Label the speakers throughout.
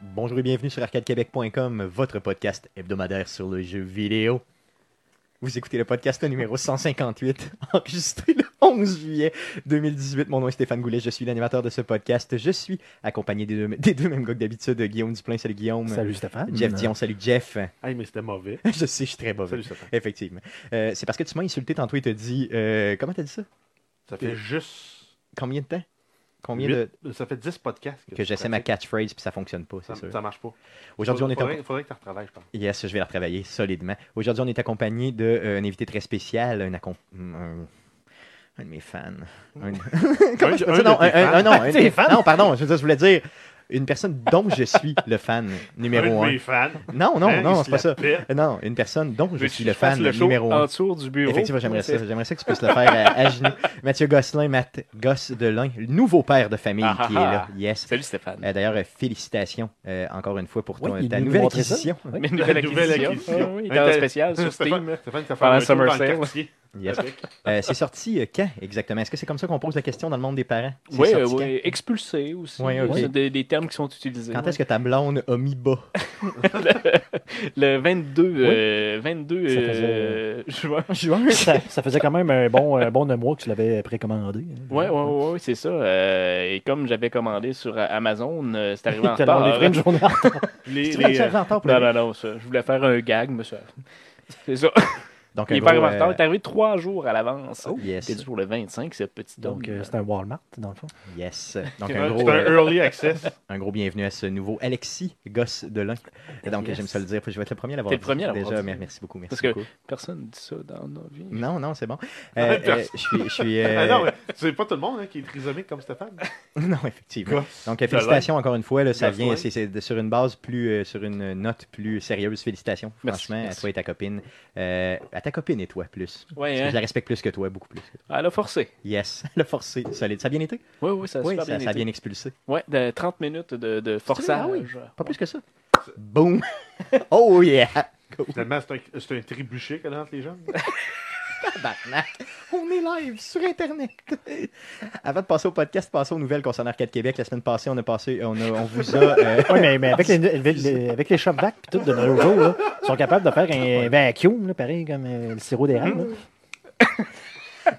Speaker 1: Bonjour et bienvenue sur arcadequebec.com, votre podcast hebdomadaire sur le jeu vidéo. Vous écoutez le podcast numéro 158, enregistré le 11 juillet 2018. Mon nom est Stéphane Goulet, je suis l'animateur de ce podcast. Je suis accompagné des deux, des deux mêmes gars que d'habitude, Guillaume Duplain, salut Guillaume.
Speaker 2: Salut Stéphane.
Speaker 1: Jeff Dion, salut Jeff.
Speaker 3: Hey, mais c'était mauvais.
Speaker 1: je sais, je suis très mauvais.
Speaker 3: Salut Stéphane.
Speaker 1: Effectivement. Euh, c'est parce que tu m'as insulté tantôt et t'as dit... euh, comment t'as dit ça?
Speaker 3: Ça fait juste.
Speaker 1: Combien de temps? Combien de...
Speaker 3: huit- Ça fait 10 podcasts.
Speaker 1: Que
Speaker 3: tu
Speaker 1: j'essaie ma
Speaker 3: pratiques.
Speaker 1: catchphrase puis ça fonctionne pas, c'est
Speaker 3: Ça,
Speaker 1: sûr.
Speaker 3: ça marche pas.
Speaker 1: Aujourd'hui, on est en...
Speaker 3: faudrait, faudrait que tu retravailles, je pense.
Speaker 1: Yes, je vais la travailler solidement. Aujourd'hui, on est accompagné d'un invité très spécial, un, accom- un- un de mes fans. Un, Comment je peux
Speaker 3: un
Speaker 1: dire?
Speaker 3: de
Speaker 1: Non,
Speaker 3: tes
Speaker 1: un- un-
Speaker 3: fans.
Speaker 1: non, un-
Speaker 2: Tes fans?
Speaker 1: non, pardon, je, veux dire, je voulais dire une personne dont je suis le fan numéro
Speaker 3: un
Speaker 1: un.
Speaker 3: de mes fans.
Speaker 1: Non, non,
Speaker 3: Hein, il
Speaker 1: non,
Speaker 3: se
Speaker 1: c'est pas
Speaker 3: la
Speaker 1: ça.
Speaker 3: pète.
Speaker 1: Non, une personne dont je
Speaker 3: Veux-tu
Speaker 1: suis
Speaker 3: que
Speaker 1: le
Speaker 3: je fasse
Speaker 1: fan
Speaker 3: le show
Speaker 1: numéro
Speaker 2: En
Speaker 1: un.
Speaker 2: dessous du bureau.
Speaker 1: Effectivement, j'aimerais ça. J'aimerais ça que tu puisses le faire à, à genoux. Mathieu Gosselin, Matt Gosselin, le nouveau père de famille
Speaker 4: Ah,
Speaker 1: qui est
Speaker 4: ah,
Speaker 1: là.
Speaker 4: ah.
Speaker 1: Yes.
Speaker 4: Salut Stéphane.
Speaker 1: Euh, D'ailleurs, euh, félicitations euh, encore une fois pour
Speaker 2: Oui,
Speaker 1: ton-
Speaker 2: il
Speaker 1: ta
Speaker 2: nous
Speaker 1: nouvelle
Speaker 2: montrait ça.
Speaker 1: acquisition.
Speaker 2: Oui.
Speaker 4: Mais une
Speaker 3: La
Speaker 4: nouvelle
Speaker 3: nouvelle
Speaker 4: acquisition.
Speaker 3: acquisition.
Speaker 4: Ah oui,
Speaker 3: Hey,
Speaker 4: dans le
Speaker 3: t'as-
Speaker 4: spécial sur Steam.
Speaker 3: Stéphane, Stéphane, t'as fait
Speaker 4: Pendant
Speaker 3: un retour dans
Speaker 4: Summer
Speaker 3: le
Speaker 4: Sale.
Speaker 3: quartier.
Speaker 1: Yes.
Speaker 3: Avec-
Speaker 1: Euh, c'est sorti euh, quand exactement Est-ce que c'est comme ça qu'on pose la question dans le monde des parents C'est
Speaker 4: Oui,
Speaker 1: sorti
Speaker 4: oui, expulsé aussi.
Speaker 1: Ouais, ok.
Speaker 4: C'est des, des termes qui sont utilisés.
Speaker 1: Quand, Quand est-ce que ta blonde a mis bas
Speaker 4: Le 22, euh, 22
Speaker 2: Ça
Speaker 4: euh, juin.
Speaker 1: Juin
Speaker 2: ça, ça faisait quand même un bon, un bon mois que tu l'avais précommandé. hein.
Speaker 4: Oui, oui, oui, c'est ça. Euh, et comme j'avais commandé sur euh, Amazon, euh, c'est arrivé en
Speaker 2: Tellement
Speaker 4: retard.
Speaker 2: on est vrai une journée en retard.
Speaker 3: Les-
Speaker 1: Tu
Speaker 3: les, euh,
Speaker 1: l'as en retard pour
Speaker 4: Non,
Speaker 1: le-
Speaker 4: non, non, ça, je voulais faire un gag, monsieur. C'est ça.
Speaker 1: Donc
Speaker 4: Il
Speaker 1: un
Speaker 4: est pas arrivé en
Speaker 1: gros,
Speaker 4: retard. Il
Speaker 1: euh, Oh,
Speaker 4: est arrivé trois jours à l'avance.
Speaker 1: yes,
Speaker 4: C'était dû pour le 25, ce petit homme.
Speaker 2: Donc, euh, c'est un Walmart, dans le fond.
Speaker 1: yes. Donc
Speaker 3: C'est
Speaker 1: un
Speaker 3: un
Speaker 1: gros,
Speaker 3: c'est un
Speaker 1: euh,
Speaker 3: early access.
Speaker 1: un gros bienvenue à ce nouveau Alexis Gosse de l'un. Donc
Speaker 4: Yes.
Speaker 1: j'aime ça le dire. Je vais être le premier à l'avoir.
Speaker 4: T'es le
Speaker 1: dit
Speaker 4: premier à l'avoir
Speaker 1: Déjà,
Speaker 4: dit.
Speaker 1: mais merci beaucoup, merci
Speaker 4: Parce que-
Speaker 1: beaucoup.
Speaker 4: Personne ne dit ça dans nos vies.
Speaker 1: Non, non, c'est bon. Euh, euh, je suis, je suis. euh,
Speaker 3: Ah non, mais c'est pas tout le monde hein, qui est trisomique comme Stéphane.
Speaker 1: non, effectivement.
Speaker 3: Gosse.
Speaker 1: Donc, euh, félicitations encore une fois. là, ça
Speaker 3: Gosse,
Speaker 1: vient
Speaker 3: ouais.
Speaker 1: c'est- c'est de- sur une base plus, euh, sur une note plus sérieuse. Félicitations,
Speaker 4: Merci,
Speaker 1: franchement, à
Speaker 4: merci.
Speaker 1: toi et ta copine. Euh, à ta copine et toi, plus.
Speaker 4: Ouais,
Speaker 1: Parce que
Speaker 4: hein.
Speaker 1: je la respecte plus que toi, beaucoup plus que toi.
Speaker 4: Elle a forcé.
Speaker 1: Yes, le forcé, solide. Ça a bien été?
Speaker 4: Oui, oui, ça a
Speaker 1: oui,
Speaker 4: super
Speaker 1: ça,
Speaker 4: bien
Speaker 1: ça a
Speaker 4: été.
Speaker 1: bien expulsé.
Speaker 4: Ouais, de 30 minutes de, de forçage.
Speaker 1: Ah oui. Pas plus que ça. Boom! oh yeah!
Speaker 3: Finalement, c'est un, c'est un tribuchet qu'elle a entre les jambes.
Speaker 1: Tabarnak. On est live sur Internet. Avant de passer au podcast, passons aux nouvelles concernant Arcade Québec. La semaine passée, on a passé, on, a- on vous a... euh,
Speaker 2: Oui, mais, mais avec, les, avec les- avec les shop vacs pis tout de nos jours, là, ils sont capables de faire un vacuum, là, pareil comme euh, le sirop d'érable. là.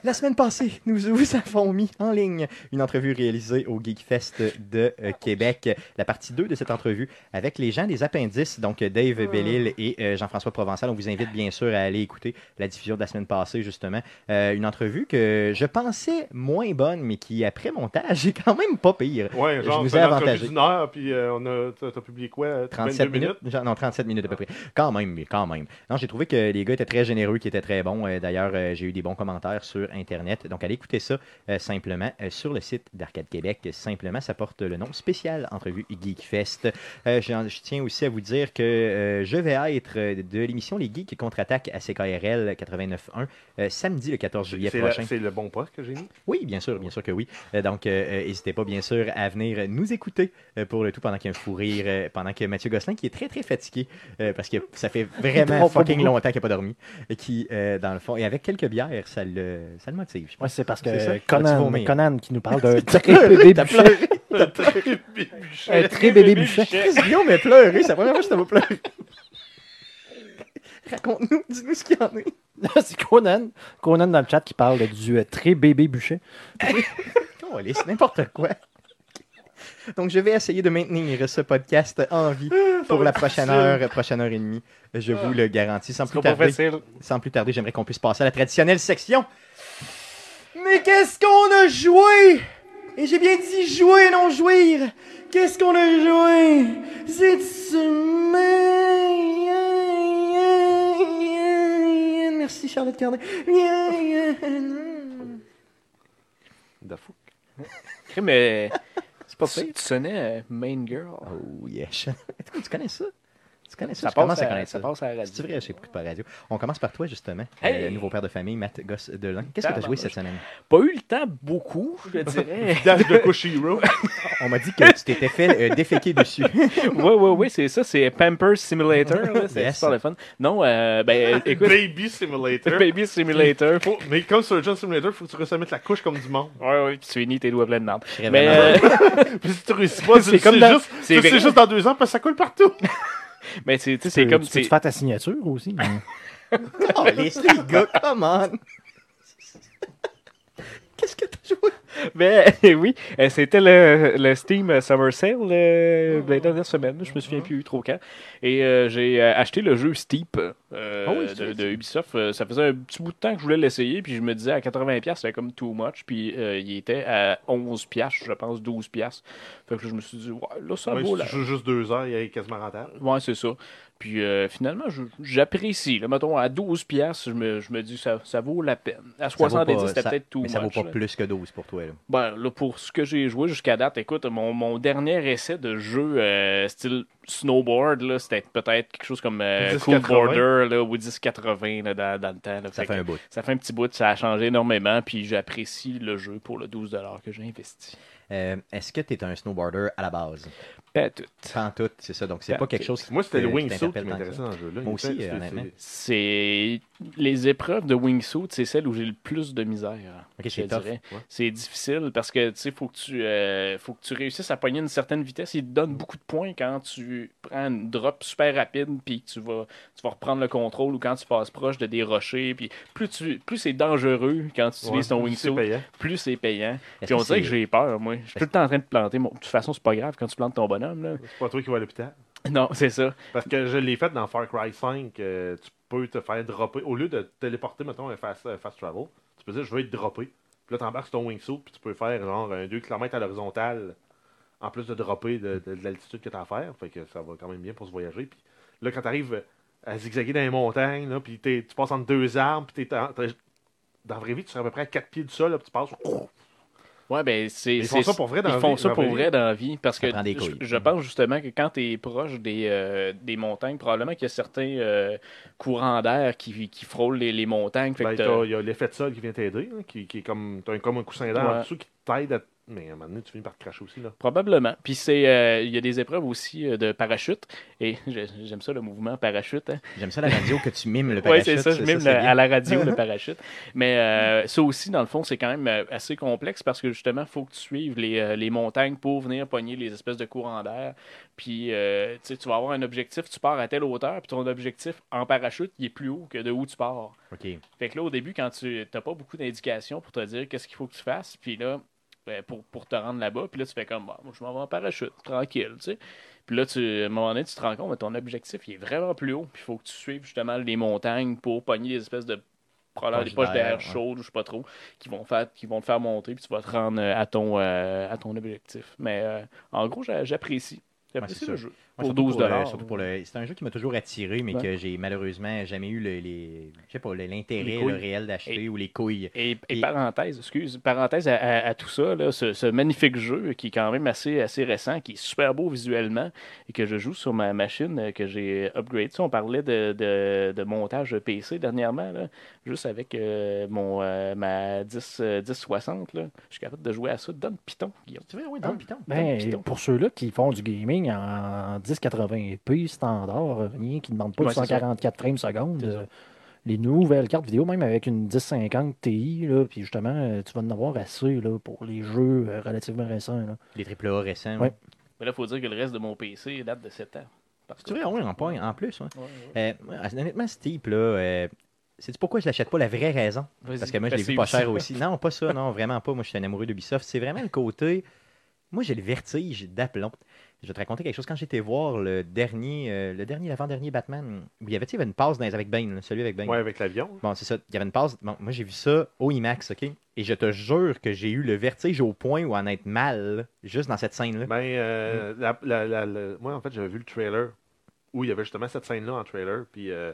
Speaker 1: La semaine passée, nous vous avons mis en ligne une entrevue réalisée au Geekfest de euh, Québec. La partie 2 de cette entrevue avec les gens des appendices, donc euh, Dave Bellil et euh, Jean-François Provençal. On vous invite bien sûr à aller écouter la diffusion de la semaine passée, justement. Euh, une entrevue que je pensais moins bonne, mais qui, après montage, est quand même pas pire.
Speaker 3: Ouais,
Speaker 1: Je
Speaker 3: genre,
Speaker 1: vous
Speaker 3: c'est
Speaker 1: ai
Speaker 3: une entrevue
Speaker 1: avantagé.
Speaker 3: d'une heure, puis euh, on a, t'as, t'as publié quoi euh,
Speaker 1: 37
Speaker 3: 22
Speaker 1: minutes? Genre, Non, 37 minutes à
Speaker 3: Ah.
Speaker 1: peu près. Quand même, mais quand même. Non, j'ai trouvé que les gars étaient très généreux, qui étaient très bons. Euh, D'ailleurs, euh, j'ai eu des bons commentaires sur Internet. Donc, allez écouter ça euh, simplement euh, sur le site d'Arcade Québec. Simplement, ça porte le nom spécial Entrevue Geekfest. Euh, j'en- je tiens aussi à vous dire que euh, je vais être euh, de l'émission Les Geeks contre-attaque à CKRL 89.1 euh, samedi le 14 juillet
Speaker 3: C'est, la-
Speaker 1: prochain.
Speaker 3: c'est le bon poste que j'ai mis.
Speaker 1: Oui, bien sûr, bien sûr que oui. Euh, donc, euh, euh, n'hésitez pas, bien sûr, à venir nous écouter euh, pour le tout pendant qu'il y a un fou rire, euh, pendant que Mathieu Gosselin, qui est très, très fatigué, euh, parce que ça fait vraiment
Speaker 2: dort pas
Speaker 1: fucking
Speaker 2: beaucoup.
Speaker 1: longtemps qu'il n'a pas dormi, et qui, euh, dans le fond, et avec quelques bières, ça le, ça le motive. je
Speaker 2: Ouais,
Speaker 1: pense.
Speaker 2: c'est parce que
Speaker 1: C'est ça.
Speaker 2: euh,
Speaker 1: Vas-tu
Speaker 2: Conan,
Speaker 1: vomir?
Speaker 2: Conan qui nous parle d'un
Speaker 1: T'as
Speaker 2: très
Speaker 1: pleuré,
Speaker 2: bébé
Speaker 1: t'as
Speaker 2: bûcher.
Speaker 1: pleuré.
Speaker 3: Le tribuchet.
Speaker 2: Un très bébé bûcher.
Speaker 1: Chris Guillaume est pleuré, c'est la première fois que je te vois pleurer. Raconte-nous, dis-nous ce qu'il y en est.
Speaker 2: c'est Conan. Conan dans le chat qui parle du euh, très bébé bûcher.
Speaker 1: Oh, allez, c'est n'importe quoi. Donc, je vais essayer de maintenir ce podcast en vie pour la prochaine heure, prochaine heure et demie. Je vous le garantis. Sans plus tarder, sans plus tarder j'aimerais qu'on puisse passer à la traditionnelle section. Mais qu'est-ce qu'on a joué Et j'ai bien dit jouer, non jouir. Qu'est-ce qu'on a joué cette semaine Merci, Charlotte Cardin.
Speaker 3: De fou.
Speaker 4: Mais
Speaker 1: C'est pas
Speaker 4: tu, tu sonnais euh, Main Girl.
Speaker 1: Oh yes. Est-ce que tu connais ça? Tu connais ça?
Speaker 4: Ça
Speaker 1: tu commences
Speaker 4: passe,
Speaker 1: à
Speaker 4: à,
Speaker 1: connaître
Speaker 4: ça
Speaker 1: ça.
Speaker 4: passe à la radio.
Speaker 1: C'est vrai, j'ai beaucoup de radio. On commence par toi, justement.
Speaker 4: Hey!
Speaker 1: Euh, nouveau père de famille, Matt Gosse Delin. Qu'est-ce que tu as joué cette semaine?
Speaker 4: Pas eu le temps beaucoup, je dirais.
Speaker 3: Dash de Kushiro.
Speaker 1: On m'a dit que tu t'étais fait euh, déféquer dessus.
Speaker 4: oui, oui, oui, c'est ça, c'est Pampers Simulator. là, C'est
Speaker 1: Yes.
Speaker 4: super le fun. Non, euh, ben, écoute,
Speaker 3: Baby Simulator.
Speaker 4: Baby Simulator.
Speaker 3: Faut- mais comme sur le John Simulator, faut que tu réussisses à mettre la couche comme du monde.
Speaker 4: Ouais, ouais, tu finis tes doigts pleins de marde.
Speaker 1: serais
Speaker 4: Mais,
Speaker 1: vraiment-
Speaker 4: euh,
Speaker 3: Puis si tu réussis pas, tu
Speaker 4: C'est
Speaker 3: le
Speaker 4: comme
Speaker 3: sais
Speaker 4: dans-
Speaker 3: juste,
Speaker 4: c'est
Speaker 3: tu le sais
Speaker 4: vrai.
Speaker 3: juste dans deux ans parce que ça coule partout.
Speaker 4: mais c'est tu sais, c'est comme.
Speaker 2: Euh, Tu peux
Speaker 4: c'est-
Speaker 2: faire ta signature aussi. mais-
Speaker 1: oh, les les gars, come on! Qu'est-ce que t'as joué?
Speaker 4: Mais euh, oui, euh, c'était le, le Steam Summer Sale euh,
Speaker 1: Ah.
Speaker 4: la dernière semaine. Je me souviens plus trop quand. Et euh, j'ai euh, acheté le jeu Steep euh,
Speaker 1: Ah oui, c'est
Speaker 4: de,
Speaker 1: vrai,
Speaker 4: de Ubisoft. Euh, ça faisait un petit bout de temps que je voulais l'essayer. Puis je me disais à 80$, c'était comme too much. Puis euh, il était à 11$, je pense 12$. Fait que je me suis dit, ouais, là, ça
Speaker 3: Ouais,
Speaker 4: vaut
Speaker 3: si
Speaker 4: la
Speaker 3: tu joues juste deux heures, il est quasiment rentable.
Speaker 4: Ouais, c'est ça. Puis euh, finalement, je- j'apprécie. Là, mettons, à 12 pièces, je me, je me dis ça, ça vaut la peine. À
Speaker 1: vaut pas,
Speaker 4: 70, c'était
Speaker 1: ça-
Speaker 4: peut-être tout.
Speaker 1: Mais ça vaut pas plus que 12 pour toi. Là.
Speaker 4: Ben, là, pour ce que j'ai joué jusqu'à date, écoute, mon, mon dernier essai de jeu euh, style snowboard, là, c'était peut-être quelque chose comme euh,
Speaker 3: 10-80.
Speaker 4: Cool Border là, ou 1080 là, dans, dans le temps. là.
Speaker 1: Ça
Speaker 4: Fait
Speaker 1: fait
Speaker 4: que
Speaker 1: un bout.
Speaker 4: ça fait un petit bout, ça a changé énormément, puis j'apprécie le jeu pour le 12$ que j'ai investi.
Speaker 1: Euh, Est-ce que t'es un snowboarder à la base?
Speaker 4: Pas tout.
Speaker 1: Sans tout, c'est ça. Donc, c'est
Speaker 4: Ben,
Speaker 1: pas quelque chose qui.
Speaker 3: Moi, c'était le
Speaker 1: euh, qui
Speaker 3: wingsuit qui
Speaker 1: t'interpelle tant que
Speaker 3: m'intéressait
Speaker 1: ça.
Speaker 3: dans le jeu-là.
Speaker 1: Moi aussi, euh,
Speaker 3: C'est- c'est-
Speaker 1: honnêtement.
Speaker 3: c'est-
Speaker 4: C'est les épreuves de wingsuit, c'est celles où j'ai le plus de misère.
Speaker 1: Ok,
Speaker 4: je
Speaker 1: c'est tough.
Speaker 4: dirais.
Speaker 3: ouais.
Speaker 4: C'est difficile parce que tu sais, faut que tu euh, faut que tu réussisses à pogner une certaine vitesse. Il te donne beaucoup de points quand tu prends une drop super rapide puis que tu vas tu vas reprendre le contrôle ou quand tu passes proche de des rochers. Puis plus tu plus c'est dangereux quand tu utilises ton
Speaker 3: ouais, c'est
Speaker 4: wingsuit,
Speaker 3: payant.
Speaker 4: plus c'est payant.
Speaker 1: Est-ce
Speaker 4: Puis on
Speaker 1: que
Speaker 4: dirait que
Speaker 1: c'est-
Speaker 4: j'ai peur, moi. Je suis tout le temps en train de planter. mon- De toute façon, c'est pas grave quand tu plantes ton bonhomme. Là.
Speaker 3: C'est pas toi qui vas à l'hôpital.
Speaker 4: Non, c'est ça.
Speaker 3: Parce que je l'ai fait dans Far Cry 5. euh, tu peux te faire dropper. Au lieu de te téléporter, mettons, un fast, euh, fast travel, tu peux dire je veux être droppé. Puis là, t'embarques sur ton wingsuit, puis tu peux faire genre un 2 km à l'horizontale, en plus de dropper de, de- de l'altitude que t'as à faire. Fait que ça va quand même bien pour se voyager. Puis là, quand t'arrives euh, à zigzaguer dans les montagnes, là, puis t'es- tu passes entre deux arbres, puis t'es en- t'es- dans la vraie vie, tu serais à peu près à 4 pieds du sol, là, puis tu passes. oh,
Speaker 4: Ouais, ben c'est.
Speaker 3: Ils font
Speaker 4: c'est-
Speaker 3: ça pour vrai dans
Speaker 4: Ils
Speaker 3: la
Speaker 4: font
Speaker 3: vie-
Speaker 4: ça
Speaker 3: dans la
Speaker 4: pour
Speaker 3: vraie
Speaker 4: vrai
Speaker 3: vie.
Speaker 4: dans la vie. Parce
Speaker 1: Ça
Speaker 4: que
Speaker 1: prend des
Speaker 4: je,
Speaker 1: couilles.
Speaker 4: je pense justement que quand tu es proche des, euh, des montagnes, probablement qu'il y a certains euh, courants d'air qui, qui frôlent les, les montagnes. Fait que
Speaker 3: Ben,
Speaker 4: t'as-
Speaker 3: t'as- il y a l'effet de sol qui vient t'aider, hein, qui, qui est comme, t'as un- comme un coussin d'air
Speaker 4: Ouais.
Speaker 3: en dessous qui t'aide à. Mais à un moment donné, tu finis par te cracher aussi. là.
Speaker 4: Probablement. Puis c'est euh, il y a des épreuves aussi euh, de parachute. Et j'ai- j'aime ça le mouvement parachute. hein.
Speaker 1: J'aime ça la radio que tu mimes le
Speaker 4: Oui,
Speaker 1: parachute.
Speaker 4: c'est ça, je mime
Speaker 1: c'est
Speaker 4: le-
Speaker 1: bien.
Speaker 4: à la radio le parachute. Mais euh, ça aussi, dans le fond, c'est quand même euh, assez complexe parce que justement, il faut que tu suives les, euh, les montagnes pour venir pogner les espèces de courants d'air. Puis euh, tu sais, tu vas avoir un objectif, tu pars à telle hauteur, puis ton objectif en parachute, il est plus haut que de où tu pars.
Speaker 1: Ok.
Speaker 4: Fait que là, au début, quand tu n'as pas beaucoup d'indications pour te dire qu'est-ce qu'il faut que tu fasses, puis là, ben, pour, pour te rendre là-bas, puis là, tu fais comme, bon, moi, je m'en vais en parachute, tranquille, tu sais. Puis là, tu, à un moment donné, tu te rends compte que ton objectif, il est vraiment plus haut, puis il faut que tu suives justement les montagnes pour pogner des espèces de probablement des
Speaker 1: Poches
Speaker 4: poches
Speaker 1: d'air,
Speaker 4: d'air
Speaker 1: ouais.
Speaker 4: chaudes, ou je sais pas trop, qui vont, faire, qui vont te faire monter, puis tu vas te rendre euh, à ton, euh, à ton objectif. Mais euh, en gros, j'a- j'apprécie. J'apprécie
Speaker 1: c'est
Speaker 4: le
Speaker 1: sûr.
Speaker 4: jeu.
Speaker 1: Ouais,
Speaker 4: Pour
Speaker 1: surtout
Speaker 4: 12
Speaker 1: euh,
Speaker 4: dollars.
Speaker 1: surtout pour le- C'est un jeu qui m'a toujours attiré, mais
Speaker 4: Ouais.
Speaker 1: que j'ai malheureusement jamais eu le- les- je sais pas, le- l'intérêt
Speaker 3: Les
Speaker 1: le
Speaker 3: couilles.
Speaker 1: réel d'acheter ou les couilles.
Speaker 4: Et, et
Speaker 1: Et-
Speaker 4: parenthèse, excuse, parenthèse à, à- à tout ça, là, ce, ce magnifique jeu qui est quand même assez, assez récent, qui est super beau visuellement et que je joue sur ma machine euh, que j'ai upgrade. Tu sais, on parlait de, de- de montage PC dernièrement, là, juste avec euh, mon, euh, ma 10, euh, 1060. là. Je suis capable de jouer à ça dans le Python, Guillaume.
Speaker 1: Tu vois, Ah oui, dans le piton.
Speaker 4: Comme
Speaker 2: Ben,
Speaker 4: Python.
Speaker 2: pour ceux-là qui font du gaming en 1080p standard, euh, rien qui ne demande pas de
Speaker 4: Ouais, c'est ça.
Speaker 2: 144 frames secondes,
Speaker 4: C'est ça.
Speaker 2: euh, les nouvelles cartes vidéo, même avec une 1050 Ti, là, puis justement, euh, tu vas en avoir assez là, pour les jeux euh, relativement récents. là.
Speaker 1: Les AAA récents.
Speaker 2: Ouais.
Speaker 1: oui.
Speaker 4: Mais là, il faut dire que le reste de mon PC date de 7 ans. Parce
Speaker 1: Tu vois, oui, en, point- en plus. ouais.
Speaker 4: Ouais, ouais.
Speaker 1: Euh, moi, honnêtement, ce type-là, euh, sais-tu pourquoi je l'achète pas La vraie raison.
Speaker 4: Vas-y,
Speaker 1: Parce que moi, je l'ai vu
Speaker 4: fais
Speaker 1: pas
Speaker 4: ça.
Speaker 1: cher aussi. Non, pas ça, non, vraiment pas. Moi, je suis un amoureux d'Ubisoft. C'est vraiment le côté. Moi, j'ai le vertige d'aplomb. Je vais te raconter quelque chose. Quand j'étais voir le dernier, euh, le dernier, l'avant-dernier Batman, où il y avait, tu sais, il y avait une passe dans les- avec Bane, là, celui avec Bane.
Speaker 3: Ouais, avec l'avion.
Speaker 1: Bon, c'est ça. Il y avait une passe. Bon, moi, j'ai vu ça au IMAX, OK? Et je te jure que j'ai eu le vertige au point où en être mal, là, juste dans cette scène-là.
Speaker 3: Ben, euh, la- la- la- la- moi, en fait, j'avais vu le trailer où il y avait justement cette scène-là en trailer. Puis euh,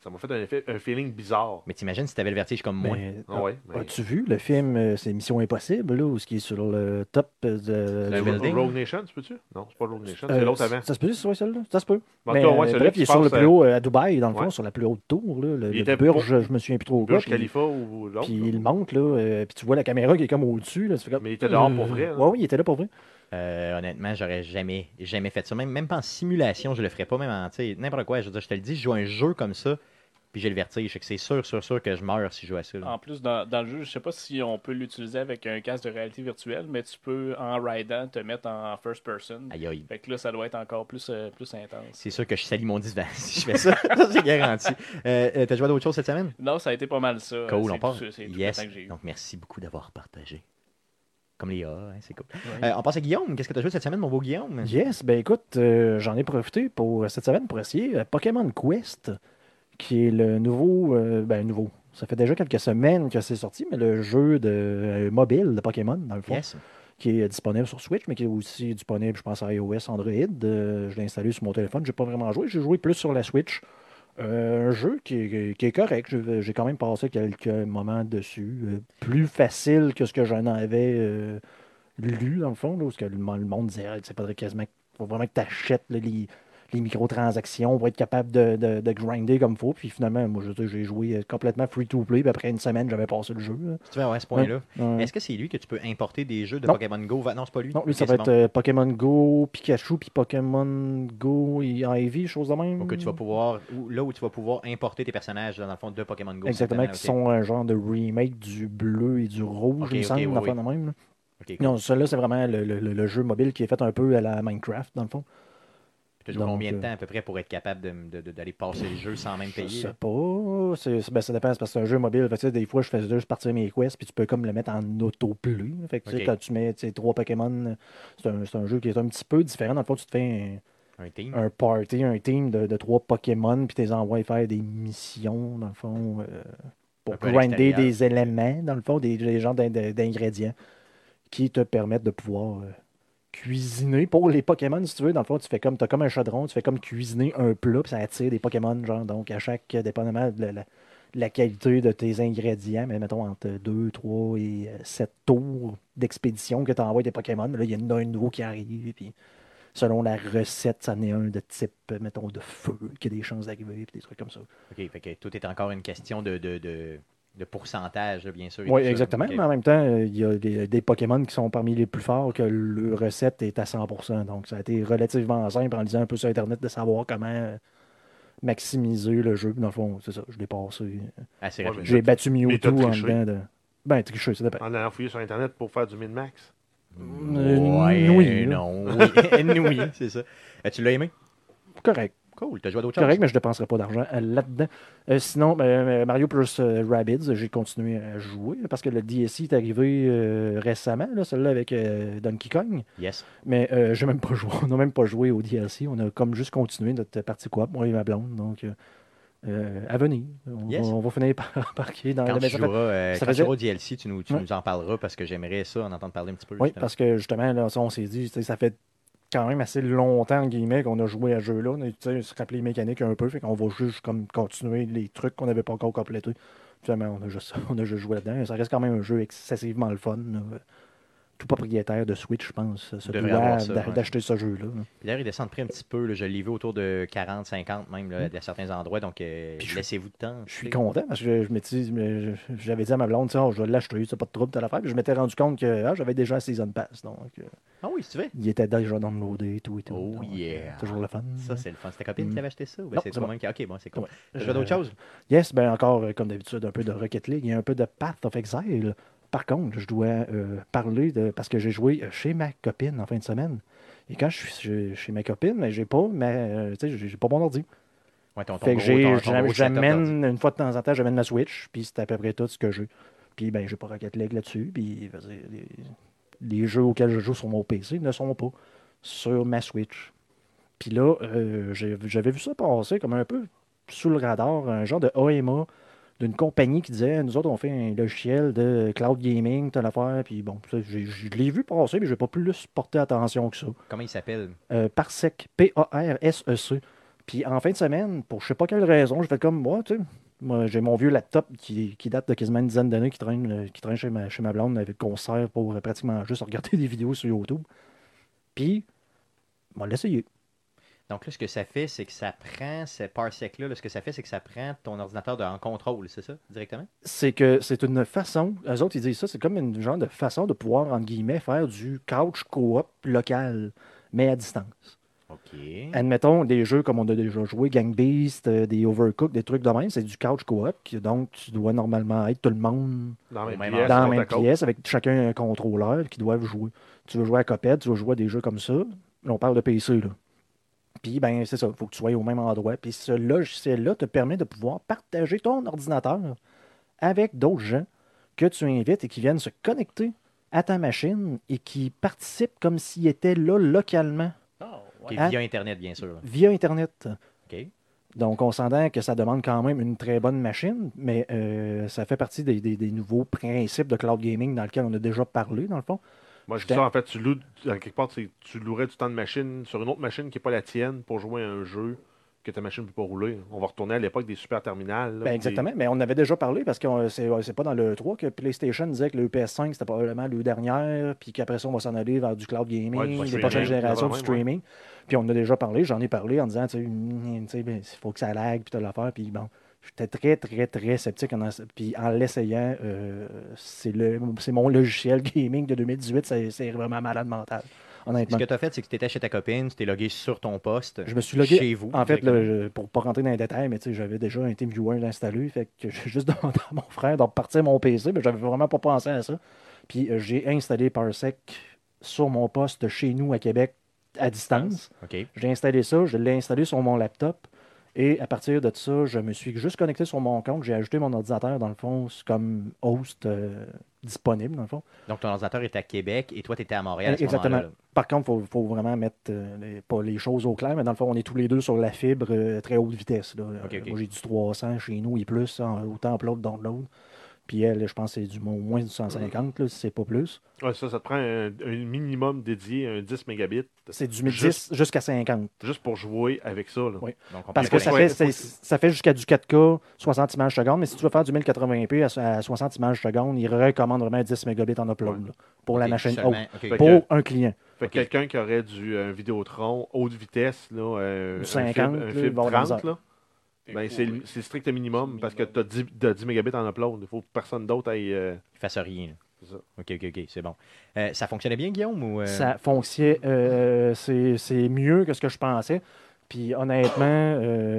Speaker 3: Ça m'a fait un, effet, un feeling bizarre.
Speaker 1: Mais t'imagines si t'avais le vertige comme
Speaker 4: Ben.
Speaker 1: moi.
Speaker 2: Mais,
Speaker 3: Ah ouais, mais-
Speaker 2: As-tu vu le film euh, C'est Mission Impossible, là, où ce qui est sur le top euh, de.
Speaker 1: Le
Speaker 2: du-
Speaker 1: building.
Speaker 3: Rogue Nation, tu peux-tu? Non, c'est pas Rogue Nation,
Speaker 2: Euh,
Speaker 3: c'est l'autre avant.
Speaker 2: Ça se peut, c'est ouais, celle-là. Ça se peut.
Speaker 3: En
Speaker 2: Mais,
Speaker 3: tout cas, ouais,
Speaker 2: euh,
Speaker 3: celui
Speaker 2: bref,
Speaker 3: qui
Speaker 2: il est sur le
Speaker 3: passe,
Speaker 2: plus haut euh, à Dubaï, dans le
Speaker 3: ouais.
Speaker 2: fond, sur la plus haute tour. Là, le
Speaker 3: Il
Speaker 2: le
Speaker 3: était
Speaker 2: Burj, je me souviens plus trop.
Speaker 3: euh,
Speaker 2: quoi,
Speaker 3: Burj
Speaker 2: puis-
Speaker 3: Khalifa ou l'autre.
Speaker 2: Puis il monte, là, euh, puis tu vois la caméra qui est comme au-dessus. là, tu fais comme,
Speaker 3: Mais il était dehors pour vrai, hein.
Speaker 2: Mm. Ouais, oui, il était là pour vrai.
Speaker 1: Euh, honnêtement, j'aurais jamais, jamais fait ça. Même, même pas en simulation, je le ferais pas, même en tu sais, n'importe quoi. Je, veux dire, je te le dis, je joue à un jeu comme ça, puis j'ai le vertige. Fait que C'est sûr, sûr, sûr que je meurs si je joue à ça. là.
Speaker 4: En plus, dans, dans le jeu, je sais pas si on peut l'utiliser avec un casque de réalité virtuelle, mais tu peux, en ridant, te mettre en first person.
Speaker 1: Aïe aïe.
Speaker 4: Fait que là, ça doit être encore plus, euh, plus intense.
Speaker 1: C'est sûr que je salis mon divan si je fais ça. ça, c'est garanti. Euh, euh, T'as joué à d'autres choses cette semaine?
Speaker 4: Non, ça a été pas mal ça.
Speaker 1: Cool,
Speaker 4: Euh, C'est
Speaker 1: on part.
Speaker 4: tout- C'est tout le
Speaker 1: Yes.
Speaker 4: temps que j'ai eu.
Speaker 1: Donc, merci beaucoup d'avoir partagé. Comme les A, hein, c'est cool. Euh, on passe à Guillaume. Qu'est-ce que tu as joué cette semaine, mon beau Guillaume?
Speaker 2: Yes, ben écoute, euh, j'en ai profité pour cette semaine pour essayer euh, Pokémon Quest, qui est le nouveau, euh, ben nouveau. Ça fait déjà quelques semaines que c'est sorti, mais le jeu de euh, mobile de Pokémon, dans le fond,
Speaker 1: Yes.
Speaker 2: qui est disponible sur Switch, mais qui est aussi disponible, je pense, à iOS, Android. Euh, je l'ai installé sur mon téléphone, j'ai pas vraiment joué, j'ai joué plus sur la Switch. Euh, un jeu qui est, qui est correct, Je- j'ai quand même passé quelques moments dessus, Euh, plus facile que ce que j'en avais euh, lu, dans le fond, là, parce que le, mon- le monde disait, Ah, c'est faudrait quasiment, faut vraiment que tu achètes les, les microtransactions pour être capable de, de- de grinder comme il faut. Puis finalement, moi, je- j'ai joué euh, complètement free-to-play, puis après une semaine, j'avais passé le jeu. là.
Speaker 1: Si tu veux, ouais, à ce point-là.
Speaker 2: Euh,
Speaker 1: Est-ce que c'est lui que tu peux importer des jeux de
Speaker 2: Non.
Speaker 1: Pokémon Go? Va- Non, c'est pas lui.
Speaker 2: Non, lui, ça
Speaker 1: Ok,
Speaker 2: va
Speaker 1: c'est
Speaker 2: être
Speaker 1: bon.
Speaker 2: euh, Pokémon Go, Pikachu, puis Pokémon Go et Ivy, chose de même.
Speaker 1: Donc, que tu vas pouvoir, ou là où tu vas pouvoir importer tes personnages, dans le fond, de Pokémon Go.
Speaker 2: Exactement,
Speaker 1: simplement,
Speaker 2: qui
Speaker 1: ok.
Speaker 2: sont un genre de remake du bleu et du rouge,
Speaker 1: Ok,
Speaker 2: il me
Speaker 1: ok,
Speaker 2: semble,
Speaker 1: oui,
Speaker 2: une affaire
Speaker 1: oui.
Speaker 2: de même. là.
Speaker 1: Ok, cool.
Speaker 2: Non, celui-là, c'est vraiment le, le- le- le jeu mobile qui est fait un peu à la Minecraft, dans le fond.
Speaker 1: Tu joues
Speaker 2: donc,
Speaker 1: combien de
Speaker 2: euh,
Speaker 1: temps à peu près pour être capable de- de- de- d'aller passer le jeu sans même
Speaker 2: Je
Speaker 1: payer?
Speaker 2: sais
Speaker 1: là?
Speaker 2: pas. c'est- c'est- ben, ça dépend, c'est parce que c'est un jeu mobile. Fait que, tu sais, des fois, je fais juste partir mes quests, puis tu peux comme le mettre en autoplay. Fait que, tu sais,
Speaker 1: Ok.
Speaker 2: quand tu mets tu sais, trois Pokémon, c'est un, c'est un jeu qui est un petit peu différent. Dans le fond, tu te fais un,
Speaker 1: Un team?
Speaker 2: un party, un team de, de trois Pokémon, puis t'es envoyé faire des missions, dans le fond, euh, pour
Speaker 1: Un peu à
Speaker 2: grinder
Speaker 1: l'extérieur.
Speaker 2: des éléments, dans le fond, des, des genres d'in- d'in- d'ingrédients qui te permettent de pouvoir euh, cuisiner pour les Pokémon, si tu veux. Dans le fond, tu fais comme, t'as comme un chaudron, tu fais comme cuisiner un plat, puis ça attire des Pokémon, genre, donc à chaque, euh, dépendamment de la, la- la qualité de tes ingrédients, mais mettons entre 2, 3 et 7 tours d'expédition que tu envoies des Pokémon, là, il y en a un nouveau qui arrive, puis selon la recette, ça en est un de type, euh, mettons, de feu, qui a des chances d'arriver, puis des trucs comme ça.
Speaker 1: OK, fait que tout est encore une question de, de, de, de pourcentage, là, bien sûr. et
Speaker 2: Oui,
Speaker 1: tout ça.
Speaker 2: exactement.
Speaker 1: OK.
Speaker 2: Mais en même temps, euh, il y a des, des Pokémon qui sont parmi les plus forts que leur recette est à 100%. Donc, ça a été relativement simple en lisant un peu sur Internet de savoir comment euh, maximiser le jeu. Dans le fond, c'est ça, je l'ai passé.
Speaker 1: Assez
Speaker 3: Ouais,
Speaker 1: rapide.
Speaker 2: J'ai battu
Speaker 3: mais t'as
Speaker 2: Mewtwo en
Speaker 3: triché.
Speaker 2: dedans de... Ben, triché, ça
Speaker 1: Ah.
Speaker 2: dépend.
Speaker 3: En allant fouiller sur Internet pour faire du min-max.
Speaker 2: Euh,
Speaker 1: Ouais,
Speaker 2: oui, là.
Speaker 1: non, oui, oui, c'est ça. Euh, tu l'as aimé?
Speaker 2: Correct.
Speaker 1: Cool, t'as joué à d'autres
Speaker 2: Correct,
Speaker 1: choses?
Speaker 2: mais je ne dépenserai pas d'argent euh, là-dedans. Euh, sinon, ben, euh, Mario plus euh, Rabbids, j'ai continué à jouer parce que le DSI est arrivé euh, récemment, là, celui-là avec euh, Donkey Kong.
Speaker 1: Yes.
Speaker 2: Mais euh, j'ai même pas joué. On n'a même pas joué au DLC. On a comme juste continué notre partie coop, moi et ma blonde. Donc, euh, euh, à venir. On,
Speaker 1: Yes.
Speaker 2: va, on va finir par embarquer dans
Speaker 1: Quand
Speaker 2: la
Speaker 1: tu
Speaker 2: maison.
Speaker 1: joueras, euh,
Speaker 2: ça
Speaker 1: quand tu
Speaker 2: faisait-
Speaker 1: joueras au DLC, tu, nous, tu
Speaker 2: Ouais.
Speaker 1: nous en parleras parce que j'aimerais ça en entendre parler un petit peu.
Speaker 2: Oui,
Speaker 1: justement.
Speaker 2: parce que justement, là, ça, on s'est dit, tu sais, ça fait quand même assez longtemps entre guillemets, qu'on a joué à ce jeu-là. On a tu sais, on se rappelé les mécaniques un peu, fait qu'on va juste comme continuer les trucs qu'on n'avait pas encore complétés. Finalement, on a juste, on a juste joué là-dedans. Ça reste quand même un jeu excessivement le fun. là. Euh, Tout propriétaire de Switch, je pense, se
Speaker 1: Devrait
Speaker 2: doit
Speaker 1: avoir ça,
Speaker 2: d'a-
Speaker 1: ouais.
Speaker 2: d'acheter ce jeu-là. là.
Speaker 1: Puis D'ailleurs, il descend de prix un petit peu. là, je l'ai vu autour de 40, 50 même là, à certains endroits. Donc, euh,
Speaker 2: Mm. Puis je-
Speaker 1: laissez-vous de temps.
Speaker 2: Je suis
Speaker 1: tu sais.
Speaker 2: content parce que je m'étais dit- mais je- j'avais dit à ma blonde, tiens, je vais l'acheter, ça, pas de trouble, t'as l'affaire. Puis je m'étais rendu compte que ah, j'avais déjà un Season Pass. Donc, euh,
Speaker 1: Ah oui, si tu veux.
Speaker 2: il était déjà downloadé et tout et tout.
Speaker 1: Oh
Speaker 2: donc, euh,
Speaker 1: yeah.
Speaker 2: Toujours le fun.
Speaker 1: Ça, c'est le fun. C'est ta copine
Speaker 2: Mm.
Speaker 1: qui l'avait acheté ça? ou ben
Speaker 2: Non,
Speaker 1: c'est
Speaker 2: c'est
Speaker 1: toi-même qui. Ok, bon, c'est cool.
Speaker 2: Ouais.
Speaker 1: Tu joues à d'autres
Speaker 2: Euh,
Speaker 1: choses?
Speaker 2: Yes, ben encore, euh, comme d'habitude, un peu de Rocket League et un peu de Path of Exile. Par contre, je dois euh, parler de. Parce que j'ai joué euh, chez ma copine en fin de semaine. Et quand je suis chez- chez ma copine, ben, j'ai pas ma- euh, tu sais, j'ai j'ai pas mon ordi.
Speaker 1: Ouais, ton, ton
Speaker 2: Fait que
Speaker 1: gros-
Speaker 2: j'ai-
Speaker 1: ton- ton
Speaker 2: j'am-
Speaker 1: gros setup d'ordi.
Speaker 2: j'amène, une fois de temps en temps, j'amène ma Switch, puis c'est à peu près tout ce que j'ai. Puis ben, j'ai pas Rocket League là-dessus, puis je veux dire, les, les jeux auxquels je joue sur mon PC ne sont pas sur ma Switch. Puis là, euh, j'ai- j'avais vu ça passer comme un peu sous le radar, un genre de AMA d'une compagnie qui disait nous autres on fait un logiciel de cloud gaming, telle affaire, puis bon, ça, j'ai- je l'ai vu passer, mais j'ai pas plus porté attention que ça.
Speaker 1: Comment il s'appelle?
Speaker 2: Euh, Parsec, P-A-R-S-E-C. Puis en fin de semaine, pour je sais pas quelle raison, je fais comme moi, tu sais. Moi, j'ai mon vieux laptop qui, qui date de quasiment une dizaine d'années qui traîne, euh, qui traîne chez, ma, chez ma blonde avec qu'on sert pour euh, pratiquement juste regarder des vidéos sur YouTube. Puis, on va l'essayer.
Speaker 1: Donc là, ce que ça fait, c'est que ça prend ce parsec-là, là, ce que ça fait, c'est que ça prend ton ordinateur de- en contrôle, c'est ça, directement?
Speaker 2: c'est que c'est une façon, eux autres, ils disent ça, c'est comme une genre de façon de pouvoir, entre guillemets, faire du couch coop local, mais à distance.
Speaker 1: OK.
Speaker 2: Admettons, des jeux comme on a déjà joué, Gang Beast, euh, des Overcooked, des trucs de même, c'est du couch coop, qui- donc tu dois normalement être tout le monde
Speaker 3: Dans la
Speaker 1: Au
Speaker 3: même
Speaker 1: même
Speaker 3: pièce,
Speaker 2: dans la
Speaker 3: sur ta
Speaker 2: même
Speaker 3: côte.
Speaker 2: pièce, avec chacun un contrôleur qui doivent jouer. Tu veux jouer à Copette, tu veux jouer à des jeux comme ça, là, on parle de PC, là. Puis, ben, c'est ça, il faut que tu sois au même endroit. Puis ce logiciel-là te permet de pouvoir partager ton ordinateur avec d'autres gens que tu invites et qui viennent se connecter à ta machine et qui participent comme s'ils étaient là localement,
Speaker 4: Ah,
Speaker 1: OK,
Speaker 4: ouais.
Speaker 2: Hein?
Speaker 1: Via Internet, bien sûr. là.
Speaker 2: via Internet.
Speaker 1: OK.
Speaker 2: Donc, on s'entend que ça demande quand même une très bonne machine, mais euh, ça fait partie des, des- des nouveaux principes de cloud gaming dans lesquels on a déjà parlé, dans le fond.
Speaker 3: Moi, je dis
Speaker 2: J'étais-
Speaker 3: ça, en fait, tu loues, en quelque part, tu tu louerais du temps de machine sur une autre machine qui n'est pas la tienne pour jouer à un jeu que ta machine ne peut pas rouler. On va retourner à l'époque des super terminales. là,
Speaker 2: Ben,
Speaker 3: des-
Speaker 2: exactement, mais on avait déjà parlé parce que euh, c'est euh, c'est pas dans le 3 que PlayStation disait que le PS5 c'était probablement le dernière, puis qu'après ça on va s'en aller vers du cloud gaming,
Speaker 3: Ouais, du
Speaker 2: les
Speaker 3: streaming,
Speaker 2: prochaines générations
Speaker 3: ouais,
Speaker 2: du
Speaker 3: ouais.
Speaker 2: streaming. Puis on en a déjà parlé, j'en ai parlé en disant, tu sais, hum, tu sais, ben, il faut que ça lag, puis t'as l'affaire, puis bon. J'étais très, très, très sceptique. En, puis en l'essayant, euh, c'est le- c'est mon logiciel gaming de 2018, c'est c'est vraiment malade mental,
Speaker 1: Ce
Speaker 2: honnêtement.
Speaker 1: que tu as fait, c'est que tu étais chez ta copine, tu t'es logué sur ton poste.
Speaker 2: Je me suis logué.
Speaker 1: Chez vous.
Speaker 2: En fait,
Speaker 1: directement.
Speaker 2: là, je- pour pas rentrer dans les détails, mais tu sais, j'avais déjà un TeamViewer installé. Fait que j'ai juste demandé à mon frère de repartir mon PC, mais j'avais vraiment pas pensé à ça. Puis euh, j'ai installé Parsec sur mon poste chez nous à Québec à distance.
Speaker 1: OK.
Speaker 2: J'ai installé ça, je l'ai installé sur mon laptop. Et à partir de ça, je me suis juste connecté sur mon compte. J'ai ajouté mon ordinateur, dans le fond, comme host euh, disponible, dans le fond.
Speaker 1: Donc, ton ordinateur est à Québec et toi, tu étais à Montréal. à ce
Speaker 2: Exactement.
Speaker 1: moment-là, là.
Speaker 2: Par contre, il faut, faut vraiment mettre euh, les, pas les choses au clair, mais dans le fond, on est tous les deux sur la fibre euh, très haute vitesse. là.
Speaker 1: Ok,
Speaker 2: Euh,
Speaker 1: ok.
Speaker 2: Moi, j'ai du 300 chez nous et plus, en- autant upload, download. Puis elle, je pense que c'est du au moins du 150, là, si c'est pas plus.
Speaker 3: Ouais, ça, ça te prend un, un minimum dédié, un 10 mégabits,
Speaker 2: C'est du 10
Speaker 3: Juste-
Speaker 2: jusqu'à 50.
Speaker 3: juste pour jouer avec ça. là.
Speaker 2: Ouais.
Speaker 1: Donc, on
Speaker 2: Parce
Speaker 1: peut
Speaker 2: que
Speaker 3: faut
Speaker 1: pas
Speaker 2: ça
Speaker 3: que-
Speaker 2: fait,
Speaker 3: faut
Speaker 2: c'est- ça fait jusqu'à du 4K, 60 images secondes, mais si tu veux faire du 1080p à so- à, 60 images secondes, ils recommandent vraiment 10 mégabits en upload
Speaker 3: Ouais.
Speaker 2: là, pour la
Speaker 1: Ok,
Speaker 2: machine Oh. haute.
Speaker 1: seulement- ok.
Speaker 3: Fait que-
Speaker 2: Pour un client.
Speaker 3: Fait que quelqu'un qui aurait du euh, Vidéotron haute vitesse, là, euh,
Speaker 2: Du
Speaker 3: un
Speaker 2: 50,
Speaker 3: fibre, un
Speaker 2: là,
Speaker 3: fibre
Speaker 2: il va avoir de la
Speaker 3: 30,
Speaker 2: misère.
Speaker 3: là, ben, c'est le c'est le strict minimum parce que tu as 10, t'as 10 mégabits en upload. Il faut que personne d'autre aille. euh,
Speaker 1: qu'il fasse rien. là.
Speaker 3: C'est ça.
Speaker 1: OK, OK, OK, c'est bon. Euh, ça fonctionnait bien, Guillaume? Ou, euh,
Speaker 2: ça fonctionnait. euh, c'est c'est mieux que ce que je pensais. Puis honnêtement,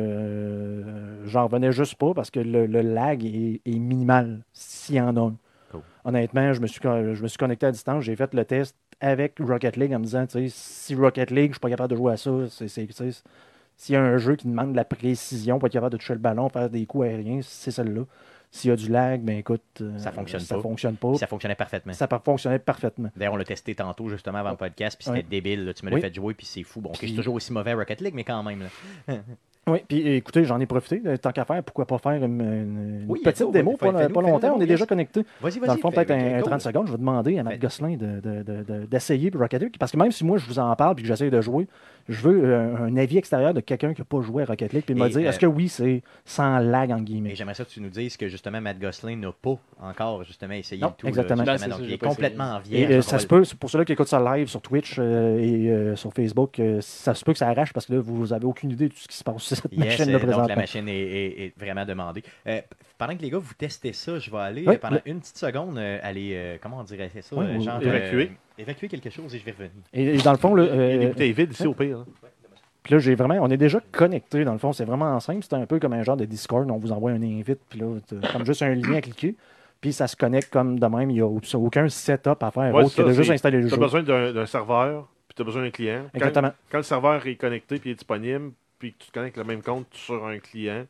Speaker 2: euh, j'en revenais juste pas parce que le, le lag est, est minimal, s'il y en a. un.
Speaker 1: Cool.
Speaker 2: Honnêtement, je me, suis, con- je me suis connecté à distance, j'ai fait le test avec Rocket League en me disant, tu sais, si Rocket League, je suis pas capable de jouer à ça, c'est- c'est- tu sais, s'il y a un jeu qui demande de la précision pour être capable de toucher le ballon, faire des coups aériens, c'est celle-là. S'il y a du lag, ben écoute, euh,
Speaker 1: Ça fonctionne
Speaker 2: ça
Speaker 1: pas.
Speaker 2: fonctionne pas.
Speaker 1: Ça fonctionnait parfaitement.
Speaker 2: Ça par- fonctionnait parfaitement.
Speaker 1: D'ailleurs, on l'a testé tantôt, justement, avant le podcast, puis c'était
Speaker 2: Ouais.
Speaker 1: débile. là. Tu me l'as
Speaker 2: Oui.
Speaker 1: fait jouer, puis c'est fou. Bon, ok,
Speaker 2: Puis-
Speaker 1: c'est toujours aussi mauvais à Rocket League, mais quand même. là.
Speaker 2: Oui, puis écoutez, j'en ai profité. euh, Tant qu'à faire, pourquoi pas faire une, une- une
Speaker 1: Oui,
Speaker 2: petite
Speaker 1: fais-le,
Speaker 2: démo
Speaker 1: fais-
Speaker 2: pas,
Speaker 1: fais-le,
Speaker 2: pas
Speaker 1: fais-le,
Speaker 2: longtemps? On
Speaker 1: fais-le.
Speaker 2: est déjà connecté.
Speaker 1: Vas-y, vas-y.
Speaker 2: Dans le fond,
Speaker 1: fais-
Speaker 2: peut-être un, un
Speaker 1: cool.
Speaker 2: 30 secondes, je vais demander à Matt
Speaker 1: Fais-
Speaker 2: Gosselin de- de- de- de- d'essayer pour Rocket League. Parce que même si moi, je vous en parle et que j'essaye de jouer, je veux euh, un, avis extérieur de quelqu'un qui n'a pas joué à Rocket League puis me
Speaker 1: Et,
Speaker 2: dire
Speaker 1: euh,
Speaker 2: est-ce que oui, c'est sans lag, en
Speaker 1: Mais
Speaker 2: guillemets.
Speaker 1: j'aimerais ça que tu nous dises que justement Matt Gosselin n'a pas encore justement essayé
Speaker 2: Non,
Speaker 1: le tout. là,
Speaker 2: exactement.
Speaker 1: justement.
Speaker 4: Non, c'est
Speaker 1: Donc,
Speaker 4: ça,
Speaker 1: il
Speaker 4: j'ai
Speaker 1: est
Speaker 4: pas essayé.
Speaker 1: complètement en
Speaker 2: Et
Speaker 1: vierge.
Speaker 2: euh,
Speaker 1: Donc, on
Speaker 2: ça
Speaker 1: va
Speaker 2: se
Speaker 1: le-
Speaker 2: peut, c'est pour ceux-là qui écoutent ça live sur Twitch euh, et euh, sur Facebook, euh, ça se peut que ça arrache parce que là, vous avez aucune idée de tout ce qui se passe sur cette
Speaker 1: Yes,
Speaker 2: machine
Speaker 1: euh,
Speaker 2: de
Speaker 1: donc la
Speaker 2: présentement.
Speaker 1: machine est, est- est vraiment demandée. Euh, p- pendant que les gars, vous testez ça, je vais aller
Speaker 2: Oui,
Speaker 1: euh, pendant
Speaker 2: oui.
Speaker 1: une petite seconde euh, aller, euh, comment on dirait ça,
Speaker 2: Oui,
Speaker 1: euh,
Speaker 2: oui,
Speaker 1: genre,
Speaker 3: oui. Évacuer.
Speaker 1: euh, évacuer quelque chose et je vais revenir.
Speaker 2: Et, et dans le fond, là,
Speaker 3: Il y a des
Speaker 2: euh,
Speaker 3: bouteilles vides ici au pire. hein.
Speaker 2: Puis là, j'ai vraiment, on est déjà connecté dans le fond. C'est vraiment simple. C'est un peu comme un genre de Discord. On vous envoie un invite, puis là, t'as comme juste un lien à cliquer. Puis ça se connecte comme de même. Il n'y a au- aucun setup à faire
Speaker 3: Ouais,
Speaker 2: autre
Speaker 3: ça,
Speaker 2: que de juste
Speaker 3: c'est-
Speaker 2: installer le
Speaker 3: Tu
Speaker 2: jeu.
Speaker 3: as besoin d'un d'un serveur, puis tu as besoin d'un client. Quand-
Speaker 2: Exactement.
Speaker 3: Quand, le serveur est connecté puis est disponible, puis que tu te connectes le même compte sur un client,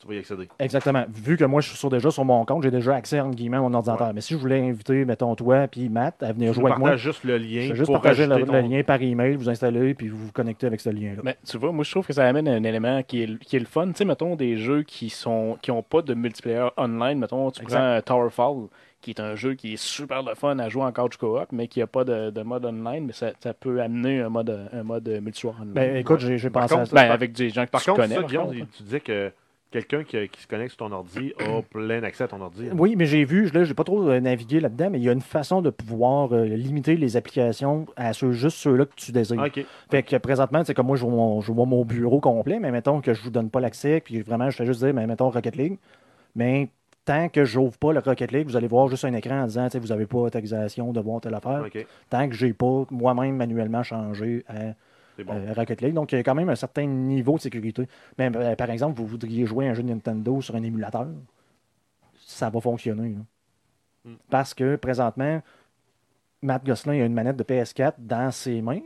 Speaker 3: tu vas y accéder.
Speaker 2: Exactement. Vu que moi, je suis sur déjà sur mon compte, j'ai déjà accès, entre guillemets, à mon ordinateur. Mais si je voulais inviter, mettons, toi puis Matt à venir
Speaker 3: Je
Speaker 2: jouer avec moi,
Speaker 3: partage juste le lien.
Speaker 2: je vais juste
Speaker 3: pour
Speaker 2: partager le,
Speaker 3: rajouter
Speaker 2: le
Speaker 3: ton-
Speaker 2: lien par email, vous installez, puis vous vous connectez avec ce lien-là.
Speaker 4: Mais tu vois, moi je trouve que ça amène un élément qui est, qui est le fun. Tu sais, mettons des jeux qui sont qui ont pas de multiplayer online. Mettons, tu
Speaker 2: Exact.
Speaker 4: prends euh, Towerfall, qui est un jeu qui est super le fun à jouer en couch co-op, mais qui a pas de, de mode online, mais ça, ça peut amener un mode, un mode euh, multijoueur online.
Speaker 2: Ben, écoute, j'ai j'ai
Speaker 3: Par
Speaker 2: pensé à
Speaker 3: contre,
Speaker 2: ça.
Speaker 4: Ben,
Speaker 3: par-
Speaker 4: avec des gens que
Speaker 3: Par
Speaker 4: tu
Speaker 3: contre,
Speaker 4: connais.
Speaker 3: ça,
Speaker 4: par
Speaker 3: Guillaume,
Speaker 4: contre.
Speaker 2: hein.
Speaker 3: tu disais que quelqu'un qui, qui se connecte sur ton ordi a plein accès à ton ordi.
Speaker 2: Oui, mais j'ai vu, je- là, j'ai pas trop euh, navigué là-dedans, mais il y a une façon de pouvoir euh, limiter les applications à ceux, juste ceux-là que tu désires.
Speaker 3: Ah, Ok.
Speaker 2: Fait que présentement, c'est comme moi, je vois mon, je vois mon bureau complet, mais mettons que je vous donne pas l'accès, puis vraiment, je fais juste dire, mais mettons Rocket League. Mais tant que j'ouvre pas le Rocket Legue, vous allez voir juste un écran en disant, tu sais, vous avez pas autorisation de voir telle affaire.
Speaker 3: Ok.
Speaker 2: Tant que j'ai pas moi-même manuellement changé à
Speaker 3: C'est bon.
Speaker 2: euh, Rocket League. Donc, il y a quand même un certain niveau de sécurité. Mais euh, par exemple, vous voudriez jouer à un jeu de Nintendo sur un émulateur, ça va fonctionner. là.
Speaker 3: Mm.
Speaker 4: Hmm.
Speaker 2: Parce que présentement, Matt Gosselin a une manette de PS4 dans ses mains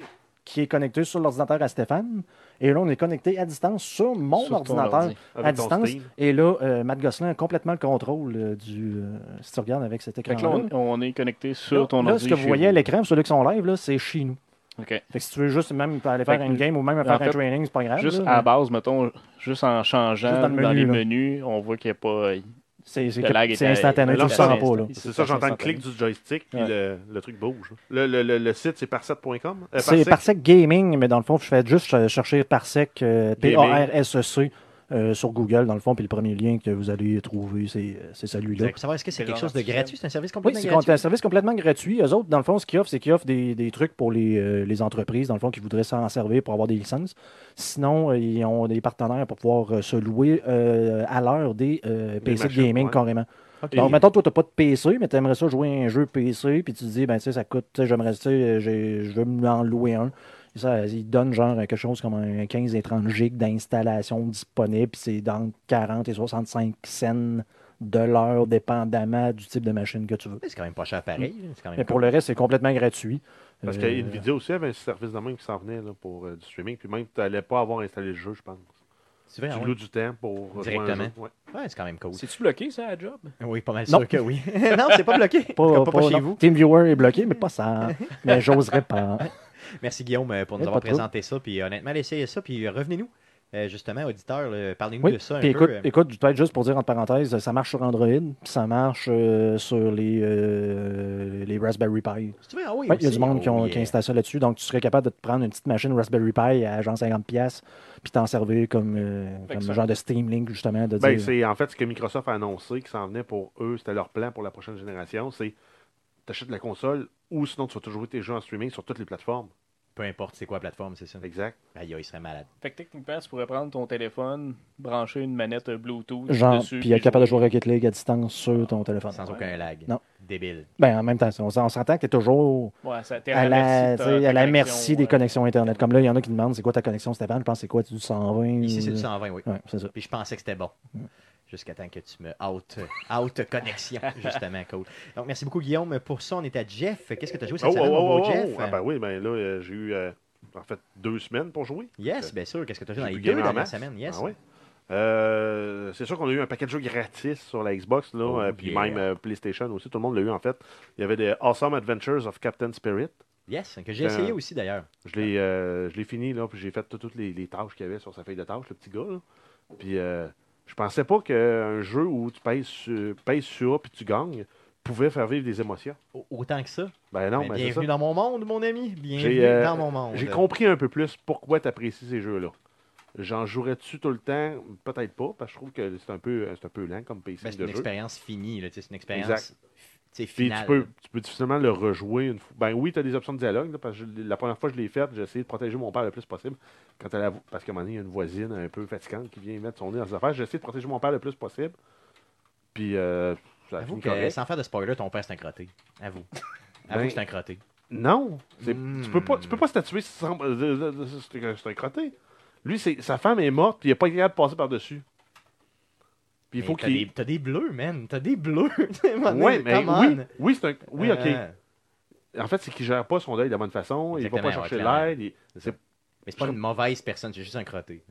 Speaker 2: qui est connectée sur l'ordinateur à Stéphane. Et là, on est connecté à distance sur mon
Speaker 4: Sur ton
Speaker 2: ordinateur
Speaker 4: ordi.
Speaker 2: à
Speaker 3: Avec ton
Speaker 2: distance.
Speaker 3: Steam.
Speaker 2: Et là, euh, Matt Gosselin a complètement le contrôle euh, du. euh, si tu regardes avec cet
Speaker 4: Fait que là,
Speaker 2: écran-là.
Speaker 4: on, on est connecté sur
Speaker 2: Là,
Speaker 4: ton
Speaker 2: là,
Speaker 4: ordi.
Speaker 2: ce que vous
Speaker 4: chez
Speaker 2: voyez à
Speaker 4: vous.
Speaker 2: l'écran, ceux qui sont live, là, c'est chez nous.
Speaker 4: OK.
Speaker 2: Fait que si tu veux juste même aller faire
Speaker 4: Fait que-
Speaker 2: une game ou même faire
Speaker 4: fait,
Speaker 2: un training, c'est pas grave.
Speaker 4: Juste
Speaker 2: là.
Speaker 4: à la base, mettons, juste en changeant
Speaker 2: Juste dans
Speaker 4: dans,
Speaker 2: le menu,
Speaker 4: les
Speaker 2: là.
Speaker 4: menus, on voit qu'il n'y a pas. euh,
Speaker 2: C'est c'est-
Speaker 4: Le lag est
Speaker 2: c'est
Speaker 4: à-
Speaker 2: instantané,
Speaker 3: Mais
Speaker 2: tu
Speaker 3: là,
Speaker 2: le
Speaker 3: ça-
Speaker 2: sens pas. Là.
Speaker 3: C'est ça, j'entends le clic du joystick, puis
Speaker 2: Ouais.
Speaker 3: le, le truc bouge. Le, le, le, le site, c'est parsec.com. Euh,
Speaker 2: C'est
Speaker 3: Parsec.
Speaker 2: Parsec Gaming, mais dans le fond, je fais juste euh, chercher Parsec euh, P-A-R-S-E-C euh, sur Google, dans le fond, puis le premier lien que vous allez trouver, c'est euh, c'est celui-là.
Speaker 1: Pour savoir, est-ce que c'est
Speaker 4: C'est
Speaker 1: quelque chose de
Speaker 4: gratuit.
Speaker 1: gratuit? C'est un service
Speaker 2: Oui,
Speaker 1: complètement
Speaker 2: c'est
Speaker 1: gratuit.
Speaker 2: un service complètement gratuit. Eux autres, dans le fond, ce qu'ils offrent, c'est qu'ils offrent des, des trucs pour les, euh, les entreprises, dans le fond, qui voudraient s'en servir pour avoir des licences. Sinon, euh, ils ont des partenaires pour pouvoir euh, se louer euh, à l'heure des euh, PC
Speaker 3: machines,
Speaker 2: gaming
Speaker 3: ouais.
Speaker 2: carrément.
Speaker 1: Ok.
Speaker 2: Donc, mettons, toi, t'as pas de PC, mais t'aimerais ça jouer à un jeu PC, puis tu te dis, ben, tu sais, ça coûte, tu sais, j'aimerais, ça, euh, j'ai- je veux m'en louer un. Et Ça, ils donnent genre quelque chose comme un 15 et 30 gigs d'installation disponible, puis c'est dans 40 et 65 cents de l'heure, dépendamment du type de machine que tu veux.
Speaker 1: Mais C'est quand même pas cher pareil. là. C'est quand même
Speaker 2: Mais pour le reste, c'est complètement gratuit.
Speaker 3: Parce que
Speaker 2: Euh,
Speaker 3: Nvidia aussi avait un service de même qui s'en venait là, pour euh, du streaming, puis même tu n'allais pas avoir installé le jeu, je pense.
Speaker 1: C'est vrai,
Speaker 3: tu
Speaker 1: ah ouais.
Speaker 3: loues du temps pour. euh, jouer à un
Speaker 1: Directement.
Speaker 3: jeu. Ouais.
Speaker 1: Ouais, c'est quand même cool.
Speaker 4: C'est-tu bloqué, ça, à job?
Speaker 1: Oui, pas mal
Speaker 2: Non.
Speaker 1: sûr que oui. non, c'est pas bloqué. En
Speaker 2: pas,
Speaker 1: tout cas,
Speaker 2: pas- non. TeamViewer est bloqué, mais pas ça. mais j'oserais pas.
Speaker 1: Merci Guillaume euh, pour
Speaker 2: Eh,
Speaker 1: nous
Speaker 2: pas
Speaker 1: avoir
Speaker 2: de trouble.
Speaker 1: présenté ça. Puis honnêtement, allez essayer ça. Puis euh, revenez-nous, euh, justement, auditeurs, là, parlez-nous
Speaker 2: Oui,
Speaker 1: de ça un
Speaker 2: puis
Speaker 1: peu.
Speaker 2: écoute,
Speaker 1: euh,
Speaker 2: écoute, peut-être juste pour dire entre parenthèses, ça marche sur Android, puis ça marche euh, sur les, euh, les Raspberry Pi.
Speaker 1: tu veux, ah oui,
Speaker 2: Ouais, il y a
Speaker 1: aussi.
Speaker 2: du monde qui, ont,
Speaker 1: Oh,
Speaker 2: qui
Speaker 1: yeah.
Speaker 2: installe ça là-dessus, donc tu serais capable de te prendre une petite machine Raspberry Pi à genre 50$, piastres, puis t'en servir comme, euh, comme
Speaker 4: Excellent.
Speaker 2: genre de Steam Link, justement, de
Speaker 3: Ben,
Speaker 2: dire.
Speaker 3: c'est en fait ce que Microsoft a annoncé qui s'en venait pour eux, c'était leur plan pour la prochaine génération, c'est t'achètes la console ou sinon tu vas toujours jouer tes jeux en streaming sur toutes les plateformes.
Speaker 1: Peu importe c'est quoi la plateforme, c'est ça.
Speaker 3: Exact.
Speaker 1: Aïe, aïe, il serait malade.
Speaker 4: Fait que techniquement, tu pourrais prendre ton téléphone, brancher une manette euh, Bluetooth
Speaker 2: Genre,
Speaker 4: dessus.
Speaker 2: puis être capable de jouer Rocket League à distance sur ton téléphone.
Speaker 1: Sans aucun lag.
Speaker 2: Non.
Speaker 1: Débile.
Speaker 2: Ben, en même temps, on, s'en- on s'entend que t'es toujours
Speaker 4: Ouais, ça, t'es
Speaker 2: à la,
Speaker 4: ramerci
Speaker 2: tu sais,
Speaker 4: de ta- ta
Speaker 2: à la
Speaker 4: connexion,
Speaker 2: merci des
Speaker 4: ouais.
Speaker 2: connexions Internet. Comme là, il y en a qui demandent c'est quoi ta connexion, Stéphane Je pense que c'est quoi, du 120
Speaker 3: Mm.
Speaker 1: Ici, c'est le 120, oui.
Speaker 2: euh, Ouais, c'est ça.
Speaker 1: Puis je pensais que c'était bon. Jusqu'à temps que tu me out, out connexion, justement, cool. Donc, merci beaucoup, Guillaume. Pour ça, on est à Jeff. Qu'est-ce que tu as joué
Speaker 3: Oh,
Speaker 1: cette semaine, mon beau Jeff?
Speaker 3: Ah, ben oui, ben là, euh, j'ai eu euh, en fait deux semaines pour jouer.
Speaker 1: Yes, bien sûr. Qu'est-ce que tu as joué dans
Speaker 3: euh, J'ai
Speaker 1: les
Speaker 3: pu
Speaker 1: deux
Speaker 3: gamer en
Speaker 1: dernières
Speaker 3: masse.
Speaker 1: semaines? Yes.
Speaker 3: Ah ouais. Euh, c'est sûr qu'on a eu un paquet de jeux gratis sur la Xbox, là,
Speaker 1: Oh,
Speaker 3: euh, puis
Speaker 1: yeah.
Speaker 3: même euh, PlayStation aussi, tout le monde l'a eu en fait. Il y avait des Awesome Adventures of Captain Spirit.
Speaker 1: Yes, que j'ai
Speaker 3: Euh,
Speaker 1: essayé aussi, d'ailleurs.
Speaker 3: Je l'ai, euh, je l'ai fini, là, puis j'ai fait tout- toutes les, les tâches qu'il y avait sur sa feuille de tâches, le petit gars. là. Puis euh, je pensais pas qu'un jeu où tu pèses sur, pèses sur A puis tu gagnes pouvait faire vivre des émotions.
Speaker 1: Au- Autant que ça.
Speaker 3: Ben
Speaker 1: Ben,
Speaker 3: non, mais c'est ça.
Speaker 1: bienvenue dans mon monde, mon ami. Bienvenue
Speaker 3: J'ai, euh,
Speaker 1: dans mon monde.
Speaker 3: J'ai compris un peu plus pourquoi tu apprécies ces jeux-là. J'en jouerais-tu tout le temps? Peut-être pas, parce que je trouve que c'est un peu, c'est un peu lent comme pacing
Speaker 1: Ben, c'est
Speaker 3: de
Speaker 1: une
Speaker 3: jeu.
Speaker 1: expérience finie, là, tu sais, c'est une expérience
Speaker 3: Exact.
Speaker 1: tu sais,
Speaker 3: Puis
Speaker 1: finale.
Speaker 3: tu peux, tu peux difficilement le rejouer une fois. Ben oui, tu as des options de dialogue, là, parce que je- la première fois que je l'ai faite, j'ai essayé de protéger mon père le plus possible. Quand elle a- parce qu'à un moment donné, il y a une voisine un peu fatigante qui vient mettre son nez dans ses affaires. J'ai essayé de protéger mon père le plus possible. Puis, euh, ça a
Speaker 1: Avoue
Speaker 3: fini
Speaker 1: que,
Speaker 3: correct.
Speaker 1: sans faire de spoiler, ton père, c'est un crotté. Avoue.
Speaker 3: Ben,
Speaker 1: Avoue que c'est un crotté.
Speaker 3: Non! c'est-
Speaker 1: Hmm.
Speaker 3: Tu, peux pas, tu peux pas statuer sans. euh, euh, euh, C'est un- c'est un crotté. Lui, c'est- sa femme est morte, puis il n'est pas capable de passer par-dessus. Puis il faut
Speaker 1: Mais t'as
Speaker 3: qu'il.
Speaker 1: des- T'as des bleus, man. T'as des bleus.
Speaker 3: Ouais,
Speaker 1: ouais,
Speaker 3: mais oui, oui, c'est un... oui, ok.
Speaker 1: Euh,
Speaker 3: En fait, c'est qu'il gère pas son deuil de la bonne façon. Il va
Speaker 1: Exactement,
Speaker 3: pas chercher
Speaker 1: ouais, clairement.
Speaker 3: l'aide. il-
Speaker 1: Mais c'est pas une mauvaise personne, c'est juste un crotté.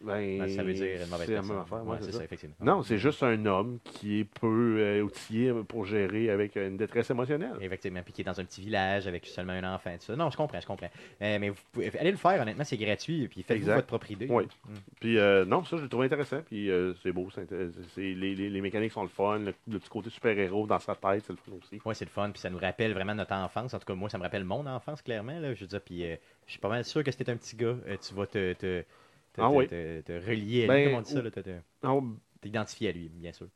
Speaker 3: Ben,
Speaker 1: Ça veut dire une mauvaise
Speaker 3: c'est la
Speaker 1: personne.
Speaker 3: même affaire.
Speaker 1: Ouais,
Speaker 3: ouais,
Speaker 1: c'est ça, effectivement.
Speaker 3: Non, c'est juste un homme qui est peu euh, outillé pour gérer avec une détresse émotionnelle.
Speaker 1: Effectivement, puis qui est dans un petit village avec seulement un enfant, tout ça. Non, je comprends, je comprends. Euh, mais vous pouvez- allez le faire, honnêtement, c'est gratuit, puis faites-vous
Speaker 3: Exact.
Speaker 1: votre propre idée.
Speaker 3: Oui. Puis euh, non, ça, je le trouve intéressant. Puis euh, c'est beau. c'est intér- c'est- les, les- les mécaniques sont le fun. Le, le petit côté super-héros dans sa tête, c'est le fun aussi.
Speaker 1: Ouais, c'est le fun, puis ça nous rappelle vraiment notre enfance. En tout cas, moi, ça me rappelle mon enfance, clairement. Là, je veux dire, puis euh, je suis pas mal sûr que si t'es un petit gars, euh, tu vas te, te, te-
Speaker 3: Ah
Speaker 1: te-
Speaker 3: oui.
Speaker 1: te- te relier à lui.
Speaker 3: Ben,
Speaker 1: Comment on dit ça,
Speaker 3: ou-
Speaker 1: là, te- te-
Speaker 3: Non,
Speaker 1: t'identifier à lui, bien sûr.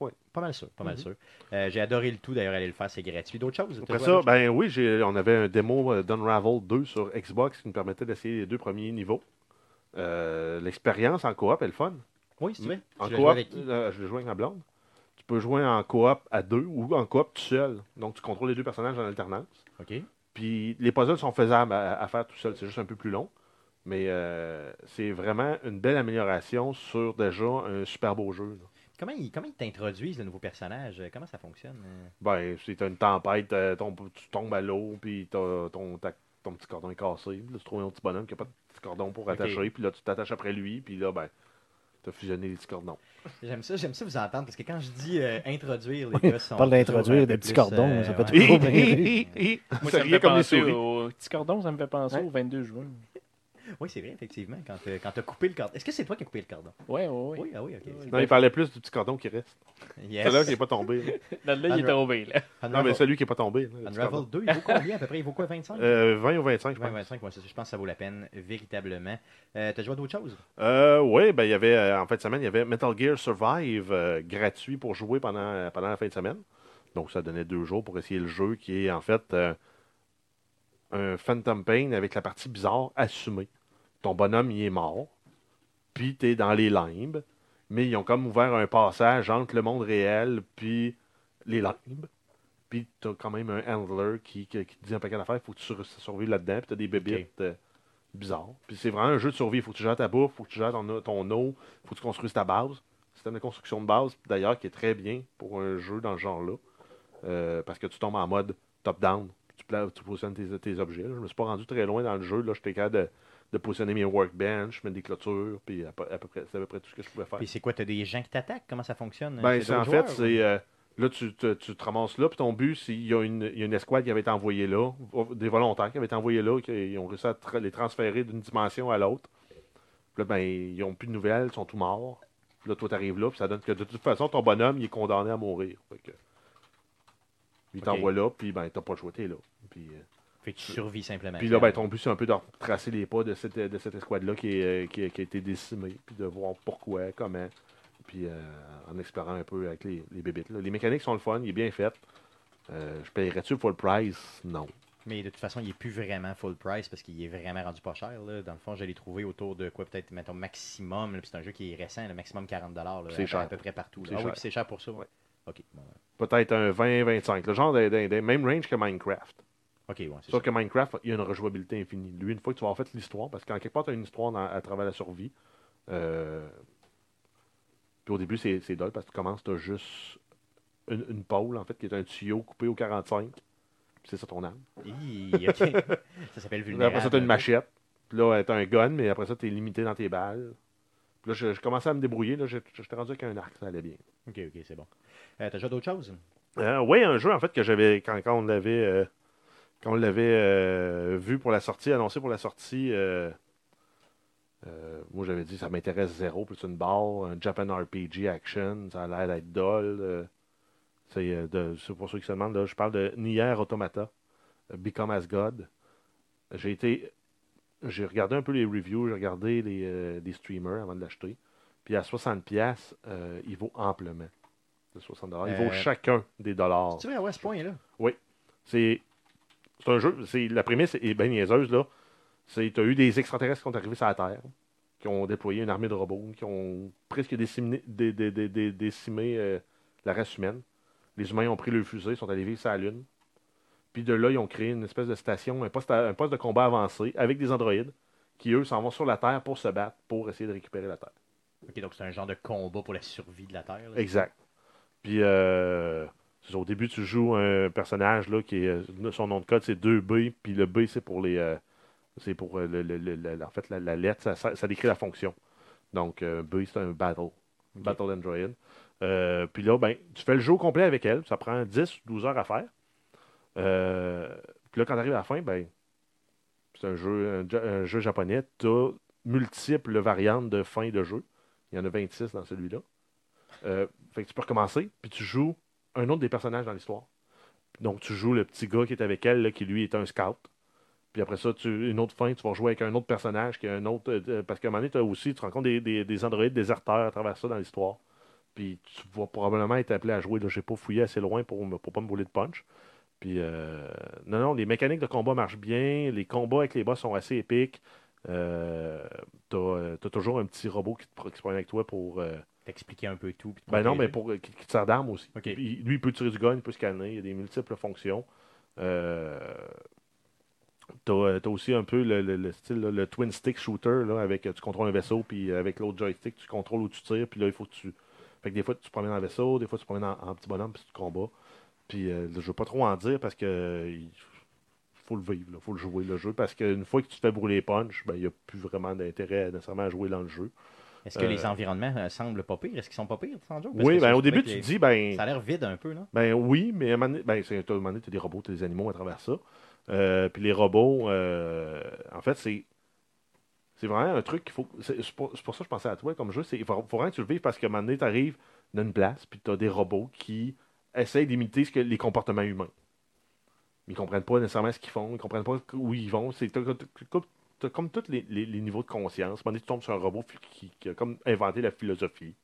Speaker 3: Ouais.
Speaker 1: Pas mal sûr, pas mal sûr. Euh, j'ai adoré le tout, d'ailleurs, aller le faire, c'est gratuit. D'autres choses?
Speaker 3: Après
Speaker 1: Toi,
Speaker 3: ça,
Speaker 1: Alex?
Speaker 3: ben oui, j'ai- on avait un démo euh, d'Unravel 2 sur Xbox qui nous permettait d'essayer les deux premiers niveaux. Euh, L'expérience en coop est le fun.
Speaker 1: oui, si tu veux.
Speaker 3: En
Speaker 1: Tu l'as
Speaker 3: coop,
Speaker 1: joué avec qui?
Speaker 3: euh, je le joue avec ma blonde. Tu peux jouer en coop à deux ou en coop tout seul. Donc, tu contrôles les deux personnages en alternance.
Speaker 1: OK.
Speaker 3: Puis, les puzzles sont faisables à, à faire tout seul. C'est juste un peu plus long. Mais euh, c'est vraiment une belle amélioration sur déjà un super beau jeu. là.
Speaker 1: Comment ils, comment ils t'introduisent le nouveau personnage? Euh, Comment ça fonctionne? euh?
Speaker 3: Ben, si t'as une tempête, euh, ton- tu tombes à l'eau, puis t'as- ton, ta- ton petit cordon est cassé. Puis Là, tu trouves un petit bonhomme qui n'a pas de petit cordon pour attacher, puis là, tu t'attaches après lui, puis là, ben, t'as fusionné les petits cordons.
Speaker 1: J'aime ça, j'aime ça vous entendre, parce que quand je dis euh, introduire, les
Speaker 2: Oui,
Speaker 1: gars sont...
Speaker 2: on parle d'introduire
Speaker 1: toujours un
Speaker 2: des
Speaker 1: peu
Speaker 2: petits
Speaker 1: plus,
Speaker 2: cordons,
Speaker 1: euh,
Speaker 2: ça fait
Speaker 1: ouais.
Speaker 2: tout.
Speaker 3: Hi,
Speaker 2: Oh, ben,
Speaker 3: hi, hi, hi.
Speaker 4: Ah, Moi,
Speaker 3: Ça
Speaker 4: ça me
Speaker 3: riait
Speaker 4: fait
Speaker 3: comme des
Speaker 4: penser
Speaker 3: souris.
Speaker 4: au petit cordon, ça me fait penser
Speaker 2: Hein?
Speaker 4: au 22 juin.
Speaker 1: Oui, c'est vrai, effectivement, quand, euh, quand t'as coupé le cordon. Est-ce que c'est toi qui as coupé le cordon?
Speaker 4: Ouais, ouais, ouais.
Speaker 1: Oui, ah oui, OK.
Speaker 4: Oui.
Speaker 3: Non, il parlait plus du petit cordon qui reste.
Speaker 1: Yes.
Speaker 3: Celui-là qui n'est pas tombé. là.
Speaker 2: Ah,
Speaker 4: Là, il est tombé, là.
Speaker 3: Non, mais
Speaker 1: Unravel,
Speaker 3: celui qui n'est pas tombé. là, le petit
Speaker 1: Unravel
Speaker 3: cordon.
Speaker 1: 2, il vaut combien à peu près? Il vaut quoi, 25?
Speaker 3: Euh, 20 ou 25, je pense.
Speaker 1: 20-25, moi, je pense que ça vaut la peine, véritablement. Euh, T'as joué à d'autres choses?
Speaker 3: Euh, oui, ben, il y avait, euh, en fin de semaine, il y avait Metal Gear Survive euh, gratuit pour jouer pendant, euh, pendant la fin de semaine. Donc, ça donnait deux jours pour essayer le jeu qui est en fait euh, un Phantom Pain avec la partie bizarre assumée. Ton bonhomme, il est mort, puis t'es dans les limbes, mais ils ont comme ouvert un passage entre le monde réel puis les limbes. Puis t'as quand même un handler qui, qui- qui te dit un paquet d'affaires, il faut que tu sur- survives là-dedans, puis t'as des bébites euh, bizarre. Puis c'est vraiment un jeu de survie. Il faut que tu gères ta bouffe, il faut que tu gères ton, ton eau, il faut que tu construises ta base. Système de construction de base, d'ailleurs, qui est très bien pour un jeu dans ce genre-là. Euh, parce que tu tombes en mode top-down. puis Tu, pla- tu positionnes tes, tes objets. là. Je me suis pas rendu très loin dans le jeu. Là, j'étais capable de, de positionner mes workbench, mettre des clôtures, puis à peu, à peu près, c'est à peu près tout ce que je pouvais faire.
Speaker 1: Puis c'est quoi, t'as des gens qui t'attaquent? Comment ça fonctionne?
Speaker 3: Ben,
Speaker 1: Chez
Speaker 3: c'est en
Speaker 1: d'autres
Speaker 3: fait,
Speaker 1: joueurs,
Speaker 3: c'est. euh, là, tu te, tu te ramasses là, puis ton but, c'est il y, a une- il y a une escouade qui avait été envoyée là, vo- des volontaires qui avaient été envoyés là, qui ils ont réussi à tra- les transférer d'une dimension à l'autre. Puis là, ben, ils n'ont plus de nouvelles, ils sont tous morts. Puis là, toi, t'arrives là, puis ça donne que de toute façon, ton bonhomme, il est condamné à mourir. Fait que, il
Speaker 1: Ok.
Speaker 3: t'envoie là, puis ben, t'as pas le choix, t'es là. Puis, euh,
Speaker 1: Fait que tu survis simplement.
Speaker 3: puis là, ben, ton but, c'est un peu de retracer les pas de cette, de cette escouade-là qui, est, euh, qui, a- qui a été décimée, puis de voir pourquoi, comment, puis euh, en explorant un peu avec les, les bébites. là. Les mécaniques sont le fun, il est bien fait. Euh, je paierais-tu full price? Non.
Speaker 1: Mais de toute façon, il n'est plus vraiment full price parce qu'il est vraiment rendu pas cher. là. Dans le fond, je l'ai trouvé autour de quoi Peut-être, mettons, maximum. là, puis C'est un jeu qui est récent, le maximum 40 là,
Speaker 3: C'est
Speaker 1: à-
Speaker 3: cher.
Speaker 1: À peu près partout. là.
Speaker 3: C'est
Speaker 1: Ah oui,
Speaker 3: cher.
Speaker 1: puis c'est cher pour ça. ouais. Ok. bon, ouais.
Speaker 3: Peut-être un 20-25, le genre des même range que Minecraft.
Speaker 1: Ok, ouais, c'est ça.
Speaker 3: Sauf que Minecraft, il y a une rejouabilité infinie. Lui, une fois que tu vas en fait l'histoire, parce qu'en quelque part, tu as une histoire dans- à travers la survie. euh, Puis au début, c'est c'est dole parce que tu commences, tu as juste une, une pôle, en fait, qui est un tuyau coupé au 45. Puis C'est ça ton arme.
Speaker 1: Hi, ok. ça s'appelle
Speaker 3: Puis
Speaker 1: vulnérable.
Speaker 3: après ça, tu as une
Speaker 1: un peu.
Speaker 3: machette. Puis là, tu as un gun, mais après ça, tu es limité dans tes balles. Puis là, je, je commençais à me débrouiller. Là, je- je- j'étais rendu avec un arc, ça allait bien.
Speaker 1: Ok, ok, c'est bon. Euh, T'as joué à d'autres choses
Speaker 3: Euh, oui, un jeu en fait que j'avais quand, quand on l'avait euh, quand on l'avait euh, vu pour la sortie, annoncé pour la sortie. euh, euh, moi j'avais dit ça m'intéresse zéro plus une barre, un Japan RPG action, ça a l'air d'être dol. euh, c'est euh, de- c'est pour ceux qui se demandent là, je parle de Nier Automata, euh, Become as God. J'ai été j'ai regardé un peu les reviews, j'ai regardé les, euh, des streamers avant de l'acheter. Puis à 60$, piastres, euh, il vaut amplement. De 60$. Il
Speaker 1: Euh,
Speaker 3: vaut chacun des dollars.
Speaker 1: Tu veux avoir ce point-là
Speaker 3: C'est c'est un jeu, c'est la prémisse est bien niaiseuse là. C'est tu as eu des extraterrestres qui sont arrivés sur la Terre, qui ont déployé une armée de robots, qui ont presque décimé, dé- dé- dé- dé- décimé, euh, la race humaine. Les humains ont pris le fusée, sont allés vivre sur la Lune. Puis de là, ils ont créé une espèce de station, un poste, à- un poste de combat avancé avec des androïdes qui, eux, s'en vont sur la Terre pour se battre, pour essayer de récupérer la Terre.
Speaker 1: Ok, donc c'est un genre de combat pour la survie de la Terre. là.
Speaker 3: Exact. Puis, euh, c'est ça, au début, tu joues un personnage là, qui est, son nom de code, c'est 2B, puis le B, c'est pour les, euh, C'est pour euh, le, le- le- le- en fait la, la lettre, ça, ça- ça décrit la fonction. Donc euh, B, c'est un battle. Battle Android. Euh, puis là, ben, tu fais le jeu au complet avec elle. Ça prend 10 12 heures à faire. Euh, puis là, quand tu arrives à la fin, ben, c'est un jeu, un, ja- un jeu japonais. Tu as multiples variantes de fin de jeu. Il y en a 26 dans celui-là. Euh, fait que tu peux recommencer, puis tu joues un autre des personnages dans l'histoire. Donc, tu joues le petit gars qui est avec elle, là, qui lui est un scout. Puis après ça, tu, une autre fin, tu vas jouer avec un autre personnage, qui est un autre. euh, parce qu'à un moment donné, t'as aussi, tu rencontres des, des, des androïdes déserteurs à travers ça dans l'histoire. Puis tu vas probablement être appelé à jouer. Je n'ai pas fouillé assez loin pour ne pas me brûler de punch. Puis euh, non, non, les mécaniques de combat marchent bien. Les combats avec les boss sont assez épiques. Euh, t'as euh, t'as toujours un petit robot qui, te, pro- qui se promène avec toi pour. euh,
Speaker 1: T'expliquer un peu tout. puis te
Speaker 3: ben non,
Speaker 1: protéger.
Speaker 3: mais pour euh, qui, qui te sert d'arme aussi.
Speaker 1: Ok.
Speaker 3: Puis, lui, il peut tirer du gun, il peut scanner, il y a des multiples fonctions. Euh, T'as euh, t'as aussi un peu le, le- le style, là, le twin stick shooter, là, avec euh, tu contrôles un vaisseau, puis euh, avec l'autre joystick, tu contrôles où tu tires, puis là, il faut que tu. Fait que des fois, tu te promènes en vaisseau, des fois, tu te promènes en, en petit bonhomme, puis tu combats. Puis euh, je veux pas trop en dire parce que euh, il faut le vivre, il faut le jouer, le jeu, parce qu'une fois que tu te fais brûler les punch, ben, il n'y a plus vraiment d'intérêt nécessairement à jouer dans le jeu.
Speaker 1: Est-ce que les
Speaker 3: euh,
Speaker 1: environnements euh, semblent pas pires? Est-ce qu'ils sont pas pires, sans joke? Parce
Speaker 3: Oui,
Speaker 1: que
Speaker 3: ben,
Speaker 1: ça,
Speaker 3: au
Speaker 1: je trouvais
Speaker 3: début,
Speaker 1: que
Speaker 3: tu
Speaker 1: les-
Speaker 3: te dis, ben.
Speaker 1: Ça a l'air vide un peu, non?
Speaker 3: Ben oui, mais à un moment donné- ben, c'est, t'as demandé, t'as des robots, t'as des animaux à travers ça. Euh, puis les robots, euh, en fait, c'est, c'est vraiment un truc qu'il faut. C'est, c'est pour, c'est pour ça que je pensais à toi comme jeu. C'est, il faut, faut vraiment que tu le vives parce qu'à un moment donné, t'arrives dans une place, puis t'as des robots qui essayent d'imiter ce que, les comportements humains. Ils comprennent pas nécessairement ce qu'ils font, ils comprennent pas où ils vont. C'est, t'as- t'as- t'as- t'as comme tous les, les- les niveaux de conscience. À un moment donné, tu tombes sur un robot qui- qui a comme inventé la philosophie.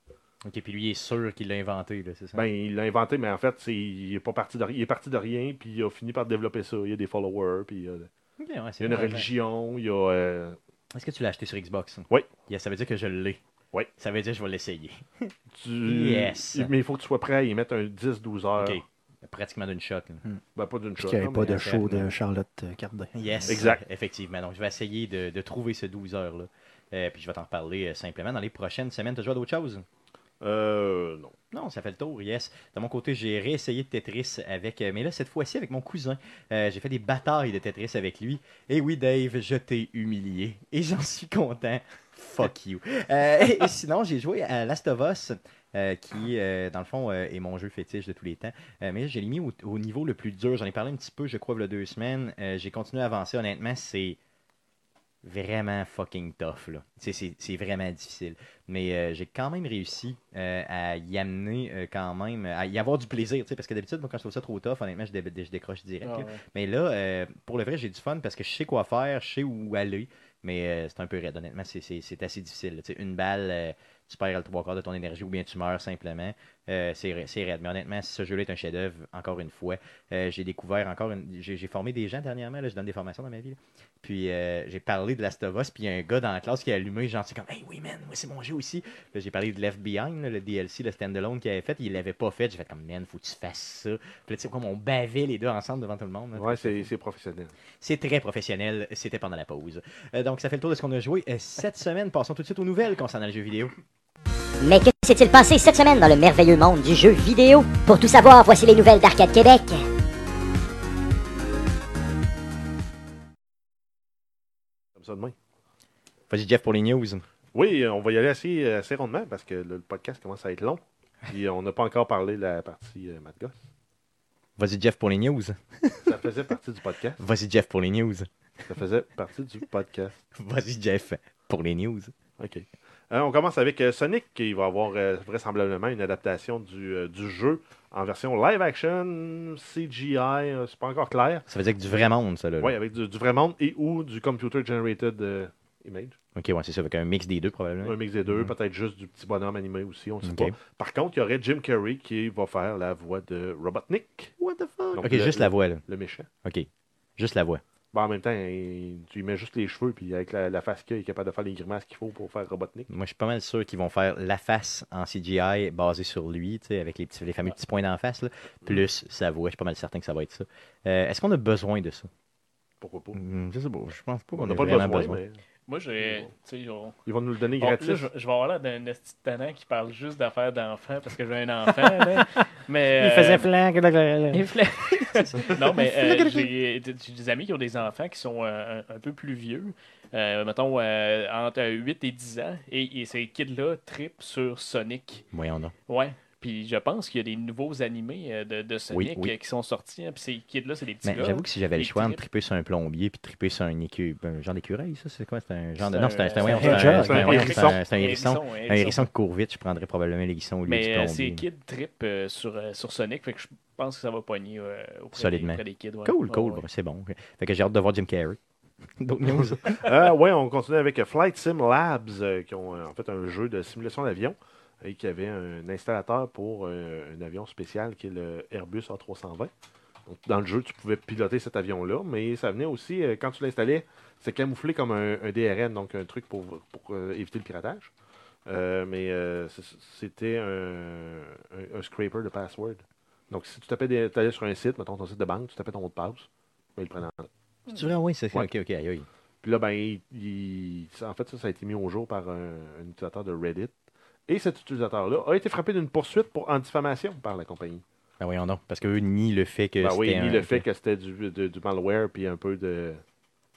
Speaker 1: Ok, puis lui, il est sûr qu'il l'a inventé, là, c'est ça?
Speaker 3: Ben, il l'a inventé, mais en fait, c'est, il, est pas parti de, ri- il est parti de rien, puis il a fini par développer ça. Il y a des followers, puis euh,
Speaker 1: Ok, ouais,
Speaker 3: il y
Speaker 1: c'est
Speaker 3: a une
Speaker 1: vrai.
Speaker 3: religion, il y a. euh,
Speaker 1: Est-ce que tu l'as acheté sur Xbox?
Speaker 3: Oui.
Speaker 1: Yeah, ça veut dire que je l'ai.
Speaker 3: Oui.
Speaker 1: Ça veut dire que je vais l'essayer.
Speaker 3: tu-
Speaker 1: Yes.
Speaker 3: Mais il faut que tu sois prêt à y mettre un 10-12 heures.
Speaker 1: Ok. Pratiquement d'une shot. là.
Speaker 3: Ben, pas d'une
Speaker 2: Puis
Speaker 3: shot.
Speaker 2: qu'il n'y
Speaker 3: là,
Speaker 2: avait pas
Speaker 3: mais-
Speaker 2: de show de Charlotte Cardin.
Speaker 1: Yes.
Speaker 3: Exact.
Speaker 1: Effectivement. Donc, je vais essayer de, de trouver ce 12 heures-là. Euh, puis je vais t'en reparler euh, simplement dans les prochaines semaines. Tu as joué à d'autres choses?
Speaker 3: Euh, non.
Speaker 1: Non, ça fait le tour, yes. De mon côté, j'ai réessayé Tetris avec, euh, mais là, cette fois-ci avec mon cousin. Euh, j'ai fait des batailles de Tetris avec lui. Et oui, Dave, je t'ai humilié. Et j'en suis content. Fuck you. Euh, et, et sinon, j'ai joué à Last of Us, euh, qui, euh, dans le fond, euh, est mon jeu fétiche de tous les temps. Euh, mais j'ai mis au, au niveau le plus dur. J'en ai parlé un petit peu, je crois, il y a deux semaines. Euh, j'ai continué à avancer. Honnêtement, c'est vraiment fucking tough. là. C'est- C'est c'est vraiment difficile. Mais euh, j'ai quand même réussi euh, à y amener euh, quand même, à y avoir du plaisir. tu sais, Parce que d'habitude, moi, quand je trouve ça trop tough, honnêtement, je, dé- je décroche direct.
Speaker 4: Ah,
Speaker 1: là. Mais là, euh, pour le vrai, j'ai du fun parce que je sais quoi faire, je sais où aller. Mais euh, c'est un peu raide, honnêtement. c'est- C'est c'est assez difficile. là. Tu sais, une balle, euh, tu perds le trois quarts de ton énergie ou bien tu meurs simplement. Euh, c'est ra- c'est raide. Mais honnêtement, ce jeu-là est un chef-d'œuvre, encore une fois. Euh, j'ai découvert encore une. J'ai j'ai formé des gens dernièrement. Là, je donne des formations dans ma vie. là. Puis euh, j'ai parlé de Last of Us. Puis il y a un gars dans la classe qui a allumé. Genre, c'est comme Hey, oui, man, moi, c'est mon jeu aussi. Là, j'ai parlé de Left Behind, là, le DLC, le standalone qu'il avait fait. Il l'avait pas fait. J'ai fait comme Man, faut que tu fasses ça. Puis là, tu sais, comme on bavait les deux ensemble devant tout le monde. là.
Speaker 3: Ouais, c'est, c'est professionnel.
Speaker 1: C'est très professionnel. C'était pendant la pause. Euh, donc, ça fait le tour de ce qu'on a joué euh, cette semaine. Passons tout de suite aux nouvelles concernant le jeu vidéo.
Speaker 5: Mais que s'est-il passé cette semaine dans le merveilleux monde du jeu vidéo Pour tout savoir, voici les nouvelles d'Arcade Québec.
Speaker 3: Comme ça demain.
Speaker 1: Vas-y, Jeff, pour les news.
Speaker 3: Oui, euh, on va y aller assez, assez rondement parce que le, le podcast commence à être long. Puis euh, on n'a pas encore parlé de la partie euh, Matt Goss.
Speaker 1: Vas-y, Jeff, pour les news.
Speaker 3: Ça faisait partie du podcast.
Speaker 1: Vas-y, Jeff, pour les news.
Speaker 3: Ça faisait partie du podcast.
Speaker 1: Vas-y, Jeff, pour les news.
Speaker 3: OK. Euh, on commence avec euh, Sonic, qui va avoir euh, vraisemblablement une adaptation du, euh, du jeu en version live action, CGI, euh, c'est pas encore clair.
Speaker 1: Ça veut dire que du vrai monde, ça, là.
Speaker 3: Oui, avec du, du vrai monde et ou du computer generated euh, image.
Speaker 1: OK, ouais, c'est ça. Avec un mix des deux, probablement.
Speaker 3: Un mix des deux,
Speaker 1: Mhm.
Speaker 3: peut-être juste du petit bonhomme animé aussi, on ne sait
Speaker 1: Ok.
Speaker 3: pas. Par contre, il y aurait Jim Carrey qui va faire la voix de Robotnik,
Speaker 1: What the fuck?
Speaker 3: Donc,
Speaker 1: OK,
Speaker 3: le-
Speaker 1: juste la voix, là.
Speaker 3: le méchant.
Speaker 1: OK. Juste la voix.
Speaker 3: Bon, en même temps, il- tu lui mets juste les cheveux, puis avec la, la face qu'il a, il est capable de faire les grimaces qu'il faut pour faire Robotnik.
Speaker 1: Moi, je suis pas mal sûr qu'ils vont faire la face en CGI basée sur lui, tu sais, avec les, petits, les fameux petits points d'en face, là, plus sa voix. Je suis pas mal certain que ça va être ça. Euh, Est-ce qu'on a besoin de ça?
Speaker 3: Pourquoi pas?
Speaker 1: Hmm, Je sais pas. Je pense pas
Speaker 3: On
Speaker 1: qu'on
Speaker 3: n'a
Speaker 1: a
Speaker 3: pas
Speaker 1: vraiment besoin.
Speaker 3: besoin, mais
Speaker 4: Moi, j'ai. tu sais, on-
Speaker 3: Ils vont nous le donner
Speaker 4: on- là,
Speaker 3: gratis.
Speaker 4: je, je vais avoir l'air d'un petit tannant qui parle juste d'affaires d'enfants parce que j'ai un enfant. là. Mais,
Speaker 2: Il
Speaker 4: euh,
Speaker 2: faisait flan.
Speaker 4: Il fla- non, mais euh, j'ai j'ai des amis qui ont des enfants qui sont euh, un, un peu plus vieux, euh, mettons euh, entre 8 et 10 ans, et, et ces kids-là tripent sur Sonic.
Speaker 1: Voyons donc.
Speaker 4: Ouais. Puis je pense qu'il y a des nouveaux animés euh, de, de Sonic
Speaker 1: oui.
Speaker 4: euh, qui sont sortis. hein, Puis ces kids-là, c'est des petits
Speaker 1: Mais
Speaker 4: gars.
Speaker 1: j'avoue que si j'avais le
Speaker 4: les
Speaker 1: choix entre
Speaker 4: tripes.
Speaker 1: triper sur un plombier puis triper sur un, écu... un genre d'écureuil, ça, c'est quoi C'est un genre de.
Speaker 4: C'est
Speaker 1: Non,
Speaker 4: un-
Speaker 1: c'est un. C'est
Speaker 4: c'est
Speaker 1: un
Speaker 4: un
Speaker 1: voyons, c'est un-
Speaker 2: hedgehog.
Speaker 1: c'est un-
Speaker 3: Un
Speaker 1: voyons,
Speaker 3: hérisson.
Speaker 1: c'est un- c'est un
Speaker 4: Un
Speaker 1: hérisson.
Speaker 4: hérisson, un
Speaker 1: Un
Speaker 4: hérisson.
Speaker 1: hérisson qui court vite, je prendrais probablement l'hérisson au lieu du
Speaker 4: euh, Mais euh, ces
Speaker 1: plombier.
Speaker 4: kids tripent euh, sur, euh, sur Sonic, fait que je pense que ça va pogner euh, auprès,
Speaker 1: Solidement.
Speaker 4: Des, auprès des kids. ouais.
Speaker 1: Cool,
Speaker 4: Ouais,
Speaker 1: cool,
Speaker 4: Oh, ouais.
Speaker 1: c'est bon. Fait que j'ai hâte de voir Jim Carrey. D'autres news.
Speaker 3: Euh, ouais, on continue avec euh, Flight Sim Labs, euh, qui ont euh, en fait un jeu de simulation d'avion et qui avait un installateur pour euh, un avion spécial qui est le Airbus A320. Donc, dans le jeu, tu pouvais piloter cet avion-là, mais ça venait aussi, euh, quand tu l'installais, c'est camouflé comme un, un DRN, donc un truc pour, pour, euh, éviter le piratage. Euh, mais euh, c- c'était un, un- un scraper de password. Donc, si tu tapais des- t'allais sur un site, mettons ton site de banque, tu tapais ton mot de passe, ben, il prenait en
Speaker 1: Tu vrai? Oui, c'est ça.
Speaker 3: Ouais.
Speaker 1: Ok, ok, aïe, aïe.
Speaker 3: puis là, ben, il- il- ça- en fait, ça, ça a été mis au jour par un, un utilisateur de Reddit. Et cet utilisateur-là a été frappé d'une poursuite pour en diffamation par la compagnie.
Speaker 1: Ben voyons donc. Parce qu'eux nient le fait que.
Speaker 3: Ben oui,
Speaker 1: c'était
Speaker 3: ni
Speaker 1: un-
Speaker 3: le fait que c'était du, de- du malware puis un peu de.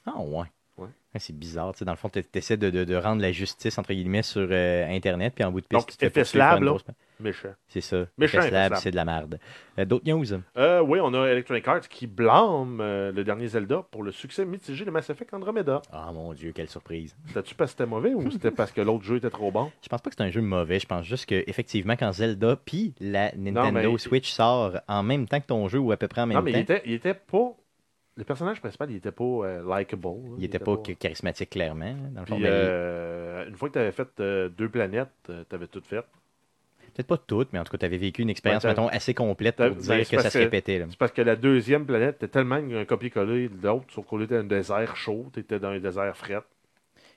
Speaker 1: Ah ouais.
Speaker 3: Ouais.
Speaker 1: Ouais, c'est bizarre. tu sais, dans le fond, tu essaies de, de- de rendre la justice, entre guillemets, sur euh, Internet, puis en bout de piste,
Speaker 3: Donc,
Speaker 1: tu te fais
Speaker 3: FS
Speaker 1: poursuivre par
Speaker 3: Lab,
Speaker 1: une
Speaker 3: là.
Speaker 1: grosse-
Speaker 3: méchant.
Speaker 1: C'est ça.
Speaker 3: Méchant,
Speaker 1: FS Lab,
Speaker 3: FS Lab.
Speaker 1: c'est de la merde. Euh, D'autres news?
Speaker 3: Euh, oui, on a Electronic Arts qui blâme euh, le dernier Zelda pour le succès mitigé de Mass Effect Andromeda.
Speaker 1: Ah mon Dieu, quelle surprise.
Speaker 3: C'était-tu parce que c'était mauvais ou c'était parce que l'autre jeu était trop bon?
Speaker 1: Je pense pas que c'est un jeu mauvais. Je pense juste que effectivement quand Zelda puis la Nintendo
Speaker 3: mais-
Speaker 1: Switch sort en même temps que ton jeu ou à peu près en même
Speaker 3: non, mais il
Speaker 1: temps,
Speaker 3: était, il était pas. Le personnage principal, il était pas euh, likable. là.
Speaker 1: il était pas charismatique clairement. hein, Dans le fond,
Speaker 3: Puis,
Speaker 1: Mais
Speaker 3: euh, une fois que tu avais fait euh, deux planètes, tu avais tout fait.
Speaker 1: Peut-être pas toutes, mais en tout cas, tu avais vécu une expérience,
Speaker 3: Ouais, t'as-
Speaker 1: mettons, assez complète
Speaker 3: t'as-
Speaker 1: pour dire
Speaker 3: ben,
Speaker 1: que
Speaker 3: c'est
Speaker 1: ça
Speaker 3: parce
Speaker 1: se
Speaker 3: que-
Speaker 1: répétait. là.
Speaker 3: C'est parce que la deuxième planète était tellement un copier-coller de l'autre, sauf qu'au lieu d'être un désert chaud, t'étais dans un désert fret.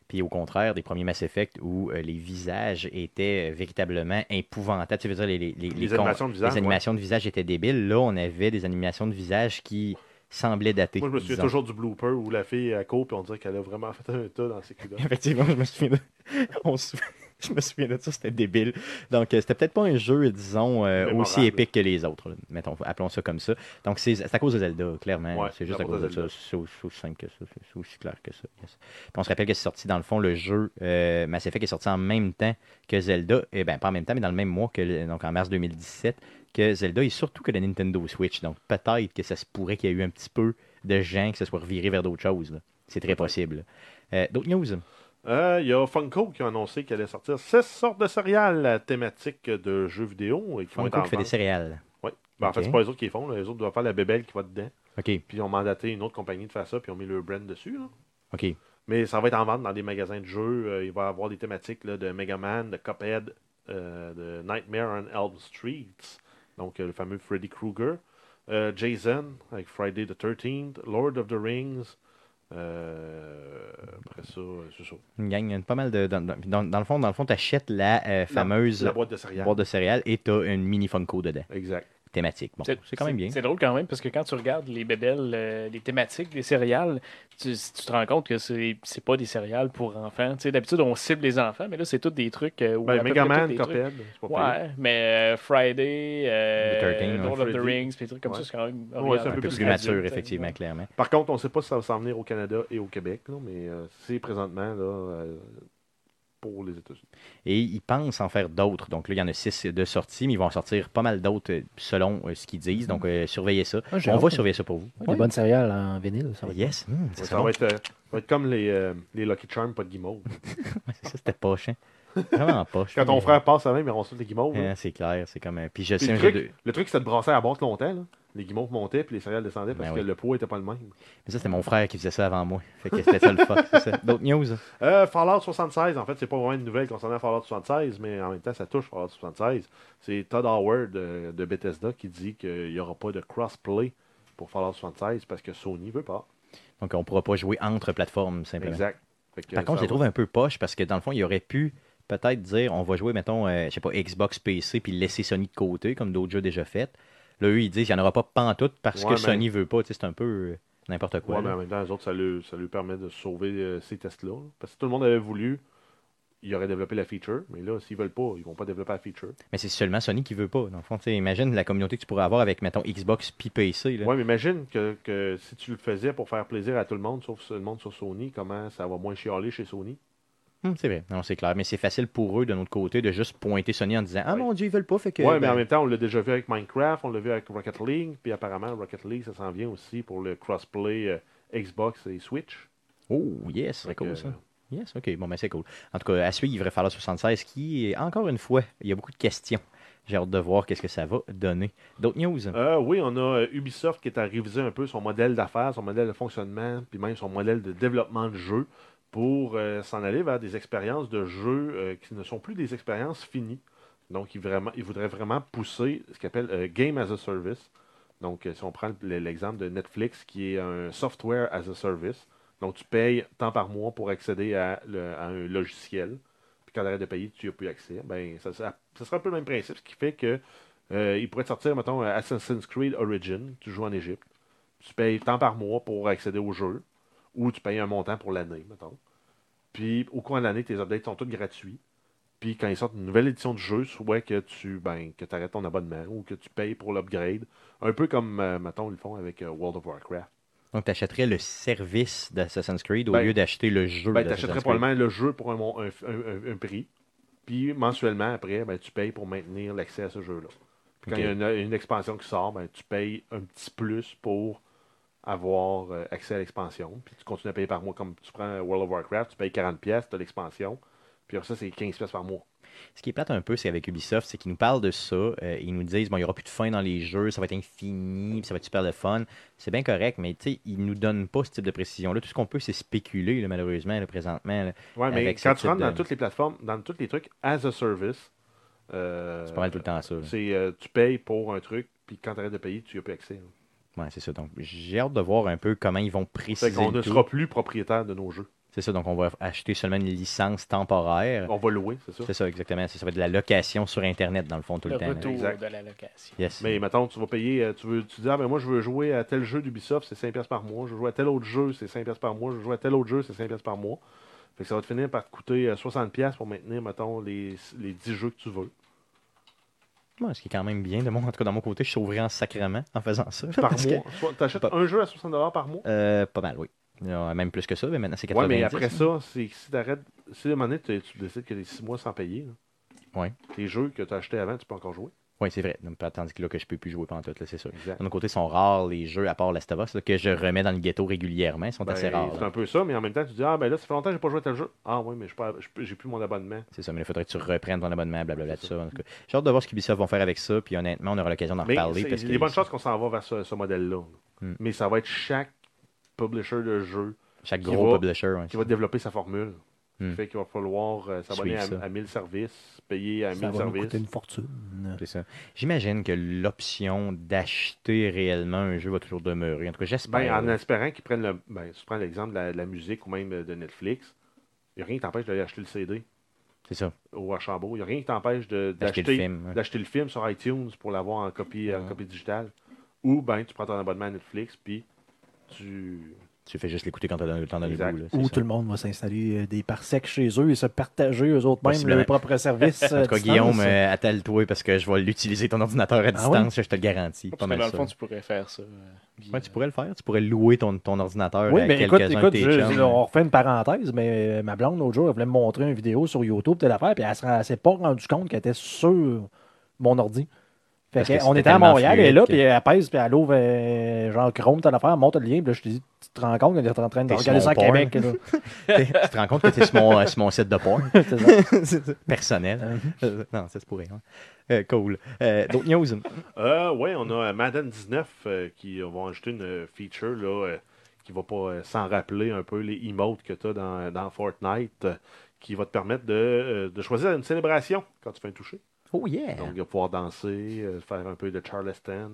Speaker 1: Puis au contraire, des premiers Mass Effect où euh, les visages étaient euh, véritablement épouvantables. Tu veux dire, les, les, les- les
Speaker 3: Les
Speaker 1: con-
Speaker 3: animations de visage.
Speaker 1: les
Speaker 3: ouais.
Speaker 1: animations de visage étaient débiles. Là, on avait des animations de visage qui semblaient dater.
Speaker 3: Moi, je me souviens
Speaker 1: disons.
Speaker 3: toujours du blooper où la fille à court, puis on dirait qu'elle a vraiment fait un tas dans ses culottes.
Speaker 1: Effectivement, je me souviens de... on se- je me souviens de ça, c'était débile. Donc, euh, c'était peut-être pas un jeu, disons, euh,
Speaker 3: Mémorable.
Speaker 1: aussi épique que les autres. là. Mettons, appelons ça comme ça. Donc, c'est c'est à cause de Zelda, clairement.
Speaker 3: Ouais,
Speaker 1: c'est juste
Speaker 3: c'est
Speaker 1: à
Speaker 3: à
Speaker 1: cause de
Speaker 3: cause de
Speaker 1: ça. C'est aussi, c'est aussi simple que ça. C'est c'est aussi clair que ça. Yes. Puis on se rappelle que c'est sorti, dans le fond, le jeu euh, Mass Effect est sorti en même temps que Zelda. Et ben pas en même temps, mais dans le même mois, que le- donc en mars 2017, que Zelda et surtout que la Nintendo Switch. Donc, peut-être que ça se pourrait qu'il y ait eu un petit peu de gens qui se soient revirés vers d'autres choses. là. C'est très possible. Euh, d'autres news?
Speaker 3: Euh, Il y a Funko qui a annoncé qu'elle allait sortir 16 sortes de céréales thématiques de jeux vidéo. Et qui vont être
Speaker 1: Funko
Speaker 3: en
Speaker 1: qui fait des
Speaker 3: vente.
Speaker 1: céréales.
Speaker 3: Ouais. Ben, En fait,
Speaker 1: Ok.
Speaker 3: c'est pas les autres qui les font. là. Les autres doivent faire la bébelle qui va dedans.
Speaker 1: OK,
Speaker 3: Puis ils ont mandaté une autre compagnie de faire ça, puis ils ont mis le brand dessus. là.
Speaker 1: OK.
Speaker 3: Mais ça va être en vente dans des magasins de jeux. Euh, il va y avoir des thématiques là, de Mega Man, de Cuphead, euh, de Nightmare on Elm Street. Donc, euh, le fameux Freddy Krueger. Euh, Jason, avec Friday the 13th. Lord of the Rings. Euh, après ça, euh, c'est ça.
Speaker 1: Une gang, il y a pas mal de. Dans, dans- dans- dans le fond, dans le fond, t'achètes la euh, fameuse
Speaker 3: La boîte de céréales.
Speaker 1: boîte de céréales et t'as une mini Funko dedans,
Speaker 3: Exact.
Speaker 1: thématique. Bon, c'est quand même bien.
Speaker 4: C'est drôle quand même, parce que quand tu regardes les bébelles, euh, les thématiques des céréales, tu, si tu te rends compte que c'est c'est pas des céréales pour enfants. Tu sais, D'habitude, on cible les enfants, mais là, c'est tous des trucs. euh, ou
Speaker 3: Ben,
Speaker 4: à peu près
Speaker 3: Mega
Speaker 4: tous
Speaker 3: Man,
Speaker 4: des trucs.
Speaker 3: Cuphead. c'est pas pire.
Speaker 4: Ouais, mais euh, Friday, euh,
Speaker 1: The 13,
Speaker 4: Lord
Speaker 3: ouais.
Speaker 4: of the
Speaker 3: Freddy.
Speaker 4: Rings, puis des trucs comme
Speaker 3: Ouais.
Speaker 4: ça, c'est quand même
Speaker 3: Ouais, c'est
Speaker 1: Un
Speaker 3: un
Speaker 1: peu
Speaker 3: peu
Speaker 1: plus
Speaker 3: plus adulte,
Speaker 1: mature, effectivement, clairement.
Speaker 3: Par contre, on ne sait pas si ça va s'en venir au Canada et au Québec, là, mais euh, c'est présentement là, euh, pour les États-Unis.
Speaker 1: Et ils pensent en faire d'autres. Donc là, il y en a six de sorties, mais ils vont en sortir pas mal d'autres euh, selon euh, ce qu'ils disent. Donc, euh, surveillez ça.
Speaker 2: Ah, j'ai
Speaker 1: On
Speaker 2: hâte,
Speaker 1: va
Speaker 2: hein.
Speaker 1: surveiller ça pour vous.
Speaker 2: Des bonnes céréales en vinyle, ça va être-
Speaker 1: Yes, hmm, ça
Speaker 3: Ouais,
Speaker 1: serait
Speaker 3: ça,
Speaker 1: bon.
Speaker 3: va être, euh, ça va être comme les, euh, les Lucky Charms, pas de guimauve.
Speaker 1: Ouais, c'est ça, c'était poche, hein. Vraiment poche.
Speaker 3: Quand ton frère passe avant, il on saute les guimauves. là.
Speaker 1: Hein, c'est clair, c'est comme. un- Puis je
Speaker 3: Puis
Speaker 1: sais
Speaker 3: le,
Speaker 1: un jeu
Speaker 3: truc,
Speaker 1: de.
Speaker 3: le truc, c'est de brasser à la boîte longtemps. là. Les guimauves montaient, puis les céréales descendaient parce
Speaker 1: Ben
Speaker 3: que
Speaker 1: oui.
Speaker 3: le poids était pas le même.
Speaker 1: Mais ça, c'était mon frère qui faisait ça avant moi. Fait que c'était ça le fun. c'est ça. D'autres news? hein?
Speaker 3: Euh, Fallout 76, en fait, c'est pas vraiment une nouvelle concernant Fallout 76, mais en même temps, ça touche Fallout 76. C'est Todd Howard euh, de Bethesda qui dit qu'il n'y aura pas de crossplay pour Fallout 76 parce que Sony veut pas.
Speaker 1: Donc, on ne pourra pas jouer entre plateformes, simplement.
Speaker 3: Exact. Fait que
Speaker 1: Eh ben. Par
Speaker 3: ça
Speaker 1: contre, je les
Speaker 3: va-
Speaker 1: trouve un peu poche parce que, dans le fond, il aurait pu peut-être dire on va jouer, mettons, euh, je sais pas, Xbox, PC, puis laisser Sony de côté, comme d'autres jeux déjà faits. Là, eux, ils disent qu'il n'y en aura pas pantoute parce
Speaker 3: Ouais,
Speaker 1: que
Speaker 3: mais-
Speaker 1: Sony veut pas. Tu sais, C'est un peu. euh, N'importe
Speaker 3: Ouais,
Speaker 1: quoi.
Speaker 3: mais
Speaker 1: là.
Speaker 3: en même temps, les autres, ça lui, ça lui permet de sauver euh, ces tests-là. là. Parce que si tout le monde avait voulu, il aurait développé la feature. Mais là, s'ils veulent pas, ils vont pas développer la feature.
Speaker 1: Mais c'est seulement Sony qui veut pas. Dans le fond, Tu sais, imagine la communauté que tu pourrais avoir avec, mettons, Xbox puis PC. là.
Speaker 3: Ouais, mais imagine que, que si tu le faisais pour faire plaisir à tout le monde, sauf le monde sur Sony, comment ça va moins chialer chez Sony
Speaker 1: Hum, c'est vrai, non, c'est clair. Mais c'est facile pour eux, de notre côté, de juste pointer Sony en disant Ah
Speaker 3: Ouais.
Speaker 1: mon Dieu, ils veulent pas. Fait que,
Speaker 3: Ouais, mais
Speaker 1: ben,
Speaker 3: en même temps, on l'a déjà vu avec Minecraft, on l'a vu avec Rocket League, puis apparemment, Rocket League, ça s'en vient aussi pour le crossplay euh, Xbox et Switch.
Speaker 1: Oh, yes, c'est
Speaker 3: Fait
Speaker 1: cool
Speaker 3: que,
Speaker 1: ça. Yes, ok, bon, mais c'est cool. En tout cas, à suivre Fallout 76 qui, est- encore une fois, il y a beaucoup de questions. J'ai hâte de voir qu'est-ce que ça va donner. D'autres news
Speaker 3: Euh, oui, on a euh, Ubisoft qui est à réviser un peu son modèle d'affaires, son modèle de fonctionnement, puis même son modèle de développement de jeu pour euh, s'en aller vers des expériences de jeu euh, qui ne sont plus des expériences finies. Donc, ils, vraiment, ils voudraient vraiment pousser ce qu'ils appellent euh, Game as a Service. Donc, euh, si on prend le- l'exemple de Netflix, qui est un Software as a Service. Donc, tu payes tant par mois pour accéder à, le- à un logiciel. Puis quand tu arrêtes de payer, tu n'as plus accès. Ben, ça, ça, ça sera un peu le même principe, ce qui fait que euh, il pourrait te sortir, mettons, euh, Assassin's Creed Origin, tu joues en Égypte. Tu payes tant par mois pour accéder au jeu, ou tu payes un montant pour l'année, mettons. Puis au cours de l'année, tes updates sont tous gratuits. Puis quand ils sortent une nouvelle édition du jeu, soit que tu ben, que arrêtes ton abonnement ou que tu payes pour l'upgrade. Un peu comme, euh, mettons, ils le font avec euh, World of Warcraft.
Speaker 1: Donc, tu achèterais le service d'Assassin's Creed au
Speaker 3: Ben,
Speaker 1: lieu d'acheter le jeu.
Speaker 3: Ben, tu
Speaker 1: d'Assassin's
Speaker 3: achèterais
Speaker 1: Creed.
Speaker 3: probablement le jeu pour un, mon- un- un- un- un prix. Puis mensuellement, après, ben, tu payes pour maintenir l'accès à ce jeu-là. Puis quand
Speaker 1: Ok.
Speaker 3: il y a une, une expansion qui sort, ben, tu payes un petit plus pour avoir euh, accès à l'expansion. Puis tu continues à payer par mois. Comme tu prends World of Warcraft, tu payes 40$, pièces, tu as l'expansion. Puis après ça, c'est 15$ pièces par mois.
Speaker 1: Ce qui est plate un peu, c'est avec Ubisoft, c'est qu'ils nous parlent de ça. euh, ils nous disent, bon, il n'y aura plus de fin dans les jeux, ça va être infini, puis ça va être super le fun. C'est bien correct, mais tu sais, ils nous donnent pas ce type de précision-là. Tout ce qu'on peut, c'est spéculer, là, malheureusement, là, présentement. là.
Speaker 3: Ouais, mais
Speaker 1: Avec ce
Speaker 3: quand tu
Speaker 1: type
Speaker 3: rentres dans
Speaker 1: de-
Speaker 3: toutes les plateformes, dans tous les trucs as a service, euh,
Speaker 1: C'est pas mal tout le temps ça. là.
Speaker 3: c'est, euh, tu payes pour un truc, puis quand tu arrêtes de payer, tu n'as plus accès. hein.
Speaker 1: Ouais, c'est ça. Donc, j'ai hâte de voir un peu comment ils vont
Speaker 3: Fait
Speaker 1: préciser.
Speaker 3: qu'on
Speaker 1: le
Speaker 3: ne
Speaker 1: tout.
Speaker 3: sera plus propriétaire de nos jeux.
Speaker 1: C'est ça. Donc, on va acheter seulement une licence temporaire.
Speaker 3: On va louer, c'est ça.
Speaker 1: Euh, C'est ça, exactement. Ça, ça va être de la location sur Internet, dans le fond, tout le,
Speaker 4: Le
Speaker 1: temps. là.
Speaker 4: retour
Speaker 3: Exact.
Speaker 4: de la location.
Speaker 1: Yes.
Speaker 3: Mais mettons, tu vas payer, euh, tu, veux, tu dis, ah ben moi je veux jouer à tel jeu d'Ubisoft, c'est 5$ par mois, je veux jouer à tel autre jeu, c'est 5$ par mois, je veux jouer à tel autre jeu, c'est 5$ par mois. Fait que ça va te finir par te coûter euh, 60$ pour maintenir, mettons, les, les 10 jeux que tu veux.
Speaker 1: Ouais, ce qui est quand même bien. De mon, en tout cas, dans mon côté, je sauverais en sacrement en faisant ça.
Speaker 3: Par
Speaker 1: Parce que-
Speaker 3: mois. Soit- T'achètes
Speaker 1: Pas-
Speaker 3: un jeu à 60$ par mois.
Speaker 1: Euh, pas mal, oui. Non, même plus que ça, mais maintenant c'est 90.
Speaker 3: Ouais, mais après ça, c'est que si t'arrêtes, si à un moment donné, tu, tu décides que les 6 mois sans payer, là,
Speaker 1: Ouais.
Speaker 3: tes jeux que tu as achetés avant, tu peux encore jouer.
Speaker 1: Oui, c'est vrai. Donc, tandis que là, que je peux plus jouer pendant tout, là, c'est sûr.
Speaker 3: Exact.
Speaker 1: De mon côté, sont rares les jeux, à part Last of Us, là, que je remets dans le ghetto régulièrement. Ils sont assez
Speaker 3: Ben,
Speaker 1: rares.
Speaker 3: c'est
Speaker 1: là.
Speaker 3: un peu ça, mais en même temps, tu dis, ah ben là, ça fait longtemps que j'ai pas joué à tel jeu. Ah oui, mais je suis pas- je peux- j'ai plus mon abonnement.
Speaker 1: C'est ça, mais il faudrait que tu reprennes ton abonnement, blablabla,
Speaker 3: C'est
Speaker 1: tout
Speaker 3: ça.
Speaker 1: ça. En tout cas, j'ai hâte de voir ce qu'Ubisoft vont faire avec ça, puis honnêtement, on aura l'occasion d'en
Speaker 3: Mais
Speaker 1: reparler.
Speaker 3: c'est-
Speaker 1: parce
Speaker 3: il
Speaker 1: que-
Speaker 3: est bonne chance qu'on s'en va vers ce, ce modèle-là.
Speaker 1: Hmm.
Speaker 3: Mais ça va être chaque publisher de jeu
Speaker 1: Chaque
Speaker 3: qui
Speaker 1: gros
Speaker 3: va-
Speaker 1: publisher. ouais.
Speaker 3: qui va dévelopber sa formule.
Speaker 1: Hmm.
Speaker 3: Fait qu'il va falloir euh, s'abonner
Speaker 1: Suivre
Speaker 3: à,
Speaker 1: ça.
Speaker 3: à 1000 services, payer à
Speaker 2: Ça
Speaker 3: 1000
Speaker 2: va nous coûter
Speaker 3: services.
Speaker 2: une fortune.
Speaker 1: C'est ça. J'imagine que l'option d'acheter réellement un jeu va toujours demeurer. En tout cas,
Speaker 3: Ben,
Speaker 1: j'espère.
Speaker 3: en espérant qu'ils prennent le. Ben, si tu prends l'exemple de la, de la musique ou même euh, de Netflix, il n'y a rien qui t'empêche d'aller acheter le CD
Speaker 1: c'est ça.
Speaker 3: au Archambault. Il n'y a rien qui t'empêche de-
Speaker 1: D'acheter
Speaker 3: d'acheter
Speaker 1: le film. ouais.
Speaker 3: d'acheter le film sur iTunes pour l'avoir en copie, en
Speaker 1: Ouais.
Speaker 3: copie digitale. Ou ben tu prends ton abonnement à Netflix puis tu.
Speaker 1: Tu fais juste l'écouter quand tu as le temps dans le
Speaker 3: Exact.
Speaker 1: bout. là, c'est
Speaker 2: Où
Speaker 1: ça.
Speaker 2: tout le monde va s'installer euh, des parsecs chez eux et se partager eux autres mêmes
Speaker 1: Possiblement.
Speaker 2: leurs propres services.
Speaker 1: En tout cas, Guillaume, euh, attelle-toi parce que je vais l'utiliser ton
Speaker 2: Ah
Speaker 1: ordinateur à distance, je te le garantis. Pas
Speaker 4: Parce que
Speaker 1: mal
Speaker 4: dans le
Speaker 1: ça.
Speaker 4: fond, tu pourrais faire ça. euh, Guy.
Speaker 1: Ouais, tu pourrais le faire. Tu pourrais louer ton, ton ordinateur
Speaker 2: Oui,
Speaker 1: à
Speaker 2: mais écoute,
Speaker 1: euh, quelques-uns de
Speaker 2: écoute
Speaker 1: tes
Speaker 2: je-
Speaker 1: chums.
Speaker 2: on refait une parenthèse, mais euh, ma blonde, l'autre jour, elle voulait me montrer une vidéo sur YouTube, telle affaire, puis elle se- elle s'est pas rendue compte qu'elle était sur mon ordi. Fait
Speaker 1: Parce
Speaker 2: que
Speaker 1: que
Speaker 2: on
Speaker 1: c'était
Speaker 2: était à
Speaker 1: tellement
Speaker 2: Montréal, elle est là,
Speaker 1: fluide que-
Speaker 2: puis elle pèse, puis elle ouvre, euh, genre, Chrome, telle affaire, elle monte le lien, puis là, je te dis, tu te rends compte qu'elle est en train de
Speaker 1: T'es sur
Speaker 2: regarder ça à
Speaker 1: mon porn.
Speaker 2: Québec. là.
Speaker 1: T'sais, tu te rends compte que c'est sur mon, euh, sur mon site de porn
Speaker 2: C'est ça.
Speaker 1: personnel. Euh, non, ça se pourrait. hein. Euh, cool. Euh, D'autres news?
Speaker 3: Euh, oui, on a euh, Madden 19 euh, qui euh, vont ajouter une euh, feature là, euh, qui va pas euh, s'en rappeler un peu les emotes que tu as dans, dans Fortnite, euh, qui va te permettre de, euh, de choisir une célébration quand tu fais un toucher.
Speaker 1: Oh yeah!
Speaker 3: Donc, il va pouvoir danser, euh, faire un peu de charleston,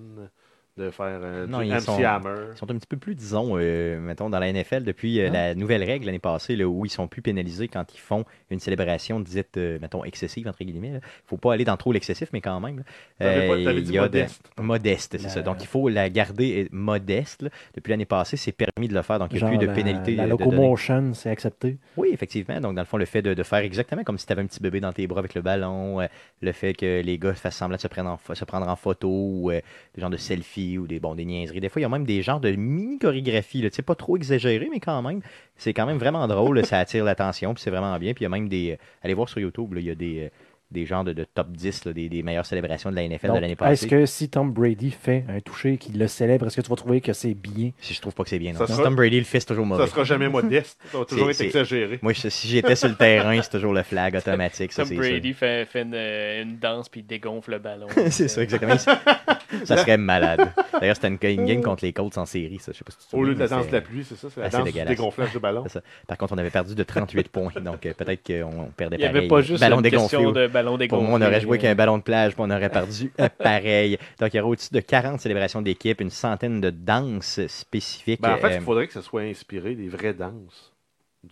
Speaker 3: de faire euh,
Speaker 1: Non,
Speaker 3: du
Speaker 1: ils
Speaker 3: MC
Speaker 1: sont-
Speaker 3: Hammer.
Speaker 1: Ils sont un petit peu plus, disons, euh, mettons, dans la NFL depuis euh,
Speaker 2: Ah.
Speaker 1: la nouvelle règle l'année passée, là, où ils sont plus pénalisés quand ils font une célébration dite, euh, mettons, excessive, entre guillemets. Il ne faut pas aller dans trop l'excessif, mais quand même. là.
Speaker 3: T'avais pas-
Speaker 1: Euh,
Speaker 3: t'avais
Speaker 1: il
Speaker 3: dit
Speaker 1: y a de-
Speaker 3: modeste.
Speaker 1: Modeste, c'est
Speaker 2: La-
Speaker 1: ça. Donc, il faut la garder euh, modeste. là. Depuis l'année passée, c'est permis de le faire, donc il n'y a
Speaker 2: Genre,
Speaker 1: plus de
Speaker 2: la-
Speaker 1: pénalité.
Speaker 2: La
Speaker 1: euh, de donner.
Speaker 2: locomotion, c'est accepté.
Speaker 1: Oui, effectivement. Donc, dans le fond, le fait de, de faire exactement comme si tu avais un petit bébé dans tes bras avec le ballon, euh, le fait que les gars fassent semblant de se prendre en, pho- se prendre en photo, ou euh, des genres de selfies ou des, bon, des niaiseries. Des fois, il y a même des genres de mini-chorégraphies. là. Tu sais, pas trop exagéré, mais quand même, c'est quand même vraiment drôle. là. ça attire l'attention, puis c'est vraiment bien. Puis il y a même des. euh, allez voir sur YouTube, là, il y a des, euh, des genres de, de top 10, là, des, des meilleures célébrations de la NFL
Speaker 2: Donc,
Speaker 1: de l'année
Speaker 2: Est-ce
Speaker 1: passée.
Speaker 2: que si Tom Brady fait un toucher qui le célèbre, est-ce que tu vas trouver que c'est bien?
Speaker 1: Si je trouve pas que c'est bien. non.
Speaker 3: Ça
Speaker 1: Si
Speaker 3: sera-
Speaker 1: Tom Brady le fait, c'est toujours mauvais.
Speaker 3: Ça sera jamais modeste. Ça va toujours être
Speaker 1: C'est-
Speaker 3: exagéré.
Speaker 1: Moi, je- si j'étais sur le terrain, c'est toujours le flag automatique. Ça,
Speaker 4: Tom
Speaker 1: c'est sûr.
Speaker 4: Brady fait, fait une, euh, une danse puis il dégonfle le ballon.
Speaker 1: c'est ça, exactement. ça serait malade. D'ailleurs, c'était une, une game contre les Colts en série, ça. Je sais pas si tu te
Speaker 3: Au lieu de la
Speaker 1: souviens, mais
Speaker 3: danse de la pluie, c'est ça, c'est la
Speaker 1: Ah, c'est
Speaker 3: danse du
Speaker 1: dégueulasse.
Speaker 3: dégonflage de ballon.
Speaker 1: c'est- c'est ça. Par contre, on avait perdu de 38 points, donc euh, peut-être qu'on on perdait
Speaker 4: Il n'y avait
Speaker 1: pareil.
Speaker 4: pas juste
Speaker 1: ballon
Speaker 4: une
Speaker 1: dégonflé.
Speaker 4: question
Speaker 1: oui.
Speaker 4: de ballon
Speaker 1: Pour
Speaker 4: dégonflé. euh,
Speaker 1: moi, on aurait joué
Speaker 3: euh.
Speaker 1: qu'un ballon de plage, puis on aurait perdu euh, pareil. Donc, il y aurait au-dessus de 40 célébrations d'équipe, une centaine de danses spécifiques.
Speaker 3: Ben, en fait,
Speaker 1: euh,
Speaker 3: il faudrait que ça soit inspiré des vraies danses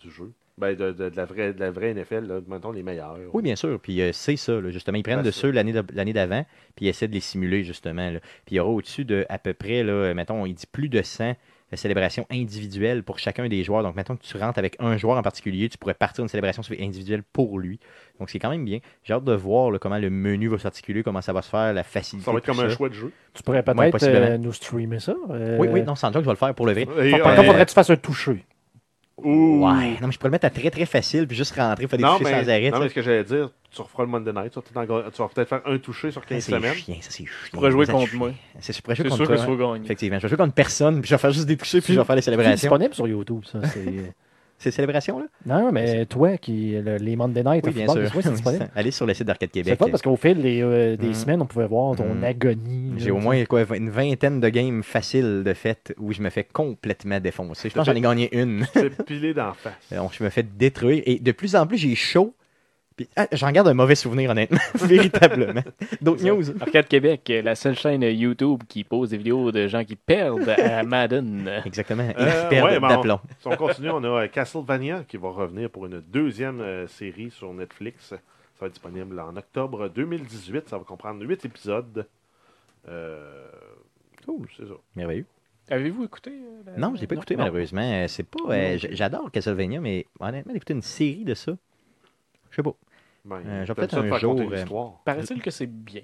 Speaker 3: du jeu. Ben, de, de- de la vraie, de la vraie NFL, là, mettons les meilleures.
Speaker 1: Oui, bien sûr. Puis euh, c'est ça, là, justement. Ils prennent
Speaker 3: Ben,
Speaker 1: de
Speaker 3: c'est-
Speaker 1: ceux l'année de- l'année d'avant, puis ils essaient de les simuler, justement. là. Puis il y aura au-dessus de, à peu près, là, euh, mettons, il dit plus de 100 célébrations individuelles pour chacun des joueurs. Donc, mettons que tu rentres avec un joueur en particulier, tu pourrais partir une célébration individuelle pour lui. Donc, c'est quand même bien. J'ai hâte de voir là, comment le menu va s'articuler, comment ça va se faire, la facilité.
Speaker 3: Ça va être
Speaker 1: tout
Speaker 3: comme un
Speaker 1: ça.
Speaker 3: choix de jeu.
Speaker 2: Tu pourrais peut-être
Speaker 1: Ouais, possiblement.
Speaker 2: euh, nous streamer ça. euh,
Speaker 1: Oui, oui, non, sans joke, je vais le faire pour le vrai.
Speaker 3: Et,
Speaker 2: Par
Speaker 3: euh,
Speaker 2: contre, faudrait que tu fasses un toucher.
Speaker 3: ouh.
Speaker 1: Ouais, non, mais je pourrais le mettre à très très facile, puis juste rentrer, faire des
Speaker 3: Non,
Speaker 1: touchés
Speaker 3: mais,
Speaker 1: sans arrêt. tu
Speaker 3: non, mais
Speaker 1: sais.
Speaker 3: ce que j'allais dire, tu referas le Monday Night, tu vas peut-être encore- tu vas peut-être faire un toucher sur
Speaker 1: Ça,
Speaker 3: 15
Speaker 1: Ah, c'est
Speaker 3: semaines.
Speaker 1: chiant, ça c'est chiant.
Speaker 4: pourrais jouer
Speaker 1: Ça,
Speaker 4: contre
Speaker 1: chiant.
Speaker 4: moi.
Speaker 1: C'est je pourrais jouer
Speaker 4: C'est
Speaker 1: contre
Speaker 4: sûr que
Speaker 1: toi. hein.
Speaker 4: je vais gagner.
Speaker 1: Effectivement, je vais jouer contre personne, puis je vais faire juste des touchés, puis je vais faire les
Speaker 2: C'est
Speaker 1: célébrations.
Speaker 2: disponible sur YouTube, ça. c'est- euh,
Speaker 1: Ces célébrations-là?
Speaker 2: non, mais toi, qui le- les Monday Night,
Speaker 1: Oui,
Speaker 2: au
Speaker 1: bien
Speaker 2: football,
Speaker 1: sûr.
Speaker 2: oui, c'est disponible.
Speaker 1: Allez sur le site d'Arcade
Speaker 2: C'est
Speaker 1: Québec.
Speaker 2: pas parce qu'au fil des, euh, des
Speaker 1: Mhm.
Speaker 2: semaines, on pouvait voir ton
Speaker 1: Mhm.
Speaker 2: agonie.
Speaker 1: J'ai au moins quoi, une vingtaine de games faciles de fait où je me fais complètement défoncer. Je pense que j'en ai gagné une. Euh,
Speaker 3: C'est pilé d'en face.
Speaker 1: Donc, je me fais détruire et de plus en plus j'ai chaud. Puis, ah, j'en garde un mauvais souvenir, honnêtement, véritablement. D'autres news. Ah,
Speaker 4: Arcade Québec, euh, la seule chaîne YouTube qui pose des vidéos de gens qui perdent à Madden.
Speaker 1: Exactement. Ils
Speaker 3: Euh,
Speaker 1: perdent
Speaker 3: ouais, ben,
Speaker 1: d'aplomb.
Speaker 3: Si on continue, on a euh, Castlevania qui va revenir pour une deuxième euh, série sur Netflix. Ça va être disponible en octobre 2018. Ça va comprendre 8 épisodes. Euh... Cool, c'est ça.
Speaker 1: Merveilleux.
Speaker 4: Avez-vous écouté euh, la-
Speaker 1: Non, je l'ai pas écouté, malheureusement. Euh, C'est pas. euh, j- J'adore Castlevania, mais honnêtement, d'écouter une série de ça, je sais pas.
Speaker 3: Ben,
Speaker 1: Euh, je vais
Speaker 3: t'aimes
Speaker 1: peut-être
Speaker 3: ça de
Speaker 1: un
Speaker 3: raconter
Speaker 1: jour,
Speaker 3: une
Speaker 1: euh,
Speaker 3: histoire.
Speaker 4: Paraît-il que c'est bien.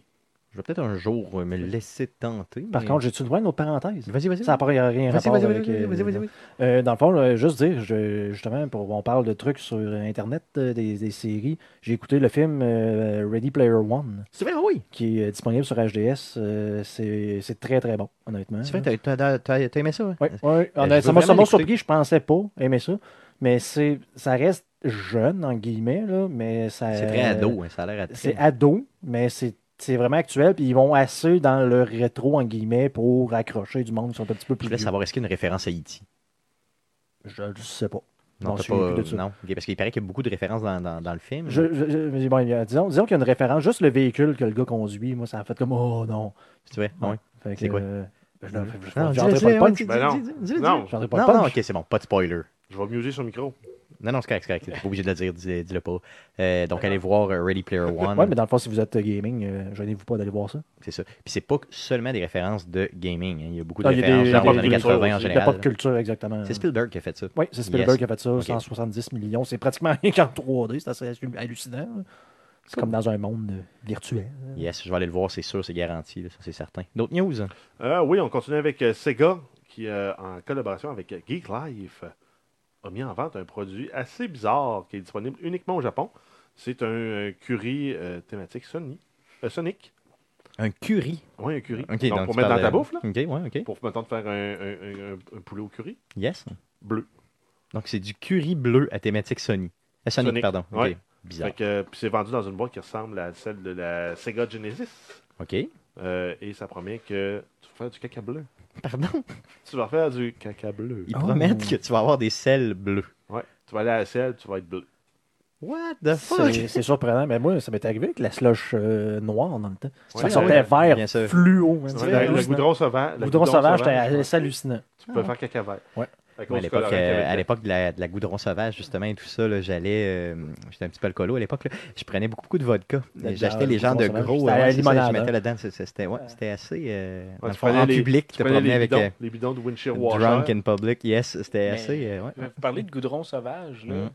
Speaker 1: Je vais peut-être un jour euh, me laisser tenter.
Speaker 2: Par
Speaker 1: mais-
Speaker 2: contre, j'ai-tu le droit à une autre parenthèse?
Speaker 1: Mm. vas-y, vas-y.
Speaker 2: Ça n'a pas rien
Speaker 1: Vas-y,
Speaker 2: rapport
Speaker 1: vas-y,
Speaker 2: avec,
Speaker 1: vas-y,
Speaker 2: euh,
Speaker 1: vas-y, vas-y, vas-y.
Speaker 2: Euh, dans le fond, euh, juste dire, je- justement, pour, on parle de trucs sur Internet, euh, des, des séries. J'ai écouté le film euh, Ready Player One,
Speaker 1: C'est vrai, ah oui.
Speaker 2: qui est euh, disponible sur HDS. Euh, c'est c'est très, très bon, honnêtement.
Speaker 1: C'est vrai, t'as- t'as t'as- t'as aimé ça? hein?
Speaker 2: Oui, oui.
Speaker 1: je veux
Speaker 2: ça m'a- ça
Speaker 1: vraiment
Speaker 2: m'a
Speaker 1: l'écouter.
Speaker 2: surpris, je pensais pas aimer ça. Mais c'est ça reste jeune, en guillemets, là, mais ça...
Speaker 1: C'est très ado, hein, ça a l'air à-
Speaker 2: Euh, C'est ado, mais c'est c'est vraiment actuel, puis ils vont assez dans le rétro, en guillemets, pour accrocher du monde qui sont un petit peu
Speaker 1: Je
Speaker 2: plus
Speaker 1: voulais
Speaker 2: vieux.
Speaker 1: savoir, est-ce qu'il y a une référence à E.T.?
Speaker 2: Je ne sais pas.
Speaker 1: Non,
Speaker 2: M'en
Speaker 1: t'as
Speaker 2: souviens
Speaker 1: pas-
Speaker 2: plus de ça.
Speaker 1: non. Ok, parce qu'il paraît qu'il y a beaucoup de références dans, dans- dans le film.
Speaker 2: Je, je- je- mais bon, il y a- disons disons qu'il y a une référence, juste le véhicule que le gars conduit, moi, ça a fait comme Oh non.
Speaker 1: C'est vrai? Ah ouais.
Speaker 2: Fait que,
Speaker 1: C'est quoi?
Speaker 2: euh, je
Speaker 1: Non,
Speaker 2: n'en- je- je-
Speaker 1: dis-le,
Speaker 2: j'entrerai pas
Speaker 1: dis-le,
Speaker 2: le
Speaker 1: ouais,
Speaker 2: punch.
Speaker 1: dis-
Speaker 3: Ben non.
Speaker 1: dis- dis- dis- dis-
Speaker 3: Non,
Speaker 2: J'entrerai pas
Speaker 1: Non,
Speaker 2: le
Speaker 1: non,
Speaker 2: punch.
Speaker 1: ok, c'est bon, pas de spoiler.
Speaker 3: je vais muser sur le micro.
Speaker 1: Non, non, c'est correct, c'est correct. T'es pas obligé de le dire, dis-le dis-le pas. Euh, donc, allez voir euh, Ready Player One.
Speaker 2: Ouais, mais dans le fond, si vous êtes euh, gaming, euh, gênez-vous pas d'aller voir ça.
Speaker 1: C'est ça. Puis c'est pas seulement des références de gaming. hein. Il y a beaucoup de
Speaker 2: Non, Ah, il y a des-
Speaker 1: références
Speaker 2: des-
Speaker 1: dans les
Speaker 2: des-
Speaker 1: années
Speaker 2: des-
Speaker 1: 80 en
Speaker 2: De la
Speaker 1: général.
Speaker 2: pop culture, exactement.
Speaker 1: C'est Spielberg qui a fait ça.
Speaker 2: Oui, c'est Spielberg
Speaker 1: Yes.
Speaker 2: qui a fait ça,
Speaker 1: Ok.
Speaker 2: 170 millions. C'est pratiquement rien qu'en 3D, c'est assez hallucinant. là. C'est comme dans un monde euh, virtuel.
Speaker 1: Yes, je vais aller le voir, c'est sûr, c'est garanti, là, ça c'est certain. D'autres news?
Speaker 3: Euh, oui, on continue avec euh, Sega, qui, euh, en collaboration avec euh, Geek Life, euh, a mis en vente un produit assez bizarre qui est disponible uniquement au Japon. C'est un euh, curry euh, thématique Sony, euh, Sonic.
Speaker 1: Un curry.
Speaker 3: Oui, un curry.
Speaker 1: Ok,
Speaker 3: donc,
Speaker 1: donc
Speaker 3: pour
Speaker 1: tu
Speaker 3: mettre dans
Speaker 1: parles
Speaker 3: ta
Speaker 1: de-
Speaker 3: bouffe, là,
Speaker 1: Ok, ouais, ok.
Speaker 3: pour mettons, de faire un, un- un- un poulet au curry
Speaker 1: Yes.
Speaker 3: bleu.
Speaker 1: Donc, c'est du curry bleu à thématique Sony. Euh, Sonic,
Speaker 3: Sonic,
Speaker 1: pardon. Ok.
Speaker 3: ouais.
Speaker 1: Bizarre.
Speaker 3: Fait que, euh, puis c'est vendu dans une boîte qui ressemble à celle de la Sega Genesis.
Speaker 1: OK.
Speaker 3: Euh, et ça promet que tu vas faire du caca bleu.
Speaker 1: Pardon.
Speaker 3: Tu vas faire du caca bleu.
Speaker 1: Ils
Speaker 2: Oh.
Speaker 1: promettent que tu vas avoir des sels bleus.
Speaker 3: Ouais. Tu vas aller à la selle, tu vas être bleu.
Speaker 1: What the fuck?
Speaker 2: C'est c'est surprenant, mais moi, ça m'est arrivé avec la slush euh, noire dans le temps. ça
Speaker 3: Ouais,
Speaker 2: sortait
Speaker 1: ouais, bien
Speaker 2: vert,
Speaker 1: sûr.
Speaker 2: fluo. hein. man.
Speaker 3: Ouais,
Speaker 2: C'était
Speaker 3: le- le
Speaker 2: hallucinant.
Speaker 3: euh, goudron sauvage. le
Speaker 2: Goudron sauvage, c'était assez hallucinant.
Speaker 3: Tu peux faire caca vert.
Speaker 2: Ouais.
Speaker 3: À cause
Speaker 1: Moi, à
Speaker 3: du
Speaker 1: l'époque,
Speaker 3: colorant
Speaker 1: euh,
Speaker 3: qu'il y avait
Speaker 1: à
Speaker 3: dedans.
Speaker 1: l'époque de la, de la goudron sauvage, justement, et tout ça, là, j'allais. euh, J'étais un petit peu alcoolo à l'époque. là. Je prenais beaucoup, beaucoup de vodka.
Speaker 2: Dedans,
Speaker 1: J'achetais
Speaker 2: le
Speaker 1: les gens de
Speaker 2: goudron sauvage,
Speaker 1: gros.
Speaker 2: c'était à
Speaker 1: euh,
Speaker 2: la
Speaker 1: c'est ça,
Speaker 2: limonade,
Speaker 1: je mettais
Speaker 2: hein.
Speaker 1: là-dedans. C'est- C'était ouais, c'était assez. euh, dans le
Speaker 3: tu
Speaker 1: fond,
Speaker 3: prenais
Speaker 1: en
Speaker 3: les-
Speaker 1: public,
Speaker 3: tu
Speaker 1: te
Speaker 3: prenais les
Speaker 1: promener avec.
Speaker 3: bidons,
Speaker 1: euh,
Speaker 3: les bidons de Windshield Washer.
Speaker 1: Drunk in public, yes, c'était
Speaker 4: Mais-
Speaker 1: assez. euh, ouais.
Speaker 4: Vous parlez de goudron sauvage, là.
Speaker 1: Mm.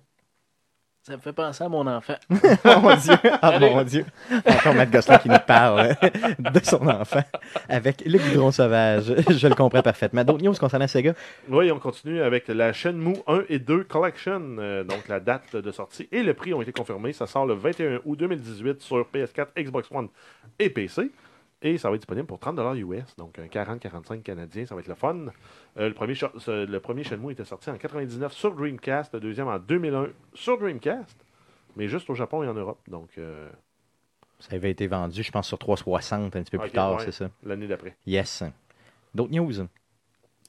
Speaker 4: Ça me fait penser à mon enfant.
Speaker 1: Oh mon Dieu! Ah
Speaker 4: Allez.
Speaker 1: mon Dieu! Encore Matt Gosselin qui nous parle euh, de son enfant avec le goudron sauvage. Je le comprends parfaitement. D'autres news concernant Sega?
Speaker 3: Oui, on continue avec la Shenmue 1 et 2 Collection. Euh, donc, la date de sortie et le prix ont été confirmés. Ça sort le 21 août 2018 sur PS4, Xbox One et PC. Et ça va être disponible pour 30$ US, donc un 40-45 canadiens. Ça va être le fun. Euh, le, premier, cho- euh, le premier Shenmue était sorti en 99 sur Dreamcast, le deuxième en 2001 sur Dreamcast, mais juste au Japon et en Europe. Donc, euh,
Speaker 1: Ça avait été vendu, je pense, sur 360 un petit peu plus
Speaker 3: Ok,
Speaker 1: tard,
Speaker 3: ouais.
Speaker 1: c'est ça?
Speaker 3: l'année d'après.
Speaker 1: Yes. D'autres news?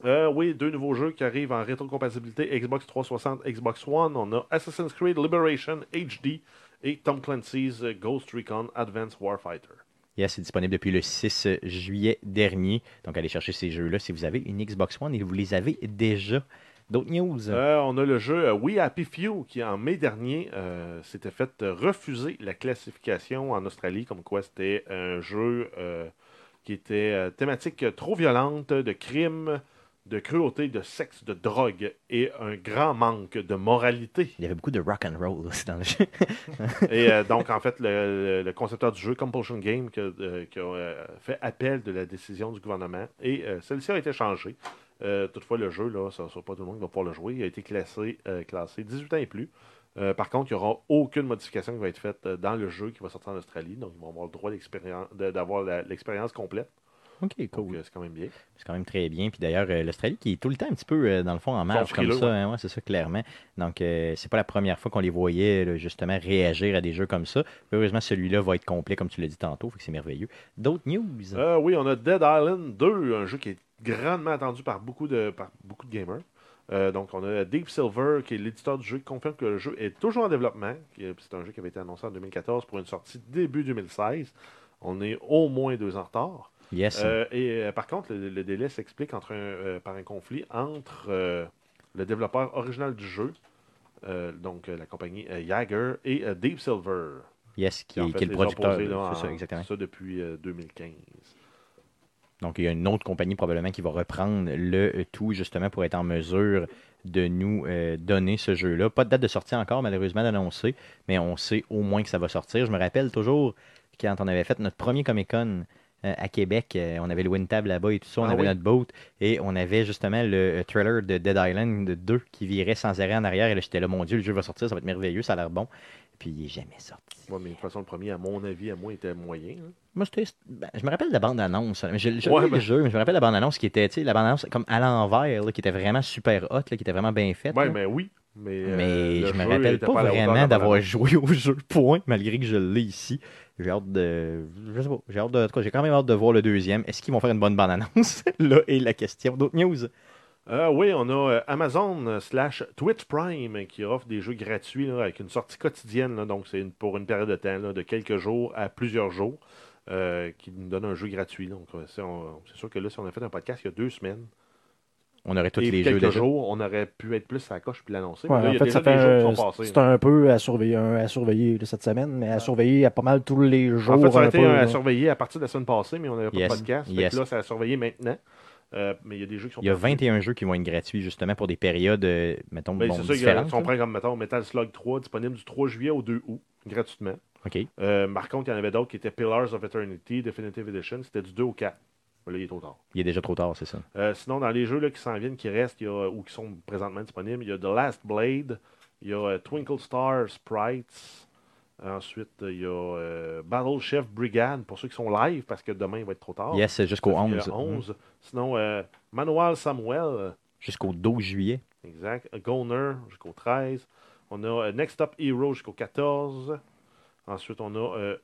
Speaker 3: Euh, oui, deux nouveaux jeux qui arrivent en rétrocompatibilité Xbox 360, Xbox One. On a Assassin's Creed Liberation HD et Tom Clancy's euh, Ghost Recon Advanced Warfighter.
Speaker 1: Yes, c'est disponible depuis le 6 juillet dernier. Donc, allez chercher ces jeux-là si vous avez une Xbox One et vous les avez déjà. D'autres news?
Speaker 3: Euh, on a le jeu euh, We Happy Few qui, en mai dernier, euh, s'était fait euh, refuser la classification en Australie, comme quoi c'était un jeu euh, qui était euh, thématique euh, trop violente, de crimes, de cruauté, de sexe, de drogue et un grand manque de moralité.
Speaker 1: Il y avait beaucoup de rock and roll aussi dans le jeu.
Speaker 3: Et euh, donc, en fait, le, le concepteur du jeu, Compulsion Game, qui a, euh, qui a, euh, fait appel de la décision du gouvernement, et euh, celle-ci a été changée. Euh, toutefois, le jeu, là, ça ne sera pas tout le monde qui va pouvoir le jouer. Il a été classé, euh, classé 18 ans et plus. Euh, par contre, il n'y aura aucune modification qui va être faite euh, dans le jeu qui va sortir en Australie. Donc, ils vont avoir le droit d'expérien- de- d'avoir la- l'expérience complète.
Speaker 1: OK,
Speaker 3: Donc,
Speaker 1: cool.
Speaker 3: euh, c'est quand même bien.
Speaker 1: C'est quand même très bien. Puis d'ailleurs, euh, l'Australie qui est tout le temps un petit peu, euh, dans le fond, en marge comme
Speaker 3: frileux,
Speaker 1: ça. hein, ouais, c'est ça, clairement. Donc, euh, c'est pas la première fois qu'on les voyait, là, justement, réagir à des jeux comme ça. Heureusement, celui-là va être complet, comme tu l'as dit tantôt. Fait que c'est merveilleux. D'autres news?
Speaker 3: Euh, oui, on a Dead Island 2, un jeu qui est grandement attendu par beaucoup de, par beaucoup de gamers. Euh, donc, on a Deep Silver, qui est l'éditeur du jeu, qui confirme que le jeu est toujours en développement. qui est- C'est un jeu qui avait été annoncé en 2014 pour une sortie début 2016. On est au moins deux ans en retard.
Speaker 1: yes.
Speaker 3: Euh, et euh, par contre, le, le délai s'explique entre un- euh, par un conflit entre euh, le développeur original du jeu, euh, donc euh, la compagnie euh, Jagger, et euh, Deep Silver.
Speaker 1: yes, qui,
Speaker 3: en
Speaker 1: est-
Speaker 3: fait
Speaker 1: qui est le
Speaker 3: les a
Speaker 1: producteur.
Speaker 3: opposés, là,
Speaker 1: c'est ça,
Speaker 3: en-
Speaker 1: exactement.
Speaker 3: ça depuis euh, 2015.
Speaker 1: Donc, il y a une autre compagnie probablement qui va reprendre le euh, tout justement pour être en mesure de nous euh, donner ce jeu-là. Pas de date de sortie encore, malheureusement, d'annoncer, mais on sait au moins que ça va sortir. Je me rappelle toujours quand on avait fait notre premier Comic-Con euh, à Québec, euh, on avait le une table là-bas et tout ça, on
Speaker 3: Ah
Speaker 1: avait
Speaker 3: oui.
Speaker 1: notre boat et on avait justement le euh, trailer de Dead Island 2 qui virait sans arrêt en arrière. Et là, j'étais là, mon Dieu, le jeu va sortir, ça va être merveilleux, ça a l'air bon. Puis, il n'est jamais sorti.
Speaker 3: Ouais, mais de toute façon, le premier, à mon avis, à moi, était moyen. hein.
Speaker 1: Moi, c'était- ben, je me rappelle de la bande-annonce. hein, mais Je, je,
Speaker 3: Ouais,
Speaker 1: l'ai, le
Speaker 3: ben-
Speaker 1: jeu, mais je me rappelle de la bande-annonce qui était, tu sais, la bande-annonce comme à l'envers, là, qui était vraiment super hot, là, qui était vraiment bien faite.
Speaker 3: Ouais,
Speaker 1: là.
Speaker 3: mais oui. Mais, euh,
Speaker 1: hein? Mais
Speaker 3: le
Speaker 1: je me
Speaker 3: jeu
Speaker 1: rappelle
Speaker 3: était
Speaker 1: pas
Speaker 3: à la hauteur
Speaker 1: vraiment
Speaker 3: de la
Speaker 1: d'avoir
Speaker 3: bande-annonce.
Speaker 1: joué au jeu, point, malgré que je l'ai ici. J'ai hâte de. Je sais pas. J'ai hâte de. en tout cas, j'ai quand même hâte de voir le deuxième. Est-ce qu'ils vont faire une bonne bande-annonce Là est la question. D'autres news
Speaker 3: Euh, oui, on a euh, Amazon euh, slash Twitch Prime euh, qui offre des jeux gratuits là, avec une sortie quotidienne. là. donc, c'est une- pour une période de temps, là, de quelques jours à plusieurs jours, euh, qui nous donne un jeu gratuit. Donc, euh, si on- c'est sûr que là, si on a fait un podcast il y a deux semaines,
Speaker 1: On aurait tous
Speaker 3: et
Speaker 1: les jeux
Speaker 3: quelques
Speaker 1: déjà.
Speaker 3: jours, on aurait pu être plus à la coche puis l'annoncer.
Speaker 2: Ouais,
Speaker 3: mais là,
Speaker 2: en
Speaker 3: il y a
Speaker 2: fait,
Speaker 3: déjà
Speaker 2: ça fait
Speaker 3: des jeux
Speaker 2: un,
Speaker 3: qui sont passés.
Speaker 2: c'est un peu à surveiller, un à surveiller de cette semaine, mais à surveiller à pas mal tous les jours.
Speaker 3: En fait, ça a
Speaker 2: un
Speaker 3: été
Speaker 2: peu,
Speaker 3: euh, à
Speaker 2: là.
Speaker 3: surveiller à partir de la semaine passée, mais on n'avait pas
Speaker 1: Yes,
Speaker 3: de podcast. Fait que
Speaker 1: yes.
Speaker 3: là, c'est à surveiller maintenant. Euh, mais il y a des jeux qui sont
Speaker 1: Il y a
Speaker 3: partis.
Speaker 1: 21 jeux qui vont être gratuits justement pour des périodes, euh, mettons,
Speaker 3: Ben,
Speaker 1: bon,
Speaker 3: c'est ça, il y a-
Speaker 1: différentes.
Speaker 3: si on prend comme, mettons, Metal Slug 3, disponible du 3 juillet au 2 août, gratuitement.
Speaker 1: OK.
Speaker 3: Euh, par contre, il y en avait d'autres qui étaient Pillars of Eternity, Definitive Edition, c'était du 2 au 4. Mais Là, il est trop tard.
Speaker 1: Il est déjà trop tard, c'est ça.
Speaker 3: Euh, sinon, dans les jeux là, qui s'en viennent, qui restent il y a- ou qui sont présentement disponibles, il y a The Last Blade, il y a euh, Twinkle Star Sprites, ensuite, euh, il y a euh, Battle Chef Brigade, pour ceux qui sont live, parce que demain, il va être trop tard.
Speaker 1: Yes, jusqu'au
Speaker 3: Ça fait le
Speaker 1: 11. Mm.
Speaker 3: 11. Sinon, euh, Manuel Samuel,
Speaker 1: Jusqu'au 12 juillet.
Speaker 3: Exact. Goner jusqu'au 13. On a euh, Next Up Hero jusqu'au 14. Ensuite, on a euh,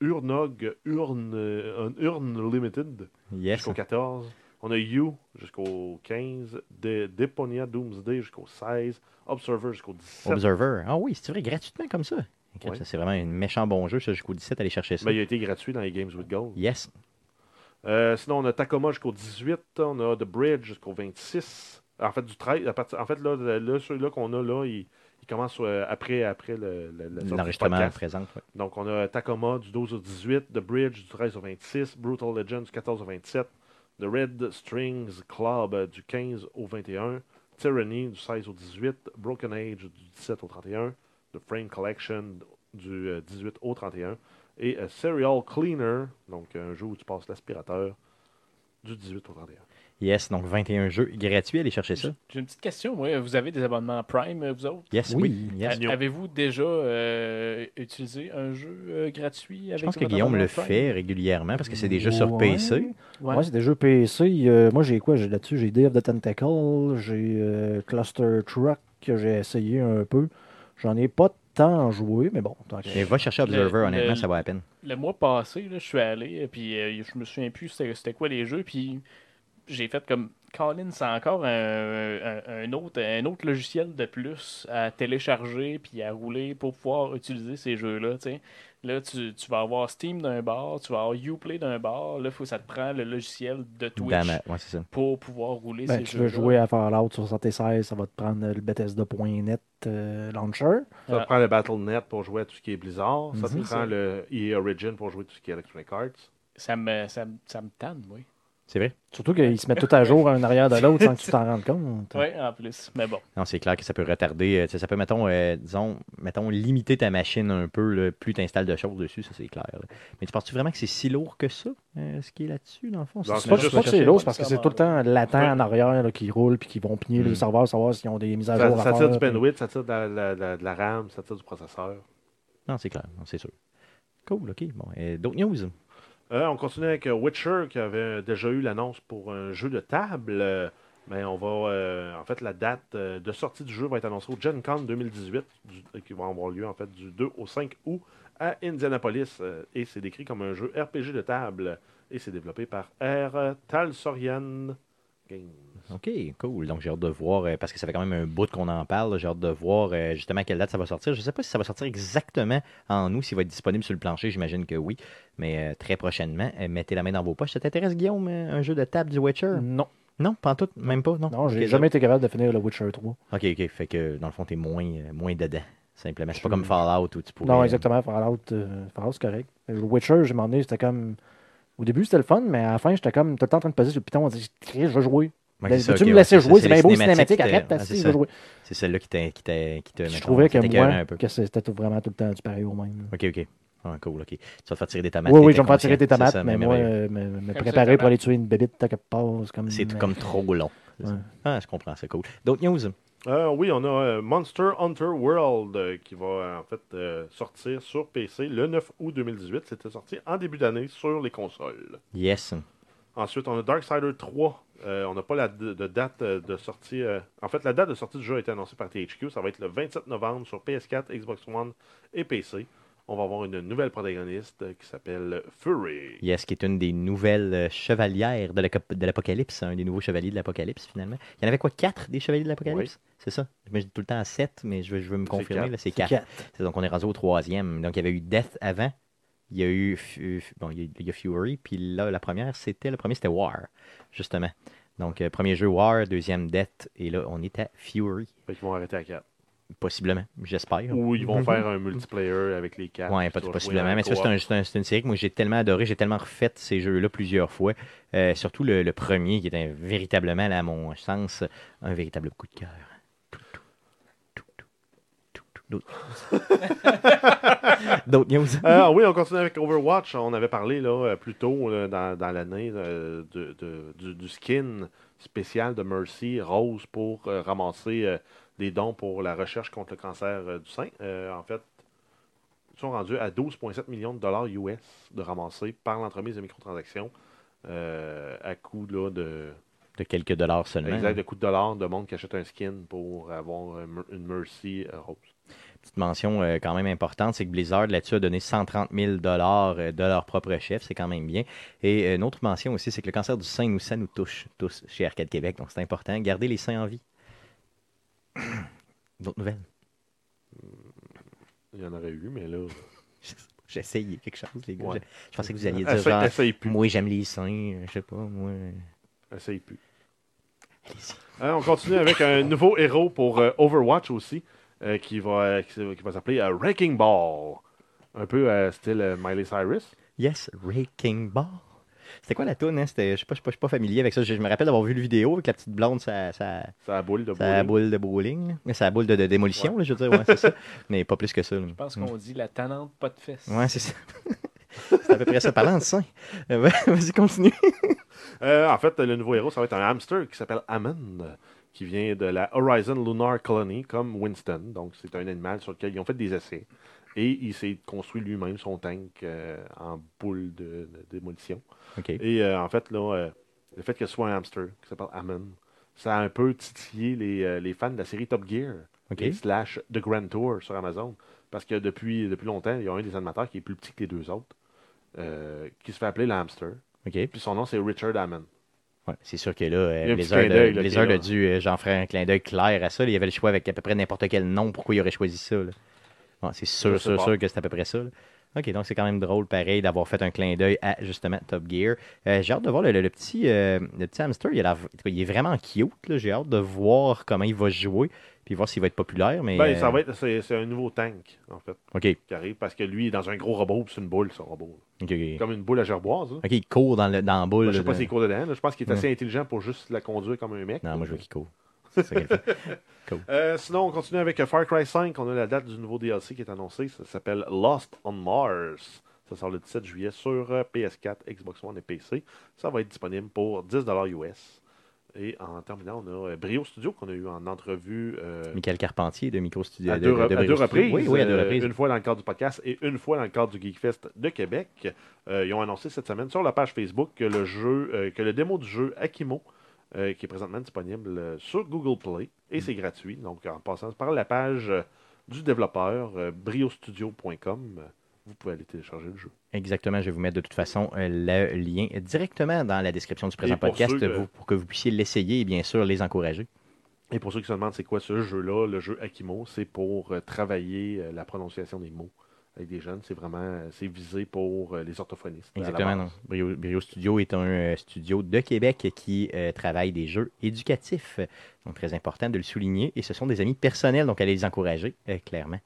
Speaker 3: Urnog, Urn, euh, un Urn Limited
Speaker 1: Yes.
Speaker 3: jusqu'au 14. On On a You jusqu'au 15, De- Deponia Doomsday jusqu'au 16, Observer jusqu'au 17.
Speaker 1: Observer. Ah oui, c'est vrai, gratuitement comme ça. Crap,
Speaker 3: Ouais.
Speaker 1: ça, C'est vraiment un méchant bon jeu, ça, jusqu'au 17, allez chercher ça.
Speaker 3: Mais Ben, il a été gratuit dans les Games with Gold.
Speaker 1: Yes.
Speaker 3: Euh, sinon, on a Tacoma jusqu'au 18, on a The Bridge jusqu'au 26. En fait, du 13, à partir- en fait là, le- là, celui-là qu'on a là, il, il commence euh, après, après le, le- la sortie du
Speaker 1: L'enregistrement
Speaker 3: Ben, podcast.
Speaker 1: présent. ouais.
Speaker 3: Donc, on a Tacoma du 12 au 18, The Bridge du 13 au 26, Brutal Legend du 14 au 27, The Red Strings Club euh, du 15 au 21, Tyranny du 16 au 18, Broken Age du 17 au 31, The Frame Collection du euh, 18 au 31 et euh, Serial Cleaner, donc un jeu où tu passes l'aspirateur, du 18 au 31.
Speaker 1: Yes, donc 21 jeux gratuits, allez chercher ça.
Speaker 4: J'ai une petite question. moi. Vous avez des abonnements Prime, euh, vous autres
Speaker 1: Yes, oui.
Speaker 2: Oui.
Speaker 1: yes.
Speaker 4: A- Avez-vous déjà euh, utilisé un jeu euh, gratuit avec
Speaker 1: Je pense que
Speaker 4: votre
Speaker 1: Guillaume le
Speaker 4: abonnement Prime?
Speaker 1: fait régulièrement parce que c'est des jeux sur
Speaker 2: Ouais.
Speaker 1: PC.
Speaker 4: Ouais.
Speaker 2: Ouais, c'est des jeux PC. Euh, moi, j'ai quoi j'ai là-dessus J'ai Day of the Tentacle, j'ai euh, Cluster Truck que j'ai essayé un peu. J'en ai pas tant joué, mais bon, tant que.
Speaker 1: Mais va chercher Observer,
Speaker 4: Le-
Speaker 1: honnêtement,
Speaker 4: le-
Speaker 1: ça va à peine.
Speaker 4: Le mois passé, là, je suis allé, et puis euh, je me souviens plus c'était c'était quoi les jeux, puis j'ai fait comme Colin, c'est encore un, un- un autre, un autre logiciel de plus à télécharger puis à rouler pour pouvoir utiliser ces jeux-là. tu sais. Là, tu, tu vas avoir Steam d'un bord, tu vas avoir Uplay d'un bord, là, faut, ça te prend le logiciel de Twitch
Speaker 1: Damn, euh, ouais, c'est ça.
Speaker 4: pour pouvoir rouler
Speaker 2: Ben,
Speaker 4: ces
Speaker 2: tu
Speaker 4: jeux-là.
Speaker 2: veux jouer à Fallout sur 76, ça va te prendre le Bethesda.net euh, launcher.
Speaker 3: Ça
Speaker 4: Ah.
Speaker 3: te prend le BattleNet pour jouer à tout ce qui est Blizzard, ça te
Speaker 4: Mhm.
Speaker 3: prend le EA Origin pour jouer à tout ce qui est Electronic Arts.
Speaker 4: Ça me, ça, me- ça me tanne, oui.
Speaker 1: C'est vrai.
Speaker 2: Surtout qu'ils se mettent tout à jour un arrière de l'autre sans que tu t'en rendes compte.
Speaker 4: Oui, en plus. Mais bon.
Speaker 1: Non, c'est clair que ça peut retarder. euh, tu sais, ça peut, mettons, euh, disons, mettons, limiter ta machine un peu. là, plus tu installes de choses dessus, ça c'est clair. là. Mais tu penses-tu vraiment que c'est si lourd que ça, euh, ce qui est là-dessus, dans le fond?
Speaker 3: Non,
Speaker 2: C'est
Speaker 1: tu
Speaker 2: pas,
Speaker 1: vas
Speaker 2: c'est
Speaker 1: juste
Speaker 2: pas que
Speaker 1: chercher-
Speaker 2: c'est lourd, c'est parce que c'est tout le temps latent en arrière là, qui roule puis qui vont pigner
Speaker 1: Mm.
Speaker 2: le serveur, savoir s'ils ont des mises à
Speaker 3: Ça,
Speaker 2: jour. à
Speaker 3: ça tire du
Speaker 2: faire.
Speaker 3: bandwidth, ça tire de la, la- la- de la RAM, ça tire du processeur.
Speaker 1: Non, c'est clair, non, c'est sûr. Cool, OK. Bon, euh, d'autres news?
Speaker 3: Euh, on continue avec euh, Witcher qui avait euh, déjà eu l'annonce pour un jeu de table. Euh, mais on va. euh, en fait, la date euh, de sortie du jeu va être annoncée au Gen Con 2018, du- euh, qui va avoir lieu en fait du 2 au 5 août à Indianapolis. Euh, et c'est décrit comme un jeu RPG de table. Et c'est développé par R. Talsorian Games.
Speaker 1: OK, cool. Donc, j'ai hâte de voir, euh, parce que ça fait quand même un bout qu'on en parle, là, j'ai hâte de voir euh, justement à quelle date ça va sortir. Je ne sais pas si ça va sortir exactement en août, s'il va être disponible sur le plancher, j'imagine que oui, mais euh, très prochainement, euh, mettez la main dans vos poches. Ça t'intéresse, Guillaume, euh, un jeu de table du Witcher?
Speaker 2: Non,
Speaker 1: Non, pas en tout, même pas, non?
Speaker 2: Mm. non, j'ai
Speaker 1: Ok,
Speaker 2: jamais été capable de finir le Witcher 3.
Speaker 1: OK, OK, fait que dans le fond, t'es moins, euh, moins dedans, simplement. C'est pas
Speaker 2: Je-
Speaker 1: comme Fallout où tu pourrais...
Speaker 2: Non, exactement, Fallout, euh, Fallout c'est correct. Le Witcher, j'ai demandé, c'était comme. Au début, c'était le fun, mais à la fin, j'étais comme tout le temps en train de peser sur le piton. On dit, Chris, je veux jouer.
Speaker 1: Ouais,
Speaker 2: Ben,
Speaker 1: c'est ça,
Speaker 2: Peux-tu
Speaker 1: ok,
Speaker 2: me
Speaker 1: ouais,
Speaker 2: laisser
Speaker 1: ça,
Speaker 2: jouer?
Speaker 1: c'est
Speaker 2: C'est bien
Speaker 1: les
Speaker 2: beau,
Speaker 1: cinématiques,
Speaker 2: cinématique, arrête,
Speaker 1: euh, ouais,
Speaker 2: t'as
Speaker 1: c'est
Speaker 2: si, je
Speaker 1: ça.
Speaker 2: veux jouer.
Speaker 1: C'est celle-là qui t'a- qui t'a- qui te...
Speaker 2: Puis Je
Speaker 1: mettons,
Speaker 2: trouvais
Speaker 1: qui
Speaker 2: que
Speaker 1: t'écoeurait
Speaker 2: moi,
Speaker 1: un peu.
Speaker 2: que c'était tout- vraiment tout le temps du pareil au même.
Speaker 1: OK, OK. Ah, cool, OK. Tu vas te faire tirer des tomates.
Speaker 2: Oui,
Speaker 1: t'es
Speaker 2: oui, je vais me faire
Speaker 1: conscient.
Speaker 2: tirer des
Speaker 1: C'est ça,
Speaker 2: tomates,
Speaker 1: mais
Speaker 2: mais moi,
Speaker 1: merveilleux.
Speaker 2: euh, me, me
Speaker 4: ça,
Speaker 2: préparer pour
Speaker 4: tomate.
Speaker 2: aller tuer une bébite tant qu'elle passe. Comme...
Speaker 1: C'est tout comme trop long.
Speaker 2: Ouais.
Speaker 1: Ah, je comprends, c'est cool. D'autres news?
Speaker 3: Euh, oui, on a euh, Monster Hunter World euh, qui va euh, en fait euh, sortir sur PC le 9 août 2018. C'était sorti en début d'année sur les consoles.
Speaker 1: Yes.
Speaker 3: Ensuite, on a Darksider 3. Euh, on n'a pas la d- de date euh, de sortie. euh, En fait, la date de sortie du jeu a été annoncée par THQ. Ça va être le 27 novembre sur PS4, Xbox One et PC. On va avoir une nouvelle protagoniste euh, qui s'appelle Fury.
Speaker 1: Yes, qui est une des nouvelles euh, chevalières de l'Aco- de l'Apocalypse, un des nouveaux chevaliers de l'Apocalypse, finalement. Il y en avait quoi, quatre des chevaliers de l'Apocalypse? C'est ça? Je me dis tout le temps à sept, mais je veux, je veux me
Speaker 3: C'est
Speaker 1: confirmer,
Speaker 3: quatre.
Speaker 1: là, c'est quatre. C'est- Donc, on est rendu au troisième. Donc, il y avait eu Death avant. Il y a eu Fu- bon, il y a, il y a Fury. Puis là, la première, c'était le premier, c'était War, justement. Donc, euh, premier jeu War, deuxième Death. Et là, on est à Fury,
Speaker 3: Fait qu'ils vont arrêter à 4.
Speaker 1: possiblement, j'espère.
Speaker 3: Ou ils vont faire un multiplayer avec les 4.
Speaker 1: Ouais, pas- possiblement. Mais ça, c'est un- c'est un- c'est une série que moi j'ai tellement adoré, j'ai tellement refait ces jeux-là plusieurs fois. Euh, surtout le, le premier qui est un- véritablement, là, à mon sens, un véritable coup de cœur. Tout, tout, tout, tout, tout, tout. D'autres news. D'autres news.
Speaker 3: Ah oui, on continue avec Overwatch. On avait parlé là, euh, plus tôt là, dans, dans l'année euh, de- de- du, du skin spécial de Mercy Rose pour euh, ramasser euh, des dons pour la recherche contre le cancer euh, du sein. Euh, en fait, ils sont rendus à 12,7 millions de dollars US de ramasser par l'entremise de microtransactions euh, à coût là, de,
Speaker 1: De quelques dollars seulement.
Speaker 3: exact, de coût de dollars de monde qui achète un skin pour avoir un Mer- une Mercy euh, Rose.
Speaker 1: petite mention euh, quand même importante, c'est que Blizzard là-dessus a donné 130 000 dollars euh, de leur propre chef, c'est quand même bien. Et euh, une autre mention aussi, c'est que le cancer du sein nous ça nous touche tous chez Arcade Québec, donc c'est important. Gardez les seins en vie. D'autres nouvelles
Speaker 3: Il y en aurait eu, mais là.
Speaker 1: J'ai essayé quelque chose, les gars.
Speaker 3: Ouais.
Speaker 1: Je, je pensais que vous alliez dire
Speaker 3: Essaye,
Speaker 1: genre,
Speaker 3: essaye plus.
Speaker 1: moi j'aime les seins, euh, je sais pas, moi. euh,
Speaker 3: Essaye plus.
Speaker 1: Allez-y.
Speaker 3: Hein, on continue avec un nouveau héros pour euh, Overwatch aussi, euh, qui va, euh, qui, qui va s'appeler euh, Wrecking Ball. Un peu euh, style euh, Miley Cyrus.
Speaker 1: Yes, Raking Ball. C'était quoi la toune? Hein? C'était- Je ne suis, pas- je suis pas je suis pas familier avec ça. Je, je me rappelle d'avoir vu le vidéo avec la petite blonde, sa, sa,
Speaker 3: Sa boule de
Speaker 1: sa
Speaker 3: bowling.
Speaker 1: boule de bowling. là. Sa boule de, de démolition, là, je veux dire. Ouais, c'est ça. Mais pas plus que ça. là.
Speaker 4: Je pense qu'on dit la tanante pas de fesses.
Speaker 1: Mm. Ouais, c'est ça. c'est à peu près ça. Parlant de ça. Vas-y, continue.
Speaker 3: Euh, en fait, le nouveau héros, ça va être un hamster qui s'appelle Amon, euh, qui vient de la Horizon Lunar Colony, comme Winston. Donc, c'est un animal sur lequel ils ont fait des essais. Et il s'est construit lui-même son tank euh, en boule de, de démolition.
Speaker 1: OK.
Speaker 3: Et euh, en fait, là, euh, le fait que ce soit un hamster qui s'appelle Amon, ça a un peu titillé les, euh, les fans de la série Top Gear
Speaker 1: OK.
Speaker 3: et slash The Grand Tour sur Amazon. Parce que depuis, depuis longtemps, il y a un des animateurs qui est plus petit que les deux autres, euh, qui se fait appeler le hamster.
Speaker 1: OK.
Speaker 3: Puis son nom, c'est Richard Amon.
Speaker 1: Ouais, c'est sûr que là,
Speaker 3: Il y a
Speaker 1: euh,
Speaker 3: un petit
Speaker 1: Blizzard,
Speaker 3: clin d'œil,
Speaker 1: euh,
Speaker 3: là,
Speaker 1: Blizzard
Speaker 3: qui est
Speaker 1: a
Speaker 3: là.
Speaker 1: dû, euh, j'en ferai un clin d'œil clair à ça. là. Il y avait le choix avec à peu près n'importe quel nom. Pourquoi il aurait choisi ça? là? Ouais, c'est
Speaker 3: Je
Speaker 1: sûr,
Speaker 3: sais
Speaker 1: sûr,
Speaker 3: pas.
Speaker 1: sûr que c'est à peu près ça. là. OK, donc c'est quand même drôle, pareil, d'avoir fait un clin d'œil à, justement, Top Gear. Euh, j'ai hâte de voir le, le- le petit, euh, le petit hamster. Il, a l'air- en tout cas, il est vraiment cute. là. J'ai hâte de voir comment il va jouer, puis voir s'il va être populaire. Mais,
Speaker 3: Ben,
Speaker 1: euh,
Speaker 3: ça va être, c'est, c'est un nouveau tank, en fait,
Speaker 1: OK, OK,
Speaker 3: qui arrive parce que lui, il est dans un gros robot, puis c'est une boule, son robot.
Speaker 1: OK, OK.
Speaker 3: Comme une boule à gerboise. hein.
Speaker 1: OK, il court dans, le, dans la boule.
Speaker 3: Ben, je sais pas
Speaker 1: là.
Speaker 3: s'il court dedans. là. Je pense qu'il est assez intelligent pour juste la conduire comme un mec.
Speaker 1: Non, moi, je veux qu'il court. C'est ça qu'elle fait.
Speaker 3: Euh, sinon, on continue avec euh, Far Cry 5. On a la date du nouveau DLC qui est annoncé. Ça s'appelle Lost on Mars. Ça sort le 17 juillet sur euh, PS4, Xbox One et PC. Ça va être disponible pour 10$ US. Et en terminant, on a euh, Brio Studio qu'on a eu en entrevue euh,
Speaker 1: Michael Carpentier de Micro Studio.
Speaker 3: à
Speaker 1: de-
Speaker 3: deux,
Speaker 1: de-
Speaker 3: re-
Speaker 1: de
Speaker 3: à deux
Speaker 1: Brio Studio.
Speaker 3: reprises.
Speaker 1: Oui, oui, à deux
Speaker 3: euh,
Speaker 1: reprises.
Speaker 3: Une fois dans le cadre du podcast et une fois dans le cadre du Geekfest de Québec. Euh, ils ont annoncé cette semaine sur la page Facebook que le jeu, euh, que le démo du jeu Akimo, euh, qui est présentement disponible euh, sur Google Play,
Speaker 1: Mm.
Speaker 3: et c'est gratuit. Donc, en passant par la page euh, du développeur euh, briostudio.com, euh, vous pouvez aller télécharger le jeu.
Speaker 1: Exactement, je vais vous mettre de toute façon euh, le lien directement dans la description du présent
Speaker 3: pour
Speaker 1: podcast
Speaker 3: ceux, euh,
Speaker 1: vous- pour que vous puissiez l'essayer et bien sûr les encourager.
Speaker 3: Et pour ceux qui se demandent c'est quoi ce jeu-là, le jeu Akimo, c'est pour euh, travailler euh, la prononciation des mots avec des jeunes. C'est vraiment, euh, c'est visé pour euh, les orthophonistes. à la
Speaker 1: Exactement.
Speaker 3: base.
Speaker 1: non. Brio, Brio Studio est un euh, studio de Québec qui euh, travaille des jeux éducatifs. Donc très important de le souligner. Et ce sont des amis personnels, donc allez les encourager, euh, clairement.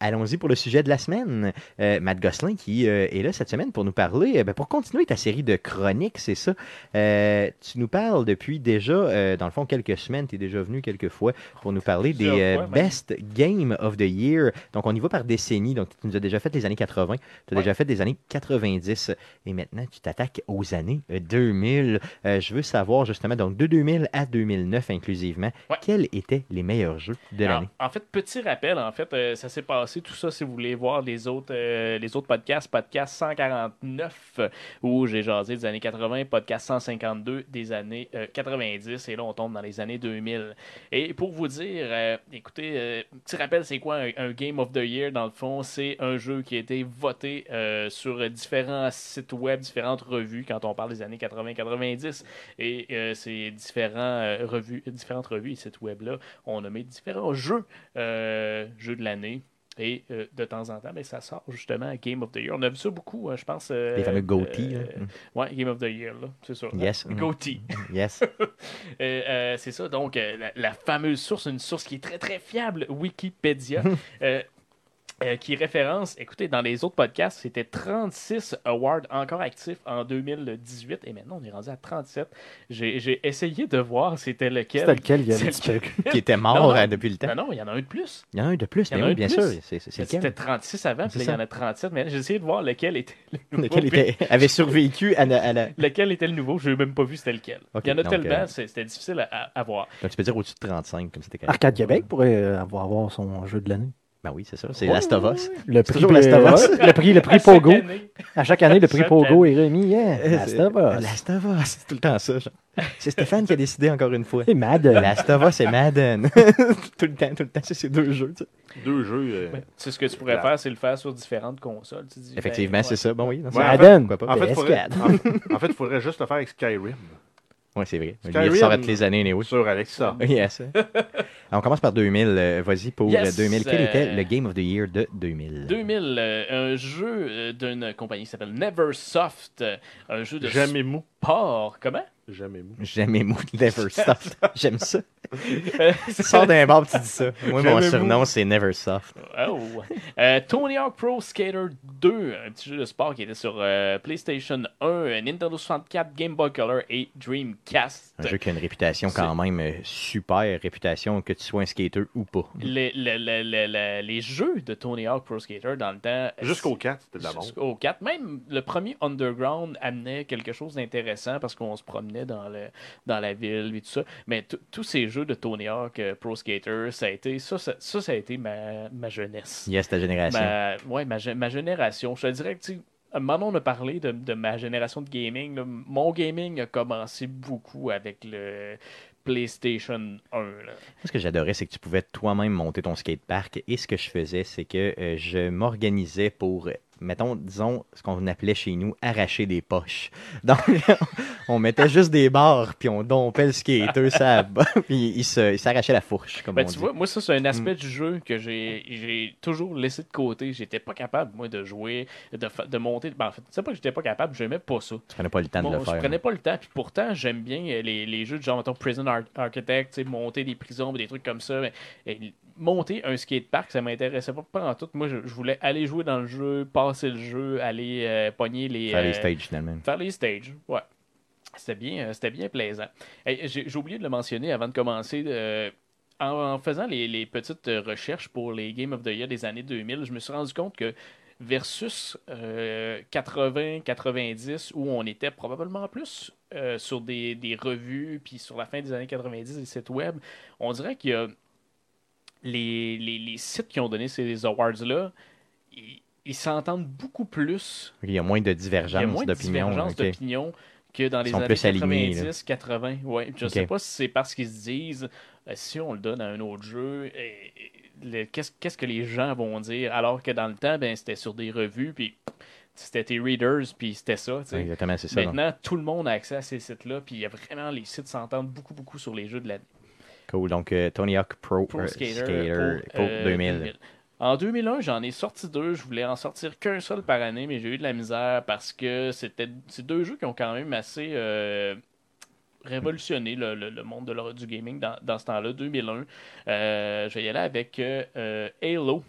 Speaker 1: Allons-y pour le sujet de la semaine. Euh, Matt Gosselin qui euh, est là cette semaine pour nous parler, euh, ben, pour continuer ta série de chroniques, c'est ça. Euh, tu nous parles depuis déjà, euh, dans le fond, quelques semaines, tu es déjà venu quelques fois pour nous parler des
Speaker 4: Plusieurs
Speaker 1: euh,
Speaker 4: fois, même.
Speaker 1: Best Game of the Year. Donc, on y va par décennie. Donc, tu nous as déjà fait les années 80, tu as déjà fait des années 90 et maintenant, tu t'attaques aux années euh, 2000. Euh, je veux savoir justement, donc de 2000 à 2009 inclusivement,
Speaker 4: Ouais. Ah.
Speaker 1: quels étaient les meilleurs jeux de
Speaker 4: Alors,
Speaker 1: l'année?
Speaker 4: en fait, petit rappel, en fait, euh, ça s'est passé tout ça si vous voulez voir les autres, euh, les autres podcasts, podcast 149 euh, où j'ai jasé des années 80, podcast 152 des années euh, 90 et là on tombe dans les années 2000. Et pour vous dire, euh, écoutez, euh, petit rappel, c'est quoi un, un Game of the Year dans le fond C'est un jeu qui a été voté euh, sur différents sites web, différentes revues quand on parle des années 80-90 et euh, ces différents euh, revues, différentes revues et sites web là on a mis différents jeux, euh, jeux de l'année. Et euh, de temps en temps, ben, ça sort justement à Game of the Year. On a vu ça beaucoup, hein, je pense. euh,
Speaker 1: Les fameux GOTY,
Speaker 4: euh,
Speaker 1: là.
Speaker 4: ouais, Game of the Year, là, c'est sûr.
Speaker 1: Yes.
Speaker 4: Hein? GOTY.
Speaker 1: Yes.
Speaker 4: Euh, euh, c'est ça, donc euh, la, la fameuse source, une source qui est très très fiable, Wikipédia,
Speaker 2: Hum.
Speaker 4: euh, euh, qui référence, écoutez, dans les autres podcasts, c'était 36 awards encore actifs en 2018 et maintenant on est rendu à 37. J'ai j'ai essayé de voir c'était lequel.
Speaker 2: C'était lequel, il y a
Speaker 4: C'est
Speaker 2: un petit peu.
Speaker 1: Qui était mort
Speaker 4: Non, non.
Speaker 1: hein, depuis le temps.
Speaker 4: Non, non, il y en a un de plus.
Speaker 1: Il y en a un de plus,
Speaker 4: Il y en
Speaker 1: mais
Speaker 4: a
Speaker 1: oui,
Speaker 4: un de
Speaker 1: bien
Speaker 4: plus.
Speaker 1: sûr. C'est c'est
Speaker 4: C'était
Speaker 1: lequel?
Speaker 4: 36 avant, puis
Speaker 1: C'est
Speaker 4: là, il y en a 37. Mais j'ai essayé de voir lequel était le nouveau.
Speaker 1: Lequel
Speaker 4: puis
Speaker 1: était- avait survécu à la, à la-
Speaker 4: lequel était le nouveau, je n'ai même pas vu c'était lequel.
Speaker 1: Ok,
Speaker 4: il y en a
Speaker 1: donc,
Speaker 4: tellement,
Speaker 1: euh,
Speaker 4: c'est- c'était difficile à, à- à voir.
Speaker 1: Donc, tu peux dire au-dessus de 35, comme c'était quand même.
Speaker 2: Arcade Québec pourrait euh, avoir, avoir son jeu de l'année.
Speaker 1: Ben oui, c'est ça. C'est Last of Us.
Speaker 2: Le prix,
Speaker 1: toujours Last of Us.
Speaker 2: euh, le prix, le prix
Speaker 4: À chaque
Speaker 2: Pogo.
Speaker 4: année.
Speaker 2: À chaque année, le prix
Speaker 4: Chaque
Speaker 2: hein.
Speaker 1: Euh,
Speaker 2: Pogo est remis. Yeah, Last of Us.
Speaker 1: Last of Us, c'est tout le temps ça. genre. C'est Stéphane qui a décidé encore une fois.
Speaker 2: C'est mad.
Speaker 1: Last of Us et Madden. tout le temps, tout le temps. Ça, c'est deux jeux. tu sais.
Speaker 3: Deux jeux. euh,
Speaker 4: Tu sais, ce que tu pourrais
Speaker 3: Voilà.
Speaker 4: faire, c'est le faire sur différentes consoles. Tu dis, ben,
Speaker 1: Effectivement,
Speaker 4: ouais.
Speaker 1: c'est ça. Bon, oui. non, c'est-
Speaker 3: Ouais, en fait-
Speaker 2: Madden.
Speaker 1: Pourquoi pas? Ben,
Speaker 3: En fait, il
Speaker 2: PS4.
Speaker 3: faudrait, en- en fait, faudrait juste le faire avec Skyrim
Speaker 1: Oui, c'est vrai. Il
Speaker 3: Skyrim.
Speaker 1: ressort à toutes les années, anyway.
Speaker 3: sur Alexa.
Speaker 1: Yes. On commence par 2000. euh, Vas-y pour
Speaker 4: Yes,
Speaker 1: 2000. Quel
Speaker 4: euh,
Speaker 1: était le Game of the Year de 2000?
Speaker 4: 2000, euh, un jeu euh, d'une compagnie qui s'appelle Neversoft, euh, un jeu de
Speaker 3: Jamais mou.
Speaker 4: sport. Comment?
Speaker 3: Jamais mou.
Speaker 1: J'aime mes mots de Never Soft. J'aime ça. tu sors d'un bar pis tu dis ça. Moi, mon
Speaker 3: J'aime les
Speaker 1: surnom, c'est Never Soft.
Speaker 4: Oh. Euh, Tony Hawk Pro Skater 2, un petit jeu de sport qui était sur euh, PlayStation 1, euh, Nintendo 64, Game Boy Color et Dreamcast.
Speaker 1: Un jeu qui a une réputation quand même euh, super, réputation que tu sois un skater ou pas.
Speaker 4: Les, les- les- les- les- les jeux de Tony Hawk Pro Skater dans le temps.
Speaker 3: Jusqu'au 4, c'était de la bombe.
Speaker 4: Jusqu'au 4. Même le premier Underground amenait quelque chose d'intéressant parce qu'on se promenait dans, le, dans la ville et tout ça. Mais tout- tous ces jeux de Tony Hawk euh, Pro Skater, ça a été, ça, ça, ça, ça a été ma, ma jeunesse.
Speaker 1: Yes, ta génération.
Speaker 4: Ma, ouais, ma, gé- ma génération. Je te dirais que, tu sais, à un moment, on a parlé de, de ma génération de gaming. là. Mon gaming a commencé beaucoup avec le PlayStation 1. là.
Speaker 1: Ce que j'adorais, c'est que tu pouvais toi-même monter ton skatepark. Et ce que je faisais, c'est que euh, je m'organisais pour, euh, mettons, disons, ce qu'on appelait chez nous, arracher des poches. Donc, on mettait juste des barres, puis on dompait le skater, ça, puis il se- il s'arrachait la fourche, comme
Speaker 4: Ben,
Speaker 1: on
Speaker 4: tu
Speaker 1: dit.
Speaker 4: vois, moi, ça, c'est un aspect
Speaker 1: Hmm.
Speaker 4: du jeu que j'ai- j'ai toujours laissé de côté. J'étais pas capable, moi, de jouer, de, fa- de monter. Ben, en fait, c'est pas que j'étais pas capable, j'aimais pas ça.
Speaker 1: Tu prenais pas le temps de
Speaker 4: Moi,
Speaker 1: le
Speaker 4: je
Speaker 1: faire. hein,
Speaker 4: prenais pas le temps, puis pourtant, j'aime bien euh, les, les jeux de genre, mettons, Prison Ar- Architect, tu sais, monter des prisons, des trucs comme ça. Mais, et monter un skatepark, ça m'intéressait pas, pas en tout. Moi, je, je voulais aller jouer dans le jeu, passer le jeu, aller euh, pogner les.
Speaker 1: Faire les
Speaker 4: euh,
Speaker 1: stages, finalement.
Speaker 4: Faire les stages, ouais. C'était bien, euh, c'était bien plaisant. Hey, J'ai j'ai oublié de le mentionner avant de commencer. euh, en, en faisant les, les petites euh, recherches pour les Game of the Year des années 2000, je me suis rendu compte que versus 80-90, où on était probablement plus euh, sur des, des revues, puis sur la fin des années 90, les sites web, on dirait qu'il y a les, les- les sites qui ont donné ces awards-là, ils- ils s'entendent beaucoup plus
Speaker 1: Il y a moins de
Speaker 4: il y a
Speaker 1: divergences
Speaker 4: moins de
Speaker 1: d'opinion.
Speaker 4: divergences
Speaker 1: ok.
Speaker 4: d'opinion que dans les
Speaker 1: sont
Speaker 4: années
Speaker 1: plus alignés,
Speaker 4: 90, 80. Ouais, je ne sais
Speaker 1: Ok.
Speaker 4: pas si c'est parce qu'ils se disent euh, si on le donne à un autre jeu, eh, eh, le- qu'est-ce qu'est-ce que les gens vont dire Alors que dans le temps, ben, c'était sur des revues, puis c'était tes readers, puis c'était ça. tu sais.
Speaker 1: Exactement, c'est ça. donc.
Speaker 4: Maintenant, tout le monde a accès à ces sites-là, puis il y a vraiment les sites s'entendent beaucoup, beaucoup sur les jeux de l'année.
Speaker 1: Cool. Donc, euh, Tony Hawk Pro,
Speaker 4: Pro
Speaker 1: euh,
Speaker 4: Skater,
Speaker 1: Skater
Speaker 4: pour,
Speaker 1: pour
Speaker 4: euh,
Speaker 1: 2000.
Speaker 4: En 2001, j'en ai sorti deux. Je voulais en sortir qu'un seul par année, mais j'ai eu de la misère parce que c'était c'est deux jeux qui ont quand même assez euh, révolutionné le, le- le monde de l'or- du gaming dans, dans ce temps-là, 2001. Euh, je vais y aller avec euh, euh, Halo.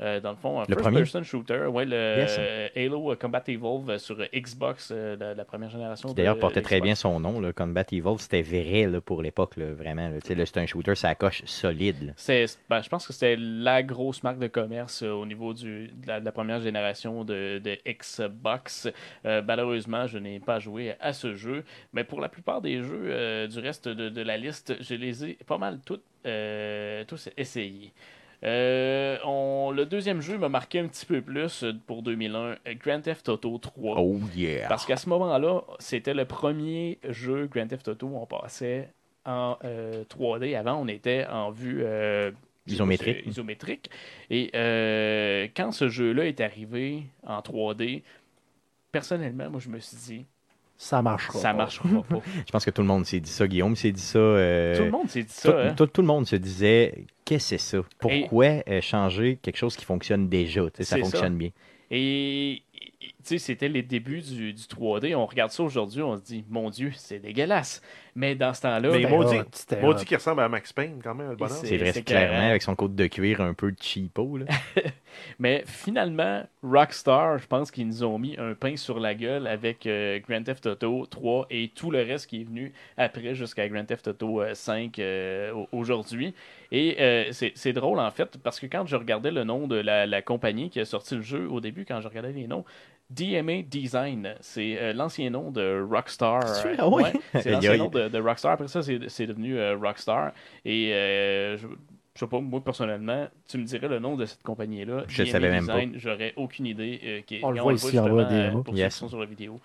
Speaker 4: Euh, dans le fond, un
Speaker 1: Le premier?
Speaker 4: first-person shooter, ouais, le
Speaker 1: Yes.
Speaker 4: euh, Halo Combat Evolve euh, sur euh, Xbox, euh, la, la première génération.
Speaker 1: Qui d'ailleurs
Speaker 4: de-
Speaker 1: portait très
Speaker 4: euh, Xbox.
Speaker 1: bien son nom, le Combat Evolve. C'était vrai là, pour l'époque, là, vraiment. là. Tu sais, là, C'est un shooter, ça coche solide. là.
Speaker 4: C'est, ben, je pense que c'était la grosse marque de commerce euh, au niveau du, de, la, de la première génération de, de Xbox. Euh, malheureusement, je n'ai pas joué à ce jeu, mais pour la plupart des jeux euh, du reste de, de la liste, je les ai pas mal toutes, euh, tous essayés. Euh, on- le deuxième jeu m'a marqué un petit peu plus euh, pour 2001, euh, Grand Theft Auto 3.
Speaker 1: Oh yeah!
Speaker 4: Parce qu'à ce moment-là, c'était le premier jeu Grand Theft Auto où on passait en euh, 3D. Avant, on était en vue euh,
Speaker 1: Isométrique.
Speaker 4: euh, isométrique. Et euh, quand ce jeu-là est arrivé en 3D, personnellement, moi, je me suis dit,
Speaker 2: Ça marchera.
Speaker 4: ça marchera pas.
Speaker 1: Je pense que tout le monde s'est dit ça. Guillaume s'est dit ça. euh,
Speaker 4: Tout le monde s'est dit
Speaker 1: tout,
Speaker 4: ça. hein.
Speaker 1: tout- tout le monde se disait qu'est-ce que c'est ça? Pourquoi euh, changer quelque chose qui fonctionne déjà? Tu sais, Ça
Speaker 4: C'est
Speaker 1: fonctionne bien.
Speaker 4: Et tu sais, c'était les débuts du, du 3D. On regarde ça aujourd'hui, on se dit, mon Dieu, c'est dégueulasse. Mais dans ce temps-là,
Speaker 3: Mais
Speaker 4: ben,
Speaker 3: maudit,
Speaker 2: hot, c'était
Speaker 3: maudit
Speaker 2: hot.
Speaker 3: qui ressemble à Max Payne quand même, le bonhomme.
Speaker 4: c'est-
Speaker 1: C'est vrai,
Speaker 4: c'est
Speaker 1: c'est clairement
Speaker 4: clair, hein.
Speaker 1: avec son côte de cuir un peu cheapo. Là.
Speaker 4: Mais finalement, Rockstar, je pense qu'ils nous ont mis un pain sur la gueule avec euh, Grand Theft Auto 3 et tout le reste qui est venu après jusqu'à Grand Theft Auto euh, 5 euh, au- aujourd'hui. Et euh, c'est c'est drôle en fait parce que quand je regardais le nom de la, la compagnie qui a sorti le jeu au début, quand je regardais les noms, DMA Design, c'est euh, l'ancien nom de Rockstar.
Speaker 1: C'est sûr, ah oui?
Speaker 4: Ouais, c'est l'ancien nom de, de Rockstar. Après ça, c'est c'est devenu euh, Rockstar. Et euh, je, je sais pas, moi personnellement, tu me dirais le nom de cette compagnie-là.
Speaker 1: Je
Speaker 4: DMA
Speaker 1: savais même
Speaker 4: Design, J'aurais aucune idée. euh, qui est-
Speaker 2: On le
Speaker 4: et
Speaker 2: voit ici en
Speaker 4: justement,
Speaker 2: bas,
Speaker 4: euh,
Speaker 2: DMA.
Speaker 4: pour ceux
Speaker 1: Yes.
Speaker 4: qui sont sur la vidéo.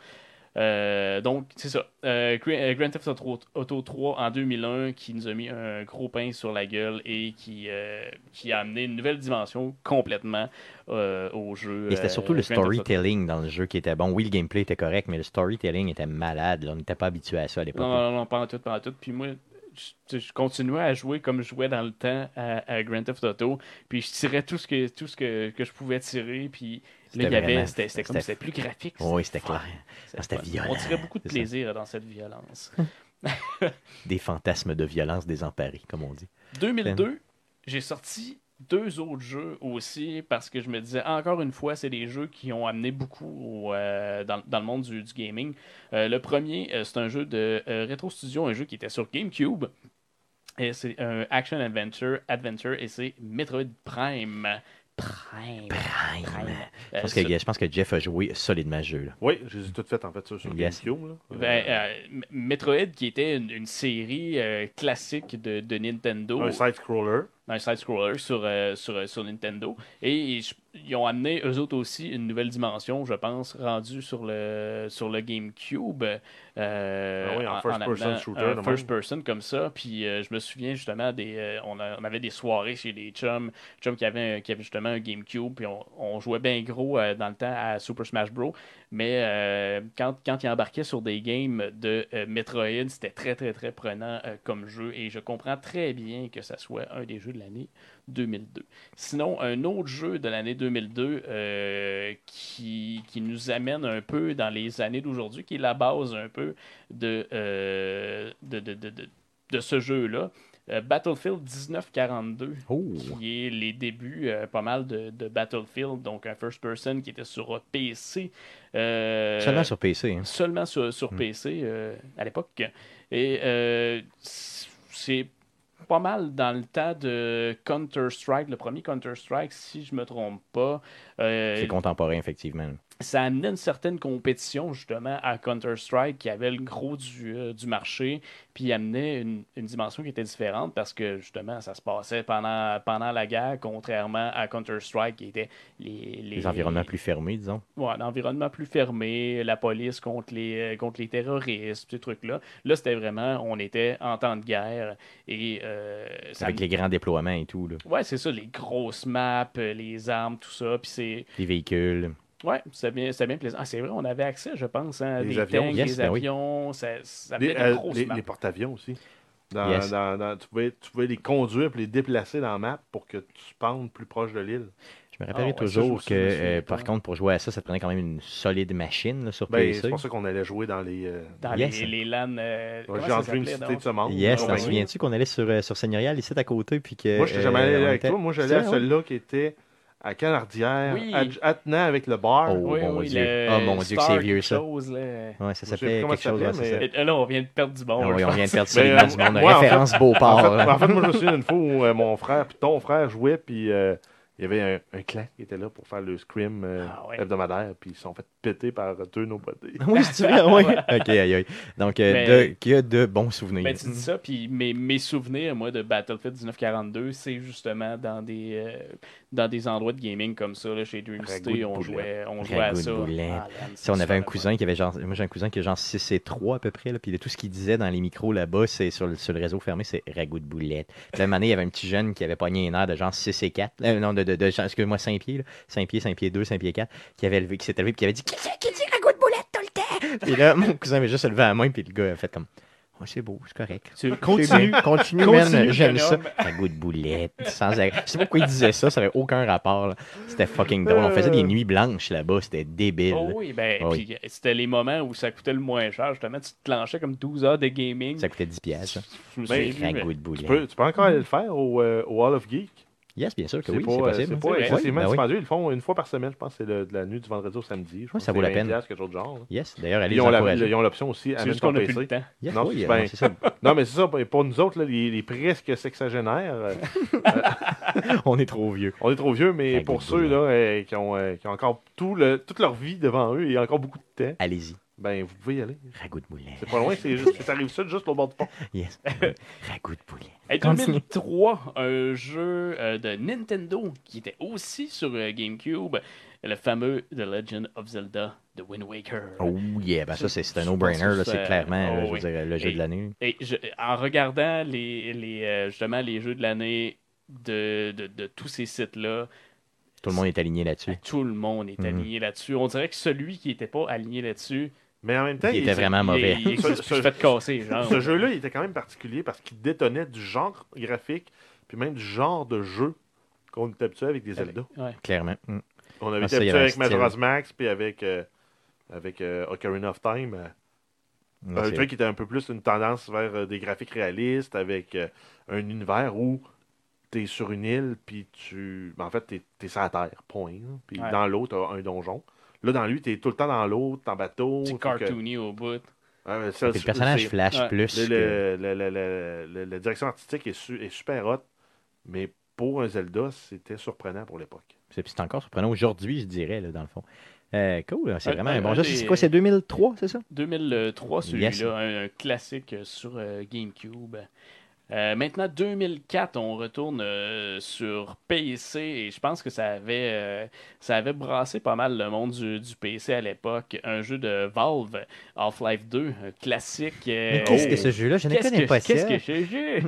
Speaker 4: Euh, donc, c'est ça. Euh, Gra- euh, Grand Theft Auto, Auto 3 en 2001 qui nous a mis un gros pain sur la gueule et qui, euh, qui a amené une nouvelle dimension complètement euh, au jeu.
Speaker 1: Et c'était
Speaker 4: euh,
Speaker 1: surtout le
Speaker 4: Grand Theft Auto.
Speaker 1: storytelling dans le jeu qui était bon. Oui, le gameplay était correct, mais le storytelling était malade. là. On n'était pas habitué à ça à
Speaker 4: Non,
Speaker 1: l'époque.
Speaker 4: non, non, pas en tout, pas en tout. Puis moi, je, je continuais à jouer comme je jouais dans le temps à, à Grand Theft Auto. Puis je tirais tout ce que, tout ce que, que je pouvais tirer. Puis là,
Speaker 1: C'était
Speaker 4: il y avait.
Speaker 1: vraiment-
Speaker 4: C'était c'était
Speaker 1: c'était-
Speaker 4: comme. C'était plus graphique.
Speaker 1: Oui, c'était
Speaker 4: fun.
Speaker 1: clair. c'était
Speaker 4: fun.
Speaker 1: violent,
Speaker 4: On tirait beaucoup de
Speaker 1: c'est ça.
Speaker 4: plaisir dans cette violence.
Speaker 1: Des fantasmes de violence désemparés, comme on dit.
Speaker 4: 2002, j'ai sorti deux autres jeux aussi parce que je me disais, encore une fois, c'est des jeux qui ont amené beaucoup au, euh, dans, dans le monde du, du gaming. Euh, le premier, euh, c'est un jeu de euh, Retro Studio, un jeu qui était sur GameCube. Et c'est un action adventure, adventure, et c'est Metroid Prime. Prime.
Speaker 1: Prime.
Speaker 4: Euh,
Speaker 1: Je pense,
Speaker 4: ce-
Speaker 1: que, je pense que Jeff a joué solidement le jeu. là.
Speaker 3: Oui, je les ai toutes faites en fait sur, sur
Speaker 1: Yes.
Speaker 3: GameCube. Là. Euh,
Speaker 4: ben, euh, M- Metroid, qui était une, une série euh, classique de, de Nintendo.
Speaker 3: Un side-scroller.
Speaker 4: un side-scroller sur, euh, sur, euh, sur Nintendo. Et je- ils ont amené, eux autres aussi, une nouvelle dimension, je pense, rendue sur le, sur le GameCube. euh,
Speaker 3: Ah oui, en first-person
Speaker 4: amenant
Speaker 3: shooter,
Speaker 4: un
Speaker 3: de même.
Speaker 4: first-person comme ça. Puis euh, je me souviens justement, des, euh, on, a- on avait des soirées chez des chums, chums qui avaient, un- qui avaient justement un GameCube. Puis on, on jouait bien gros euh, dans le temps à Super Smash Bros. Mais euh, quand, quand ils embarquaient sur des games de euh, Metroid, c'était très, très, très prenant euh, comme jeu. Et je comprends très bien que ça soit un des jeux de l'année 2002. Sinon, un autre jeu de l'année 2002 euh, qui, qui nous amène un peu dans les années d'aujourd'hui, qui est la base un peu de, euh, de, de, de, de- de ce jeu-là. euh, Battlefield 1942,
Speaker 1: Oh!
Speaker 4: qui est les débuts euh, pas mal de, de Battlefield, donc un first person qui était sur euh, PC. euh,
Speaker 1: Seulement sur PC. hein.
Speaker 4: seulement sur, sur
Speaker 1: Mm.
Speaker 4: PC euh, à l'époque. Et euh, c- c'est pas mal dans le temps de Counter-Strike, le premier Counter-Strike, si je me trompe pas. Euh,
Speaker 1: C'est contemporain, effectivement.
Speaker 4: ça amenait une certaine compétition justement à Counter-Strike qui avait le gros du, euh, du marché, puis il amenait une, une dimension qui était différente parce que justement ça se passait pendant, pendant la guerre, contrairement à Counter-Strike qui était les, les-
Speaker 1: Les environnements plus fermés, disons.
Speaker 4: Ouais, l'environnement plus fermé, la police contre les, euh, contre les terroristes, ces trucs-là. Là, c'était vraiment, on était en temps de guerre et euh, ça.
Speaker 1: Avec les grands déploiements et tout. là.
Speaker 4: Ouais, c'est ça, les grosses maps, euh, les armes, tout ça. Puis c'est.
Speaker 1: Les véhicules.
Speaker 4: Ouais, c'était bien, c'était bien plaisant. Ah, c'est vrai, on avait accès, je pense, hein, à
Speaker 3: Les
Speaker 4: des
Speaker 3: avions.
Speaker 4: tanks,
Speaker 1: Yes,
Speaker 4: des
Speaker 1: ben oui.
Speaker 4: avions. Ça, ça
Speaker 3: Les,
Speaker 4: faisait
Speaker 3: euh,
Speaker 4: des grosses
Speaker 3: les-
Speaker 4: maps.
Speaker 3: les porte-avions aussi. Dans-
Speaker 1: Yes.
Speaker 3: dans- dans- tu, pouvais, tu pouvais les conduire et les déplacer dans la map pour que tu spawns plus proche de l'île.
Speaker 1: Je me rappellerai
Speaker 4: Ah ouais, ça, je me
Speaker 1: toujours que,
Speaker 4: souviens, je me souviens
Speaker 1: euh,
Speaker 4: pas.
Speaker 1: par contre, pour jouer à ça, ça prenait quand même une solide machine là, sur
Speaker 3: Ben,
Speaker 1: PC.
Speaker 3: c'est pour ça qu'on allait jouer dans les. euh,
Speaker 4: Dans
Speaker 1: Yes.
Speaker 4: les, les LAN. euh, comment
Speaker 3: J'ai
Speaker 4: ça
Speaker 3: enlevé une
Speaker 4: s'appelait,
Speaker 3: cité
Speaker 4: donc?
Speaker 3: de ce monde.
Speaker 1: Yes,
Speaker 3: Ah,
Speaker 1: t'en
Speaker 3: ben oui.
Speaker 1: souviens-tu qu'on allait sur, euh, sur Seigneurial, ici à côté, puis que...
Speaker 3: Moi, je jamais allé
Speaker 1: euh, on
Speaker 3: avec
Speaker 1: était-
Speaker 3: toi. Moi, j'allais
Speaker 1: C'est
Speaker 3: à
Speaker 1: vrai,
Speaker 3: celui-là qui était à Canardière,
Speaker 4: Oui.
Speaker 3: à, à Tenant avec le bar.
Speaker 1: Oh,
Speaker 4: Oui,
Speaker 1: mon
Speaker 4: oui,
Speaker 1: Dieu.
Speaker 4: le
Speaker 1: Oh, mon Dieu, que
Speaker 4: Star
Speaker 1: c'est vieux,
Speaker 4: quelque
Speaker 1: ça.
Speaker 4: chose, là.
Speaker 1: Ouais, ça
Speaker 3: Je sais
Speaker 1: s'appelait
Speaker 3: plus comment
Speaker 1: quelque
Speaker 3: ça
Speaker 1: chose.
Speaker 3: s'appelait,
Speaker 1: ouais, c'est
Speaker 3: mais-
Speaker 1: ça.
Speaker 4: Et Là, on vient de perdre du
Speaker 1: Ah
Speaker 4: monde.
Speaker 1: oui,
Speaker 4: je
Speaker 1: on vient de perdre
Speaker 3: Mais,
Speaker 1: solidement du
Speaker 3: euh,
Speaker 1: monde.
Speaker 3: moi, en
Speaker 1: Référence
Speaker 3: En
Speaker 1: Beauport.
Speaker 3: fait,
Speaker 1: hein.
Speaker 3: en fait, moi, je me souviens d'une fois où euh, mon frère puis ton frère jouait, puis euh, il y avait un, un clan qui était là pour faire le scrim euh,
Speaker 4: Ah ouais.
Speaker 3: hebdomadaire, puis ils se sont fait péter par deux nobody.
Speaker 1: oui, c'est vrai, oui. OK, aïe, aïe. Donc, euh,
Speaker 4: Mais-
Speaker 1: de- qu'il y a de bons souvenirs.
Speaker 4: Ben, tu dis ça, puis mes, mes souvenirs, moi, de Battlefield 1942, c'est justement dans des, euh, dans des endroits de gaming comme ça. Là, chez Dream
Speaker 3: Ragout
Speaker 4: City,
Speaker 3: de
Speaker 4: on
Speaker 3: boulette.
Speaker 4: jouait, on jouait à
Speaker 1: Ragout de
Speaker 4: ça. Ah,
Speaker 1: boulette.
Speaker 4: man,
Speaker 1: Si on
Speaker 4: c'est
Speaker 1: avait un
Speaker 4: super
Speaker 1: cousin qui avait genre. Moi, j'ai un cousin qui a genre 6 et 3 à peu près. Là, puis de tout ce qu'il disait dans les micros là-bas, c'est sur, le- sur le réseau fermé, c'est ragoût de boulette. Puis la même année, il y avait un petit jeune qui avait pogné une heure de genre 6 et 4. euh, non, de, de, de- excuse-moi, 5 pieds. Là, 5 pieds, 5 pieds 2, 5 pieds 4. Qui, avait levé, qui s'est levé puis qui avait dit Qui c'est qui dit ragoût de boulette tout le temps Et là, mon cousin avait juste levé la main. Puis le gars a fait comme Oh, c'est beau, c'est correct.
Speaker 4: fun. Tu-
Speaker 1: Continue, continue,
Speaker 4: Continue,
Speaker 1: man, j'aime
Speaker 4: jeune
Speaker 1: ça.
Speaker 4: homme.
Speaker 1: Un goût de boulette. Sans... arrêt. Je sais pas pourquoi il disait ça, ça avait aucun rapport. là. C'était fucking drôle. On faisait des nuits blanches là-bas, c'était débile.
Speaker 4: Oh oui, ben,
Speaker 1: Ah
Speaker 4: puis c'était les moments où ça coûtait le moins cher. Justement, tu te clenchais comme 12 heures de gaming.
Speaker 1: Ça coûtait 10 piastres. ça.
Speaker 4: Je me
Speaker 3: Ben,
Speaker 4: souviens plus,
Speaker 1: Un
Speaker 4: mais-
Speaker 1: goût de boulette.
Speaker 3: Tu peux, tu peux encore aller le faire au, euh, au Hall of Geek.
Speaker 1: Yes, bien sûr que
Speaker 3: C'est
Speaker 1: oui,
Speaker 3: pas,
Speaker 1: c'est
Speaker 3: euh,
Speaker 1: possible.
Speaker 3: pas
Speaker 4: C'est vrai.
Speaker 3: excessivement
Speaker 1: Oui, ben oui.
Speaker 3: dispendieux. Ils le font une fois par semaine, je pense. C'est le- de la nuit du vendredi au samedi. Je pense
Speaker 1: ça
Speaker 3: que
Speaker 1: vaut
Speaker 3: c'est
Speaker 1: la
Speaker 3: 20
Speaker 1: peine.
Speaker 3: piastres, quelque chose de genre. là.
Speaker 1: Yes, d'ailleurs, allez
Speaker 3: Ils
Speaker 1: les
Speaker 3: ont la-
Speaker 1: encourager.
Speaker 3: ils ont l'option aussi.
Speaker 4: C'est
Speaker 3: amène
Speaker 4: juste
Speaker 3: ton
Speaker 4: qu'on a plus
Speaker 3: PC.
Speaker 4: le temps.
Speaker 1: Yes,
Speaker 3: Non,
Speaker 1: oui,
Speaker 3: c'est
Speaker 1: euh,
Speaker 3: bien.
Speaker 1: non, c'est ça.
Speaker 3: Non, mais c'est ça. Pour nous autres, là, les, les presque sexagénaires, euh,
Speaker 1: On est trop vieux.
Speaker 3: on est trop vieux, mais
Speaker 1: Avec
Speaker 3: pour
Speaker 1: des
Speaker 3: ceux là, euh, qui, ont, euh, qui ont encore tout le- toute leur vie devant eux et encore beaucoup de temps,
Speaker 1: Allez-y.
Speaker 3: Ben, vous pouvez y aller.
Speaker 1: Ragout de moulin.
Speaker 3: C'est pas loin, c'est juste. Ça arrive sud, juste au bord du pont.
Speaker 1: Yes. Ragout de poulet.
Speaker 4: Hey,
Speaker 1: Continue.
Speaker 4: 2003, un jeu euh, de Nintendo qui était aussi sur euh, GameCube, le fameux The Legend of Zelda de Wind Waker.
Speaker 1: Oh yeah, ben ça c'est c'est un
Speaker 4: Je
Speaker 1: no-brainer,
Speaker 4: pense
Speaker 1: là,
Speaker 4: que
Speaker 1: c'est
Speaker 4: ça-
Speaker 1: clairement
Speaker 4: oh,
Speaker 1: là, je veux
Speaker 4: oui.
Speaker 1: dire, le jeu
Speaker 4: Et-
Speaker 1: de l'année.
Speaker 4: Et je- en regardant les, les, euh, justement les jeux de l'année de, de, de tous ces sites-là,
Speaker 1: Tout le monde est aligné là-dessus.
Speaker 4: tout le monde est
Speaker 1: Mhm.
Speaker 4: aligné là-dessus. On dirait que celui qui n'était pas aligné là-dessus,
Speaker 3: Mais en même temps,
Speaker 1: Il était vraiment
Speaker 4: il-
Speaker 1: Ah, mauvais.
Speaker 4: Il, il
Speaker 3: Ce-
Speaker 4: existe plus,
Speaker 3: ce-
Speaker 4: je fais de casser, genre.
Speaker 3: Ce jeu-là, il était quand même particulier parce qu'il détonnait du genre graphique, puis même du genre de jeu qu'on était habitué avec des Zelda.
Speaker 4: Ouais.
Speaker 1: Clairement. Mm.
Speaker 3: On avait
Speaker 1: Ah,
Speaker 3: été
Speaker 1: ça, il y
Speaker 3: habitué
Speaker 1: avait un
Speaker 3: avec
Speaker 1: style.
Speaker 3: Majora's Max, puis avec, euh, avec euh, Ocarina of Time. euh,
Speaker 1: Non,
Speaker 3: Un
Speaker 1: c'est-
Speaker 3: truc qui était un peu plus une tendance vers euh, des graphiques réalistes, avec euh, un univers où tu es sur une île, puis tu. ben, en fait, tu es, sur la terre, point. hein. Puis
Speaker 4: Ouais.
Speaker 3: dans l'eau, tu un donjon. Là, dans lui, tu es tout le temps dans l'eau, t'es en
Speaker 1: Oh,
Speaker 3: bateau.
Speaker 4: C'est
Speaker 3: fait que-
Speaker 4: cartoony au bout.
Speaker 3: Ouais, mais ça,
Speaker 1: Puis le personnage
Speaker 3: c'est-
Speaker 1: flash
Speaker 4: ouais.
Speaker 1: plus.
Speaker 3: le-
Speaker 1: que-
Speaker 3: le- le- le- le- le- la direction artistique est, su- est super hot, mais pour un Zelda, c'était surprenant pour l'époque.
Speaker 1: C'est puis c'est encore surprenant aujourd'hui, je dirais, là, dans le fond. Euh, cool, c'est
Speaker 4: Un-
Speaker 1: vraiment
Speaker 4: un-
Speaker 1: un bon
Speaker 4: un
Speaker 1: jeu.
Speaker 4: des-
Speaker 1: C'est quoi, c'est 2003, c'est ça?
Speaker 4: 2003, celui-là,
Speaker 1: Yes.
Speaker 4: un, un classique euh, sur euh, GameCube. Euh, maintenant, 2004, on retourne euh, sur PC et je pense que ça avait, euh, ça avait brassé pas mal le monde du, du PC à l'époque. Un jeu de Valve, Half-Life 2, un classique. euh,
Speaker 1: Mais qu'est-ce que
Speaker 4: euh,
Speaker 1: ce jeu-là? Je ne
Speaker 4: Qu'est-ce
Speaker 1: connais
Speaker 4: que-
Speaker 1: pas ça.
Speaker 4: Qu'est-ce que j'ai joué?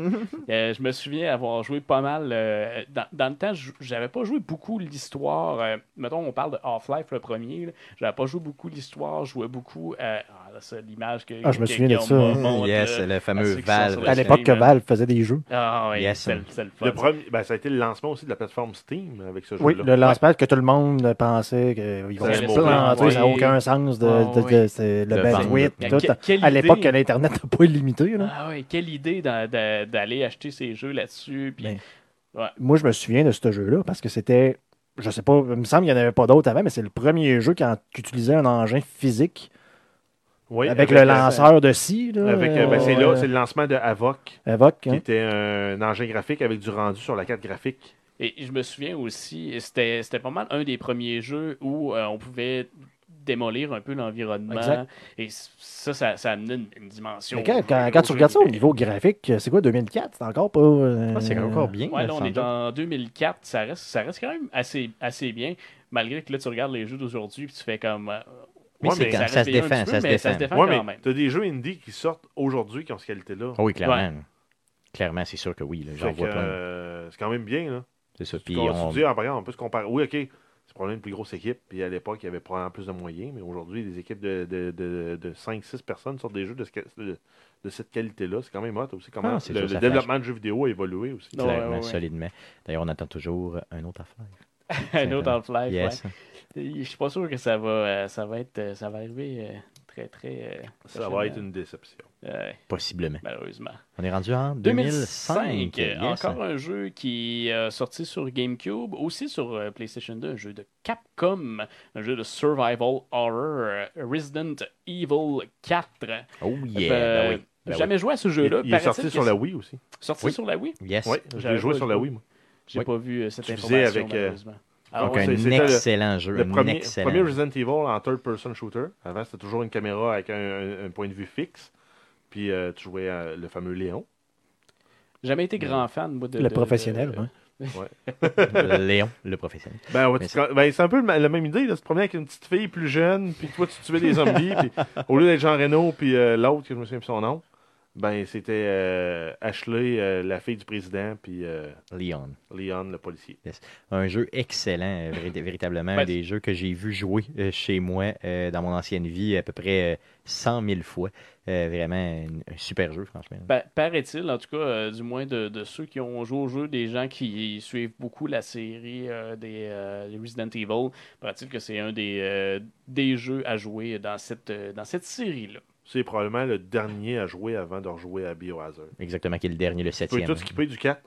Speaker 4: Euh, je me souviens avoir joué pas mal. euh, dans, dans le temps, je- j'avais pas joué beaucoup l'histoire. euh, mettons, on parle de Half-Life le premier. là. J'avais pas joué beaucoup l'histoire. Je jouais beaucoup. euh, ah, là, c'est l'image que.
Speaker 2: Ah, je me
Speaker 4: que
Speaker 2: souviens de
Speaker 4: Guillaume
Speaker 2: ça.
Speaker 4: m'a
Speaker 1: Mm,
Speaker 4: montré.
Speaker 1: Yes, le fameux
Speaker 4: ceux qui sont sur
Speaker 1: Valve.
Speaker 4: la
Speaker 2: À
Speaker 4: Ouais,
Speaker 2: l'époque que
Speaker 4: Steam,
Speaker 2: Valve faisait des jeux.
Speaker 4: Ah, oui,
Speaker 1: Yes.
Speaker 4: c'est le- c'est le fun.
Speaker 3: Le premier, ben, ça a été le lancement aussi de la plateforme Steam avec ce
Speaker 2: Oui,
Speaker 3: jeu-là.
Speaker 2: le lancement que tout le monde pensait qu'ils vont
Speaker 3: Ça
Speaker 2: se
Speaker 3: allait mourir.
Speaker 2: planter, ça n'a
Speaker 4: Ouais.
Speaker 2: aucun sens de, de, de-
Speaker 4: Ouais.
Speaker 2: c'est le
Speaker 1: De
Speaker 2: bandwidth.
Speaker 1: vendre.
Speaker 2: tout.
Speaker 4: Que- quelle
Speaker 2: À l'époque,
Speaker 4: idée.
Speaker 2: que l'Internet n'a pas illimité. Là.
Speaker 4: Ah, oui, quelle idée d'a- d'a- d'aller acheter ces jeux là-dessus. puis-
Speaker 2: Ben, Moi, je me souviens de ce jeu-là parce que c'était, je sais pas, il me semble qu'il n'y en avait pas d'autres avant, mais c'est le premier jeu qui, en- qui utilisait un engin physique
Speaker 3: Oui,
Speaker 2: avec, le
Speaker 3: euh,
Speaker 2: lanceur de scie. là,
Speaker 3: avec, euh, ben,
Speaker 2: euh,
Speaker 3: c'est là, c'est le lancement de Avoc,
Speaker 2: Avoc,
Speaker 3: qui
Speaker 2: hein.
Speaker 3: était un engin graphique avec du rendu sur la carte graphique.
Speaker 4: Et je me souviens aussi, c'était c'était pas mal un des premiers jeux où euh, on pouvait démolir un peu l'environnement.
Speaker 2: Exact.
Speaker 4: Et c- ça, ça, ça amenait une, une dimension.
Speaker 2: Mais quand, quand- quand tu regardes ça au niveau graphique, c'est quoi 2004 C'est encore pas. euh,
Speaker 1: Ah, c'est encore bien.
Speaker 4: Ouais, là, on
Speaker 1: sans
Speaker 4: est
Speaker 1: doute.
Speaker 4: en 2004, ça reste, ça reste quand même assez, assez bien, malgré que là, tu regardes les jeux d'aujourd'hui puis tu fais comme. euh,
Speaker 1: Mais
Speaker 4: ouais,
Speaker 1: c'est quand-
Speaker 4: reste
Speaker 1: ça se
Speaker 4: bien un
Speaker 1: défend,
Speaker 4: petit
Speaker 1: ça se
Speaker 4: mais ça se
Speaker 1: défend.
Speaker 4: défend
Speaker 3: Ouais,
Speaker 4: quand
Speaker 3: mais
Speaker 4: même.
Speaker 3: tu as des jeux indie qui sortent aujourd'hui qui ont cette qualité-là.
Speaker 1: Ah oui, clairement. Clairement, c'est sûr que oui. là, J'en
Speaker 3: Fait que,
Speaker 1: vois plein.
Speaker 3: euh, c'est quand même bien. Là.
Speaker 1: C'est ça. Puis
Speaker 3: Puis on
Speaker 1: on...
Speaker 3: se dit, ah, par exemple, on peut se comparer. Oui, OK, c'est probablement une plus grosse équipe. Puis à l'époque, il y avait probablement plus de moyens. Mais aujourd'hui, des équipes de, de, de, 5-6 personnes sortent des jeux de, ce que- de, de cette qualité-là. C'est quand même hot aussi. Comment
Speaker 1: Ah, c'est
Speaker 3: le,
Speaker 1: sûr,
Speaker 3: le
Speaker 1: ça flash.
Speaker 3: développement de jeux vidéo a évolué aussi.
Speaker 4: Non. ouais,
Speaker 1: clairement,
Speaker 4: ouais.
Speaker 1: solidement. D'ailleurs, on attend toujours un autre affaire.
Speaker 4: un autre Half-Life,
Speaker 1: Yes.
Speaker 4: ouais. Je suis pas sûr que ça va, euh, ça va, être, euh, ça va arriver euh, très, très. euh,
Speaker 3: Ça va être
Speaker 4: prochainement.
Speaker 3: une déception.
Speaker 4: Ouais,
Speaker 1: Possiblement.
Speaker 4: malheureusement.
Speaker 1: On est rendu en 2005.
Speaker 4: 2005,
Speaker 1: yes.
Speaker 4: encore un jeu qui est euh, sorti sur GameCube, aussi sur euh, PlayStation 2, un jeu de Capcom, un jeu de survival horror, euh, Resident Evil 4.
Speaker 1: Oh yeah.
Speaker 4: Euh,
Speaker 1: ben oui. Ben oui.
Speaker 4: jamais joué à ce jeu-là.
Speaker 3: Il, il est
Speaker 4: Paraît-il
Speaker 3: sorti
Speaker 4: que
Speaker 3: sur
Speaker 4: c'est-
Speaker 3: la Wii aussi.
Speaker 4: Sorti
Speaker 1: Oui.
Speaker 4: sur la Wii.
Speaker 1: Yes.
Speaker 3: Oui, je l'ai
Speaker 4: J'avais
Speaker 3: joué
Speaker 4: pas
Speaker 3: sur la
Speaker 4: joué.
Speaker 3: Wii. moi.
Speaker 4: J'ai
Speaker 1: Oui.
Speaker 4: pas vu euh, cette
Speaker 3: Tu faisais
Speaker 4: information
Speaker 3: avec, euh,
Speaker 4: malheureusement. Ah,
Speaker 3: donc
Speaker 1: Donc,
Speaker 4: ouais.
Speaker 3: c'est-
Speaker 1: un
Speaker 3: c'était le-
Speaker 1: excellent jeu.
Speaker 3: Le
Speaker 1: un
Speaker 3: premier,
Speaker 1: excellent
Speaker 3: premier Resident Evil en third-person shooter. Avant, c'était toujours une caméra avec un, un- un point de vue fixe. Puis euh, tu jouais euh, le fameux Léon.
Speaker 4: Jamais été grand fan moi, de,
Speaker 2: le
Speaker 4: de-
Speaker 2: professionnel.
Speaker 4: de-
Speaker 2: hein.
Speaker 1: Léon, le professionnel.
Speaker 3: Ben, ouais,
Speaker 1: Mais
Speaker 3: tu te- ben, c'est un peu le ma- la même idée. Là. Tu te promenais avec une petite fille plus jeune, puis toi, tu tuais des zombies. puis au lieu d'être Jean Reno, puis euh, l'autre, que je me souviens plus son nom, ben, c'était euh, Ashley, euh, la fille du président, puis euh,
Speaker 1: Leon.
Speaker 3: Leon, le policier.
Speaker 1: Un jeu excellent, euh, vrai- véritablement.
Speaker 4: Ben,
Speaker 1: un des jeux que j'ai vu jouer euh, chez moi euh, dans mon ancienne vie à peu près euh, 100 000 fois. Euh, vraiment un, un super jeu, franchement.
Speaker 3: Ben,
Speaker 4: Pa- Paraît-il, en tout cas, euh, du moins de, de ceux qui ont joué au jeu, des gens qui suivent beaucoup la série euh, des euh, des Resident Evil, paraît-il que c'est un des, euh, des jeux à jouer dans cette, euh, dans cette série-là.
Speaker 3: C'est probablement le dernier à jouer avant de rejouer à Biohazard.
Speaker 1: Exactement, qui est le dernier, le
Speaker 3: Tu peux
Speaker 1: septième.
Speaker 3: tout skipper du 4.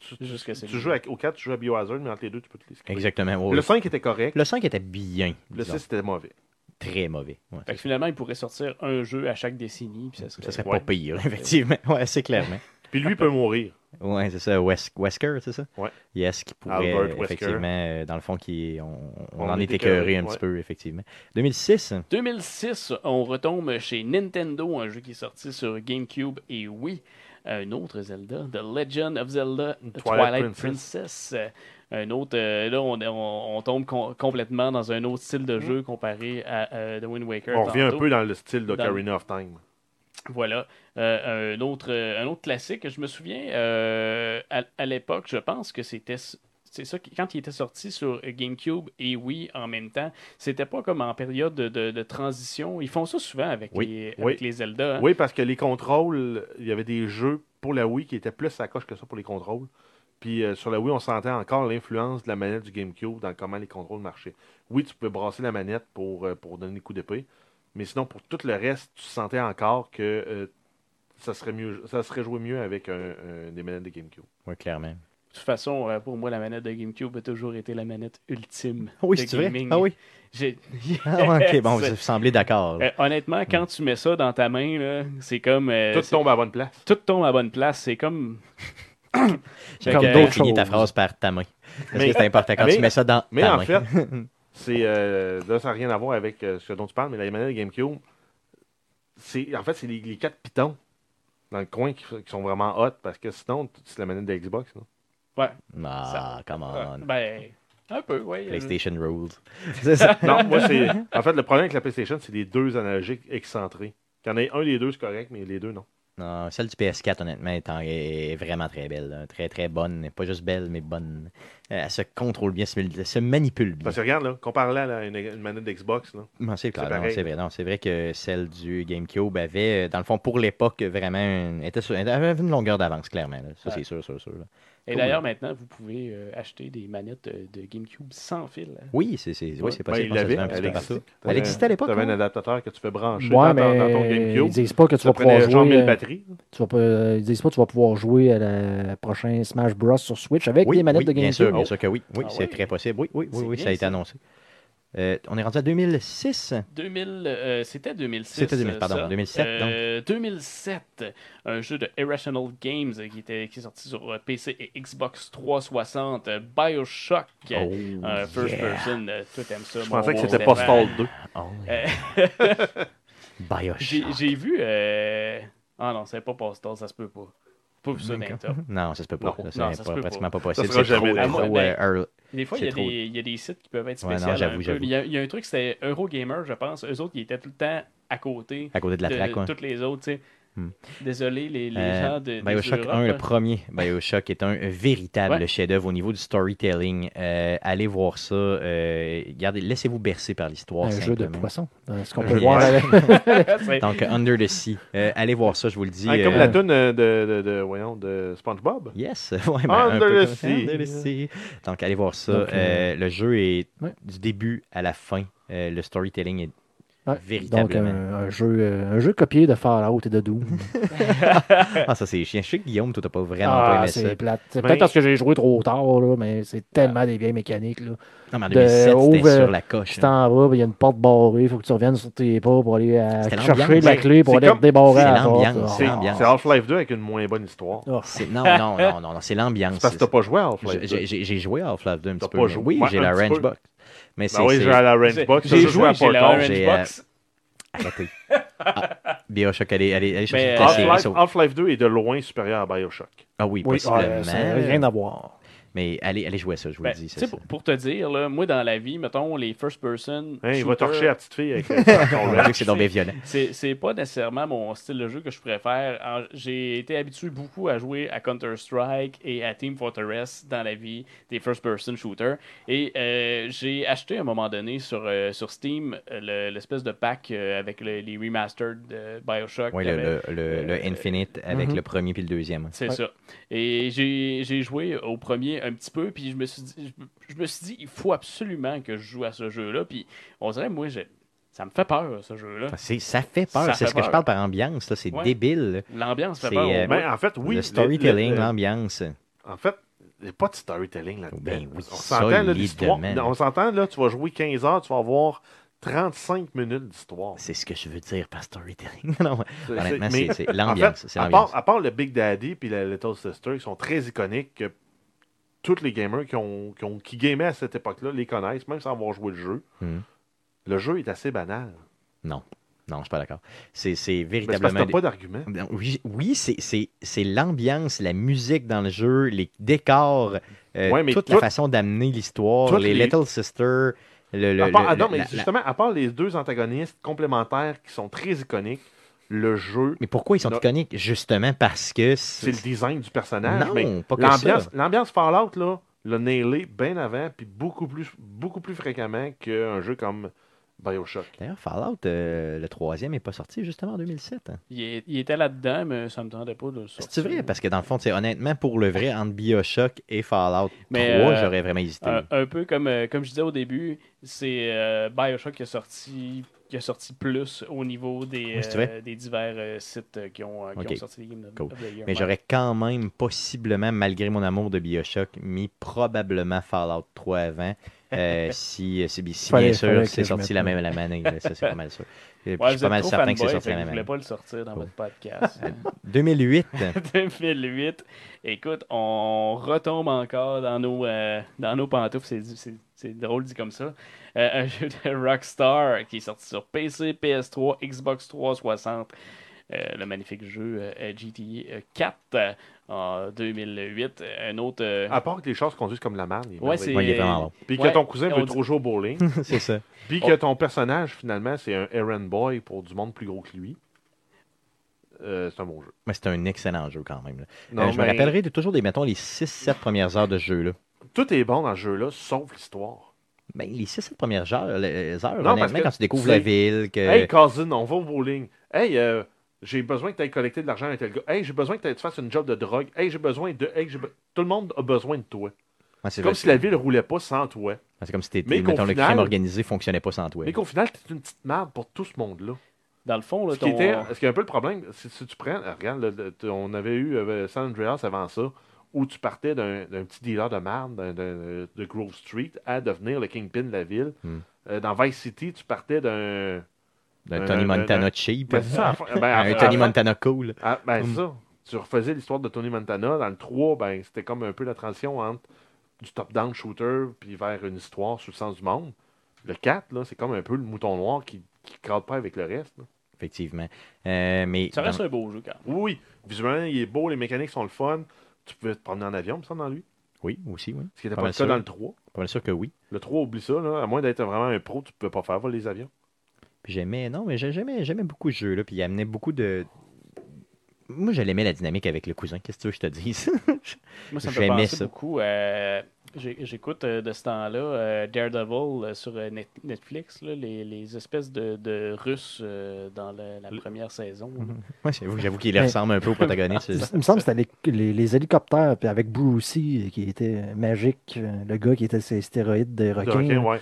Speaker 3: Tu, tu-
Speaker 4: Jusqu'à
Speaker 3: tu
Speaker 4: celui-là.
Speaker 3: joues à- au 4, tu joues à Biohazard, mais entre les deux, tu peux te les skipper.
Speaker 1: Exactement. ouais,
Speaker 3: Le
Speaker 1: ouais.
Speaker 3: 5 était correct.
Speaker 1: Le 5 était bien.
Speaker 3: Le
Speaker 1: disons.
Speaker 3: 6 était mauvais.
Speaker 1: Très mauvais. Ouais,
Speaker 4: Fait que finalement, ils pourraient sortir un jeu à chaque décennie, puis ça serait...
Speaker 1: ça serait
Speaker 3: Ouais.
Speaker 1: pas pire, effectivement. Ouais, c'est clairement.
Speaker 3: Puis lui peut mourir.
Speaker 1: Ouais, c'est ça, Wes- Wesker, c'est ça?
Speaker 3: Ouais.
Speaker 1: Yes, qui pourrait,
Speaker 3: Albert Wesker.
Speaker 1: effectivement, euh, dans le fond, qui, on, on
Speaker 3: On
Speaker 1: en
Speaker 3: est
Speaker 1: est écœuré
Speaker 3: écœuré,
Speaker 1: un
Speaker 3: ouais.
Speaker 1: petit peu, effectivement. 2006,
Speaker 4: 2006, on retombe chez Nintendo, un jeu qui est sorti sur GameCube et Wii. Un autre Zelda, The Legend of Zelda, euh, Twilight, Princess. Un autre, euh, là, on, on- on tombe com- complètement dans un autre style de jeu comparé à euh, The Wind Waker.
Speaker 3: Hmm. On revient un
Speaker 4: tantôt.
Speaker 3: peu dans le style
Speaker 4: Dans-
Speaker 3: d'Ocarina of Time.
Speaker 4: Voilà. Euh, un, autre, euh, un autre classique, je me souviens, euh, à, à l'époque, je pense que c'était. s- C'est ça, qui- quand il était sorti sur GameCube et Wii en même temps, c'était pas comme en période de, de- de transition. Ils font ça souvent avec,
Speaker 1: Oui.
Speaker 4: les, avec
Speaker 3: Oui.
Speaker 4: les Zelda. hein.
Speaker 3: Oui, parce que les contrôles, il y avait des jeux pour la Wii qui étaient plus à coche que ça pour les contrôles. Puis euh, sur la Wii, on sentait encore l'influence de la manette du GameCube dans comment les contrôles marchaient. Oui, tu pouvais brasser la manette pour, euh, pour donner des coups d'épée, mais sinon, pour tout le reste, tu sentais encore que euh, ça, serait mieux, ça serait joué mieux avec un- un- des manettes de GameCube.
Speaker 1: oui, clairement.
Speaker 4: De toute façon, euh, pour moi, la manette de GameCube a toujours été la manette ultime.
Speaker 1: Oui,
Speaker 4: de
Speaker 1: c'est vrai.
Speaker 4: gaming.
Speaker 1: Ah oui.
Speaker 4: J'ai-
Speaker 1: Ah, ok, bon,
Speaker 4: C'est-
Speaker 1: vous semblez d'accord. là.
Speaker 4: Euh, honnêtement, quand tu mets ça dans ta main, là, c'est comme. euh,
Speaker 3: Tout
Speaker 4: c'est-
Speaker 3: tombe à la bonne place.
Speaker 4: tout tombe à bonne place. C'est comme.
Speaker 1: Fait
Speaker 4: comme
Speaker 1: que,
Speaker 4: d'autres
Speaker 1: finis ta
Speaker 2: choses.
Speaker 1: phrase par ta main. Parce
Speaker 3: Mais-
Speaker 1: que c'est important quand
Speaker 3: mais-
Speaker 1: tu mets ça dans
Speaker 3: Mais
Speaker 1: ta
Speaker 3: en
Speaker 1: main.
Speaker 3: fait, c'est euh, là, ça n'a rien à voir avec euh, ce dont tu parles, mais la manette de GameCube, c'est en fait c'est les, les quatre pitons dans le coin qui, qui sont vraiment hot parce que sinon t- c'est la manette de Xbox. non?
Speaker 1: Ah, come on.
Speaker 4: Ben, un peu,
Speaker 3: euh,
Speaker 4: oui.
Speaker 1: PlayStation rules. C'est ça.
Speaker 3: Non, moi c'est en fait le problème avec la PlayStation, c'est les deux analogiques excentrés. Qu'il y en ait un des deux c'est correct, mais les deux non.
Speaker 1: Non, celle du PS4, honnêtement, est, en- est vraiment très belle. là. Très, très bonne. Pas juste belle, mais bonne. Euh, Elle se contrôle bien, se mul- se manipule bien.
Speaker 3: Parce que regarde là, comparé-la là, à une, une manette d'Xbox, là,
Speaker 1: Non, c'est clair,
Speaker 3: C'est
Speaker 1: non,
Speaker 3: pareil.
Speaker 1: c'est vrai. Non, c'est vrai que celle du GameCube avait, euh, dans le fond, pour l'époque, vraiment, une- était sur- elle avait une longueur d'avance, clairement. là. Ça,
Speaker 4: Ouais.
Speaker 1: c'est sûr, sûr, sûr. là.
Speaker 4: Et
Speaker 1: Cool.
Speaker 4: d'ailleurs, maintenant, vous pouvez euh, acheter des manettes euh, de GameCube sans fil. hein.
Speaker 1: Oui, c'est c'est- oui, c'est
Speaker 3: ben,
Speaker 1: possible.
Speaker 3: il
Speaker 1: on se
Speaker 3: l'avait,
Speaker 1: fait un petit
Speaker 3: elle
Speaker 1: peu
Speaker 3: existait.
Speaker 1: partout. Elle existait à l'époque,
Speaker 3: Tu avais un
Speaker 1: hein?
Speaker 3: adaptateur que tu fais brancher
Speaker 2: Ouais,
Speaker 3: dans, ton-
Speaker 2: mais
Speaker 3: dans ton
Speaker 2: ils
Speaker 3: GameCube.
Speaker 2: disent pas que tu
Speaker 3: Ça
Speaker 2: vas pouvoir
Speaker 3: prenait genre 1000
Speaker 2: jouer. euh,
Speaker 3: batteries.
Speaker 2: Tu vas pas, euh, ils disent pas que tu vas pouvoir jouer à la prochain Smash Bros sur Switch avec des manettes
Speaker 1: oui,
Speaker 2: de
Speaker 1: Bien sûr,
Speaker 2: GameCube.
Speaker 1: bien sûr que oui. Oui,
Speaker 4: Ah
Speaker 1: c'est
Speaker 4: oui.
Speaker 1: très possible. Oui, oui, oui,
Speaker 4: C'est
Speaker 1: oui,
Speaker 4: bien,
Speaker 1: ça a été
Speaker 4: ça.
Speaker 1: annoncé. Euh, on est rendu à 2006.
Speaker 4: 2000, euh, c'était 2006.
Speaker 1: C'était 2000,
Speaker 4: euh,
Speaker 1: pardon,
Speaker 4: ça.
Speaker 1: 2007,
Speaker 4: Euh, 2007, un jeu de Irrational Games euh, qui, était, qui est sorti sur euh, PC et Xbox 360, euh, Bioshock, euh, un first
Speaker 1: Oh, yeah.
Speaker 4: person, euh, tout aime ça.
Speaker 3: Je pensais que c'était
Speaker 4: pas
Speaker 3: Postal 2.
Speaker 1: Oh,
Speaker 4: Euh, J'ai
Speaker 1: Bioshock.
Speaker 4: j'ai vu. euh, Ah non, c'est pas Postal, ça se peut pas. Pas vu ça dans le top.
Speaker 1: Non, ça se peut pas.
Speaker 3: Non,
Speaker 1: Ça,
Speaker 4: non,
Speaker 1: c'est
Speaker 4: ça se
Speaker 1: pas-
Speaker 4: peut
Speaker 1: pratiquement pas
Speaker 3: Ça
Speaker 1: possible.
Speaker 3: sera
Speaker 1: C'est trop,
Speaker 3: jamais
Speaker 1: euh,
Speaker 4: là.
Speaker 1: trop,
Speaker 4: Ah, moi,
Speaker 1: euh, earl-
Speaker 4: Des fois,
Speaker 1: C'est
Speaker 4: il y, a
Speaker 1: trop.
Speaker 4: des, il y a des sites qui peuvent être
Speaker 1: Ouais, non,
Speaker 4: spéciaux.
Speaker 1: j'avoue,
Speaker 4: un peu.
Speaker 1: j'avoue.
Speaker 4: Il y, a- il y a un truc, c'était Eurogamer, je pense. Eux autres, ils étaient tout le temps à côté
Speaker 1: à côté de la
Speaker 4: de,
Speaker 1: traque. ouais.
Speaker 4: toutes les autres. tu sais.
Speaker 1: Hmm.
Speaker 4: Désolé, les, les
Speaker 1: Euh,
Speaker 4: gens de, des
Speaker 1: Bioshock
Speaker 4: Europe,
Speaker 1: 1, le
Speaker 4: hein.
Speaker 1: premier Bioshock, est un véritable
Speaker 4: Ouais.
Speaker 1: chef-d'œuvre au niveau du storytelling. Euh, allez voir ça. Euh, regardez, laissez-vous bercer par l'histoire.
Speaker 2: Un jeu de
Speaker 1: Oh, simplement.
Speaker 2: poisson. euh, ce qu'on
Speaker 3: Un
Speaker 2: peut
Speaker 1: jeu
Speaker 2: voir
Speaker 1: de-
Speaker 2: avec.
Speaker 4: C'est-
Speaker 1: Donc, Under the Sea. Euh, allez voir ça, je vous le dis.
Speaker 3: Ah, comme
Speaker 1: euh,
Speaker 3: la toune euh, de, de, de, voyons, de SpongeBob.
Speaker 1: Yes, ouais, ben,
Speaker 3: Under
Speaker 1: un peu
Speaker 3: the
Speaker 1: comme-
Speaker 3: Sea.
Speaker 1: Under the Sea. Donc, allez voir ça.
Speaker 2: Donc, euh,
Speaker 1: Euh, le jeu est
Speaker 2: ouais.
Speaker 1: du début à la fin. Euh, le storytelling est
Speaker 2: Ouais, Donc, euh,
Speaker 1: Véritablement.
Speaker 2: un, un jeu, euh, un jeu copié de Fallout et de Doom.
Speaker 3: Euh.
Speaker 1: Ah, ça, c'est chiant. Je sais que Guillaume, toi, t'as pas vraiment pas
Speaker 2: ah,
Speaker 1: aimé ça.
Speaker 2: c'est plate. C'est
Speaker 3: Ben-
Speaker 2: peut-être parce que j'ai joué trop tard, là, mais c'est tellement des vieilles mécaniques. Là.
Speaker 1: Non, mais en
Speaker 2: de
Speaker 1: 2007, c'était
Speaker 2: Over-
Speaker 1: sur la coche. hein.
Speaker 2: Tu t'en vas, ben, il y a une porte barrée, il faut que tu reviennes sur tes pas pour aller euh,
Speaker 1: C'était
Speaker 2: chercher
Speaker 1: l'ambiance.
Speaker 2: la clé pour
Speaker 3: C'est
Speaker 2: aller
Speaker 3: comme-
Speaker 2: débarrer
Speaker 1: c'est
Speaker 2: la porte.
Speaker 1: l'ambiance,
Speaker 3: C'est
Speaker 1: Ah, l'ambiance.
Speaker 3: c'est Half-Life 2 avec une moins bonne histoire.
Speaker 2: Ah, ah.
Speaker 1: C'est- Non, non, non, non, non, c'est l'ambiance.
Speaker 3: C'est parce que t'as pas joué à
Speaker 1: Je-
Speaker 3: Half-Life 2.
Speaker 1: j'ai- J'ai j'ai joué à Half-Life 2 un
Speaker 3: T'as
Speaker 1: petit peu.
Speaker 3: pas
Speaker 1: mais
Speaker 3: joué.
Speaker 1: Oui,
Speaker 3: Ouais,
Speaker 1: j'ai
Speaker 3: un
Speaker 1: la
Speaker 3: petit
Speaker 1: Range
Speaker 3: peu.
Speaker 1: Box. Mais c'est.
Speaker 3: Ben oui,
Speaker 1: c'est-
Speaker 3: j'ai à la Range
Speaker 4: J'ai-
Speaker 3: Box.
Speaker 4: J'ai
Speaker 3: J'ai joué à
Speaker 4: joué, j'ai la
Speaker 3: Portal.
Speaker 4: Orange
Speaker 1: J'ai, euh,
Speaker 4: Box.
Speaker 1: Arrêtez. Ah, Bioshock, allez, allez, allez chercher
Speaker 4: Mais,
Speaker 1: ta série.
Speaker 3: Half-Life
Speaker 1: ça-
Speaker 3: Half-Life 2 est de loin supérieur à Bioshock.
Speaker 1: Ah oui,
Speaker 2: Oui,
Speaker 1: possiblement.
Speaker 2: ah, ça n'a rien à voir.
Speaker 1: mais allez, allez jouer à ça, je vous
Speaker 4: Ben,
Speaker 1: le dis.
Speaker 4: tu
Speaker 1: c'est
Speaker 4: sais,
Speaker 1: ça.
Speaker 4: pour, pour te dire, là, moi, dans la vie, mettons, les first person.
Speaker 3: Hein, il
Speaker 4: shooter,
Speaker 3: va torcher la petite fille avec euh, son
Speaker 1: On a vu
Speaker 3: range.
Speaker 1: que c'est donc bien violent.
Speaker 4: C'est c'est pas nécessairement mon style de jeu que je préfère. En- J'ai été habitué beaucoup à jouer à Counter-Strike et à Team Fortress dans la vie des first-person shooters. Et euh, j'ai acheté à un moment donné sur, euh, sur Steam euh, le- l'espèce de pack euh, avec le- les remastered de Bioshock.
Speaker 1: Oui,
Speaker 4: qu'il y
Speaker 1: le,
Speaker 4: avait.
Speaker 1: le, le- le
Speaker 4: euh,
Speaker 1: Infinite avec
Speaker 3: mm-hmm.
Speaker 1: le premier puis le deuxième.
Speaker 4: C'est ça. Et j'ai j'ai joué au premier un petit peu, puis je me suis dit, je, je me suis dit il faut absolument que je joue à ce jeu-là. Puis on dirait, moi, j'ai- ça me fait peur, ce jeu-là.
Speaker 1: C'est- Ça fait
Speaker 4: Ça
Speaker 1: peur. C'est
Speaker 4: fait
Speaker 1: ce que je
Speaker 4: peur.
Speaker 1: parle par ambiance. là, C'est
Speaker 4: Ouais.
Speaker 1: débile.
Speaker 4: L'ambiance fait
Speaker 1: C'est,
Speaker 4: peur. au
Speaker 1: euh,
Speaker 4: bout.
Speaker 3: Ben, en fait, oui.
Speaker 1: le storytelling, hein.
Speaker 3: le- le-
Speaker 1: l'ambiance.
Speaker 3: En fait, il n'y a pas de storytelling là-dedans.
Speaker 1: Ben oui,
Speaker 3: on s'entend, là,
Speaker 1: solidement.
Speaker 3: l'histoire. On s'entend, là, tu vas jouer 15 heures, tu vas avoir 35 minutes d'histoire.
Speaker 1: C'est ce que je veux dire par storytelling. non,
Speaker 3: C'est-
Speaker 1: honnêtement,
Speaker 3: c'est-
Speaker 1: c'est c'est
Speaker 3: mais en
Speaker 1: l'ambiance.
Speaker 3: fait,
Speaker 1: c'est
Speaker 3: à
Speaker 1: l'ambiance.
Speaker 3: part, à part le Big Daddy et la Little Sister, qui sont très iconiques, que tous les gamers qui, ont, qui, ont- qui gamaient à cette époque-là les connaissent, même sans avoir joué le jeu.
Speaker 1: Mhm.
Speaker 3: Le jeu est assez banal.
Speaker 1: Non, je suis pas d'accord. C'est c'est
Speaker 3: Mais c'est parce que
Speaker 1: véritablement.
Speaker 3: t'as pas d'argument.
Speaker 1: Non, Oui, oui c'est- c'est c'est l'ambiance, la musique dans le jeu, les décors, euh,
Speaker 3: Ouais, mais
Speaker 1: toute
Speaker 3: tout-
Speaker 1: la façon d'amener l'histoire,
Speaker 3: toutes
Speaker 1: les,
Speaker 3: les-
Speaker 1: Little Sister, le. le-
Speaker 3: À part-
Speaker 1: le-
Speaker 3: ah non, mais
Speaker 1: la- la-
Speaker 3: justement, à part les deux antagonistes complémentaires qui sont très iconiques, le jeu,
Speaker 1: Mais pourquoi ils sont
Speaker 3: Non.
Speaker 1: iconiques Justement parce que.
Speaker 3: c'est le design du personnage. mais
Speaker 1: Non, pas que ça.
Speaker 3: l'ambiance, l'ambiance Fallout, là, l'a nailé bien avant, puis beaucoup plus, beaucoup plus fréquemment qu'un jeu comme Bioshock.
Speaker 1: D'ailleurs, Fallout, euh, le troisième, n'est pas sorti justement en 2007. hein.
Speaker 4: Il, est- il était là-dedans, mais ça me tentait pas de le sortir.
Speaker 1: C'est vrai, parce que dans le fond, c'est honnêtement, pour le vrai, entre Bioshock et Fallout 3,
Speaker 4: Mais, euh,
Speaker 1: j'aurais vraiment hésité.
Speaker 4: Un, un peu comme, euh, comme je disais au début, c'est euh, Bioshock qui a sorti qui a sorti plus au niveau des,
Speaker 1: Oui, c'est vrai.
Speaker 4: euh, des divers euh, sites euh, qui, ont, euh, qui
Speaker 1: Ok.
Speaker 4: ont sorti les games of,
Speaker 1: Cool.
Speaker 4: of the Year.
Speaker 1: mais
Speaker 4: Ouais.
Speaker 1: j'aurais quand même, possiblement, malgré mon amour de Bioshock, mis probablement Fallout 3 avant. euh, si, si, si
Speaker 2: Fallait-
Speaker 1: bien
Speaker 2: fallait
Speaker 1: sûr
Speaker 2: que
Speaker 1: c'est
Speaker 2: je
Speaker 1: sorti
Speaker 2: mette
Speaker 1: la
Speaker 2: le-
Speaker 1: même, la même année, là, ça c'est pas mal sûr. Et puis,
Speaker 4: Ouais,
Speaker 1: je
Speaker 4: vous
Speaker 1: suis pas
Speaker 4: êtes
Speaker 1: mal
Speaker 4: trop
Speaker 1: certain que c'est
Speaker 4: fanboy,
Speaker 1: sorti
Speaker 4: fait
Speaker 1: la
Speaker 4: que Je
Speaker 1: même
Speaker 4: voulais
Speaker 1: année.
Speaker 4: pas le sortir dans
Speaker 1: Cool.
Speaker 4: votre podcast.
Speaker 1: 2008,
Speaker 4: 2008. Écoute, on retombe encore dans nos, euh, dans nos pantoufles. C'est, c'est- c'est drôle dit comme ça. Euh, un jeu de Rockstar qui est sorti sur PC, PS3, Xbox 360. euh, le magnifique jeu euh, GTA 4 euh, en 2008. Un autre. euh,
Speaker 3: À part que les choses conduisent comme la merde. il est
Speaker 4: ouais, c'est.
Speaker 1: Ouais, il est vraiment bon.
Speaker 3: Puis
Speaker 4: Ouais,
Speaker 3: que ton cousin
Speaker 4: on
Speaker 3: veut
Speaker 4: dit-
Speaker 3: trop jouer au bowling.
Speaker 1: c'est ça.
Speaker 3: Puis
Speaker 4: On-
Speaker 3: que ton personnage, finalement, c'est un errand boy pour du monde plus gros que lui. Euh, c'est un bon jeu.
Speaker 1: Mais c'est un excellent jeu quand même. là.
Speaker 3: Non,
Speaker 1: Euh, je me
Speaker 3: mais
Speaker 1: rappellerai de- toujours des, mettons, les 6-7 premières heures de jeu. Là.
Speaker 3: Tout est bon dans ce jeu-là, sauf l'histoire.
Speaker 1: Ben, les 6-7 premières heures, les heures
Speaker 3: Non, parce
Speaker 1: honnêtement,
Speaker 3: que
Speaker 1: quand tu découvres
Speaker 3: c'est-
Speaker 1: la ville, que...
Speaker 3: Hey, cousin, on va au bowling. Hey, euh, j'ai besoin que tu ailles collecter de l'argent avec tel gars. Hey, j'ai besoin que t'ailles- tu fasses une job de drogue. Hey, j'ai besoin de. Hey, j'ai be- Tout le monde a besoin de toi.
Speaker 1: Ouais, c'est
Speaker 3: C'est comme
Speaker 1: vrai,
Speaker 3: si la ville roulait pas sans toi.
Speaker 1: c'est comme si t'étais-
Speaker 3: Mais qu'au
Speaker 1: mettons, le
Speaker 3: final-
Speaker 1: crime organisé fonctionnait pas sans toi.
Speaker 3: Mais qu'au final, t'es une petite merde pour tout ce monde-là.
Speaker 4: Dans le fond, là,
Speaker 3: Ce qui
Speaker 4: ton-
Speaker 3: était, euh, ce qui est un peu le problème, si, si tu prends, euh, regarde, le- le- t- on avait eu euh, San Andreas avant ça, où tu partais d'un d'un petit dealer de marde d'un- d'un- de Grove Street à devenir le kingpin de la ville.
Speaker 1: Hmm.
Speaker 3: Euh, dans Vice City, tu partais d'un.
Speaker 1: D'un
Speaker 3: Euh,
Speaker 1: Tony
Speaker 3: euh,
Speaker 1: Montana
Speaker 3: euh,
Speaker 1: cheap.
Speaker 3: Ben, c'est ça, à la fin- ben, à-
Speaker 1: Un Tony
Speaker 3: à-
Speaker 1: Montana cool.
Speaker 3: ah, ben,
Speaker 1: Mm.
Speaker 3: ça. Tu refaisais l'histoire de Tony Montana. Dans le 3, ben, c'était comme un peu la transition entre du top-down shooter puis vers une histoire sous le sens du monde. Le 4, là, c'est comme un peu le mouton noir qui ne crade pas avec le reste. là.
Speaker 1: Effectivement. Euh, mais
Speaker 4: ça reste un beau jeu quand même.
Speaker 3: Oui, oui. Visuellement, il est beau, les mécaniques sont le fun. Tu pouvais te promener en avion, me semble, dans lui.
Speaker 1: Oui, aussi, oui.
Speaker 3: Ce qui n'était
Speaker 1: Pas
Speaker 3: pas,
Speaker 1: mal
Speaker 3: le cas
Speaker 1: Ah, sûr.
Speaker 3: dans le 3.
Speaker 1: Pas mal sûr que oui.
Speaker 3: Le 3, oublie ça, là. à moins d'être vraiment un pro, tu ne peux pas faire voler les avions.
Speaker 1: Puis J'aimais, non, mais j'ai- j'aimais, j'aimais beaucoup ce jeu-là. Puis il amenait beaucoup de. Moi, je l'aimais la dynamique avec le cousin. Qu'est-ce que tu veux que je te dise?
Speaker 4: Moi, ça me fait
Speaker 1: J'aimais
Speaker 4: penser
Speaker 1: ça.
Speaker 4: beaucoup. euh, j'ai- J'écoute euh, de ce temps-là euh, Daredevil euh, sur euh, Net- Netflix, là, les, les espèces de, de Russes euh, dans la, la première saison. là.
Speaker 1: Moi, j'avoue, j'avoue qu'il
Speaker 2: Mais-
Speaker 1: ressemble un peu au protagoniste.
Speaker 2: Il il me semble que c'était les, les- les hélicoptères, puis avec Brucey, qui était magique, euh, le gars qui était ses stéroïdes de
Speaker 3: De
Speaker 2: requin.
Speaker 3: requin, ouais.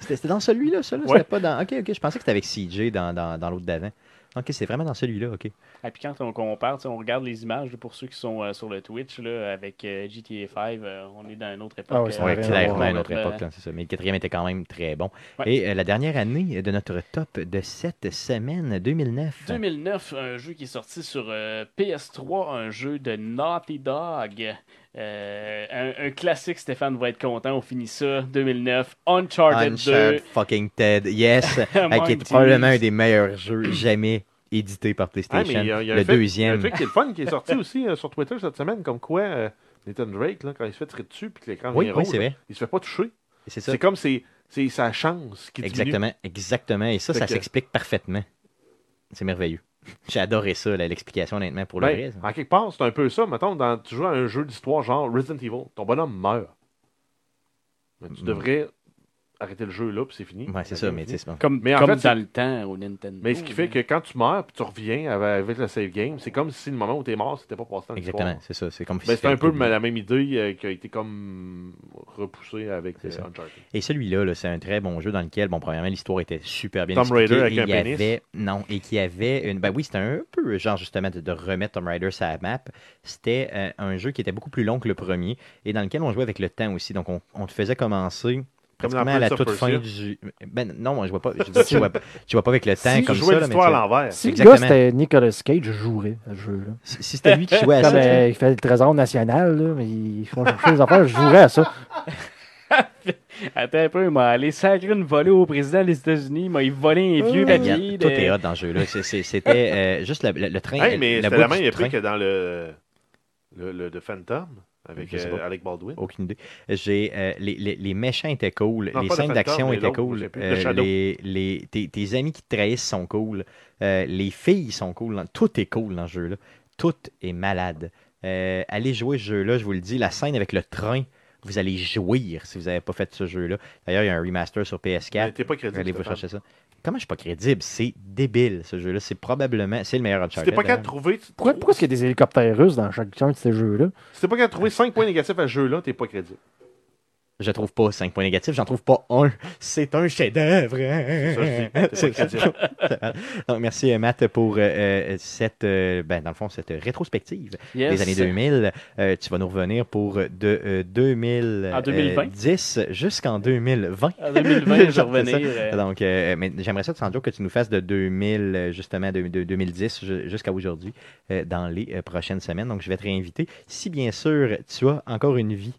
Speaker 1: C'était c'était dans celui-là, ça? là?
Speaker 3: Ouais.
Speaker 1: C'était pas dans. Ok, ok, je pensais que c'était avec CJ dans, dans, dans l'autre d'avant. Ok, c'est vraiment dans celui-là, ok.
Speaker 4: Et Ah, puis quand on compare, tu sais, on regarde les images pour ceux qui sont euh, sur le Twitch là, avec euh, GTA V, euh, on est dans une autre époque. euh,
Speaker 2: Ah ouais, ça
Speaker 1: Ouais,
Speaker 2: avait
Speaker 1: clairement,
Speaker 2: avoir
Speaker 1: à notre
Speaker 3: euh,
Speaker 1: époque, là, c'est ça. Mais le quatrième était quand même très bon.
Speaker 4: Ouais.
Speaker 1: Et euh, la dernière année de notre top de cette semaine,
Speaker 4: Euh,
Speaker 1: 2009.
Speaker 4: 2009, un jeu qui est sorti sur euh, PS3, un jeu de Naughty Dog. Euh, un, un classique, Stéphane va être content, on finit ça. 2009, Uncharted, 2.
Speaker 1: Uncharted fucking Ted, yes, euh, qui
Speaker 4: Monkey.
Speaker 1: est probablement un des meilleurs jeux jamais édité par
Speaker 3: Ah, mais
Speaker 1: PlayStation.
Speaker 3: il y a- il y a un
Speaker 1: le
Speaker 3: fait-
Speaker 1: deuxième.
Speaker 3: Il y a un truc qui est le fun qui est sorti aussi euh, sur Twitter cette semaine, comme quoi euh, Nathan Drake, là, quand il se fait tirer dessus puis que l'écran
Speaker 1: Oui,
Speaker 3: devient
Speaker 1: oui,
Speaker 3: rouge,
Speaker 1: c'est vrai.
Speaker 3: il se fait pas toucher.
Speaker 1: C'est ça.
Speaker 3: C'est comme c'est c'est sa chance qui diminue.
Speaker 1: Exactement, exactement. Et ça,
Speaker 3: Fait
Speaker 1: ça
Speaker 3: que-
Speaker 1: s'explique parfaitement. C'est merveilleux. J'ai adoré ça, là, l'explication, honnêtement, pour le
Speaker 3: Ben,
Speaker 1: reste.
Speaker 3: en quelque part, c'est un peu ça. Mettons, dans, tu joues à un jeu d'histoire genre Resident Evil, ton bonhomme meurt. Mais tu
Speaker 1: Mm.
Speaker 3: devrais arrêter le jeu là, puis c'est fini.
Speaker 1: Ouais, c'est ça, mais tu sais, c'est bon.
Speaker 4: Comme,
Speaker 3: Mais en
Speaker 4: comme
Speaker 3: fait, c'est-
Speaker 4: dans le temps au Nintendo.
Speaker 3: Mais ce qui fait que quand tu meurs, puis tu reviens avec- avec le save game, c'est comme si le moment où tu es mort, c'était pas passé dans l'histoire.
Speaker 1: Exactement, c'est ça. C'est comme
Speaker 3: Ben, c'est un peu
Speaker 1: malade.
Speaker 3: la même idée euh, qui a été comme repoussée avec
Speaker 1: C'est
Speaker 3: euh,
Speaker 1: ça.
Speaker 3: Uncharted.
Speaker 1: Et celui-là, là, c'est un très bon jeu dans lequel, bon, premièrement, l'histoire était super bien
Speaker 3: Tomb
Speaker 1: expliquée.
Speaker 3: Raider avec
Speaker 1: et
Speaker 3: un
Speaker 1: il y
Speaker 3: pénis.
Speaker 1: avait, Non, et qui avait une... Ben oui, c'était un peu genre, justement, de, de remettre Tomb Raider sur la map. C'était euh, un jeu qui était beaucoup plus long que le premier et dans lequel on jouait avec le temps aussi. Donc, on, on te faisait commencer pratiquement à la
Speaker 3: dans Prince
Speaker 1: toute
Speaker 3: of
Speaker 1: fin
Speaker 3: Persia.
Speaker 1: du. Ben non, moi, je vois pas. Je, dis, je, vois, pas- je vois pas avec le temps
Speaker 2: Si,
Speaker 3: Tu
Speaker 1: Ben, comme
Speaker 3: jouais
Speaker 1: ça. là, mais
Speaker 3: l'histoire à
Speaker 1: tu sais,
Speaker 3: l'envers.
Speaker 2: Si le
Speaker 1: Exactement.
Speaker 2: gars, c'était Nicolas Cage, je jouerais à ce jeu-là.
Speaker 1: si si c'était lui qui jouait à ça.
Speaker 2: Comme
Speaker 1: tu sais.
Speaker 2: euh, il fait le trésor national, là, mais ils font chercher les affaires, je jouerais à ça.
Speaker 4: Attends un peu, il m'a allé sacrer une volée au président des États-Unis, il m'a volé un vieux
Speaker 1: Regarde,
Speaker 4: papier.
Speaker 1: Tout
Speaker 4: de-
Speaker 1: est hot dans ce jeu-là. C'est- c'est- C'était euh, juste le, le- le train.
Speaker 3: Hey, mais
Speaker 1: le
Speaker 3: c'était
Speaker 1: bout
Speaker 3: la
Speaker 1: du
Speaker 3: même
Speaker 1: train.
Speaker 3: épique que dans le, le, le de Phantom avec
Speaker 1: Je sais
Speaker 3: euh,
Speaker 1: pas. Oh,
Speaker 3: Alec Baldwin.
Speaker 1: Aucune idée. J'ai, euh, les, les- les méchants étaient cool.
Speaker 3: Non,
Speaker 1: les
Speaker 3: pas le
Speaker 1: scènes
Speaker 3: Phantom,
Speaker 1: d'action
Speaker 3: mais
Speaker 1: étaient
Speaker 3: l'autre,
Speaker 1: cool.
Speaker 3: je sais plus, le
Speaker 1: euh,
Speaker 3: Shadow.
Speaker 1: les, les- tes, tes amis qui te trahissent sont cool. euh, les filles sont cool. dans- Tout est cool dans ce jeu-là. Tout est malade. Euh, allez jouer ce jeu-là, je vous le dis. La scène avec le train, vous allez jouir si vous n'avez pas fait ce jeu-là. D'ailleurs, il y a un remaster sur PS4.
Speaker 3: Mais T'es pas crédible.
Speaker 1: Allez vous
Speaker 3: Stéphane.
Speaker 1: chercher ça. Comment je suis pas crédible? C'est débile ce jeu-là. C'est probablement. C'est le meilleur
Speaker 3: Si
Speaker 1: Uncharted. hein.
Speaker 3: t'es pas capable
Speaker 1: d'ailleurs.
Speaker 3: de trouver, tu-
Speaker 2: Pourquoi, pourquoi est-ce qu'il y a des hélicoptères russes dans chacun de ces jeux-là?
Speaker 3: si t'es pas capable de trouver 5 points négatifs à ce jeu-là, t'es pas crédible.
Speaker 1: Je trouve pas 5 points négatifs, j'en trouve pas un. C'est un chef-d'œuvre.
Speaker 3: Ça, je dis, t'es pas
Speaker 1: C'est ça.
Speaker 3: crédible.
Speaker 1: Donc, merci euh, Matt pour euh, euh, cette, euh, ben, dans le fond, cette rétrospective
Speaker 4: Yes.
Speaker 1: des années 2000. Euh, tu vas nous revenir pour de euh, 2000,
Speaker 4: En
Speaker 1: 2010 jusqu'en 2020.
Speaker 4: En 2020,
Speaker 1: C'est
Speaker 4: je
Speaker 1: ça.
Speaker 4: revenais. euh,
Speaker 1: Donc, euh, mais j'aimerais ça, Sandro, que tu nous fasses de 2000, euh, justement, de, de 2010 ju- jusqu'à aujourd'hui, euh, dans les euh, prochaines semaines. Donc, je vais te réinviter. Si, bien sûr, tu as encore une vie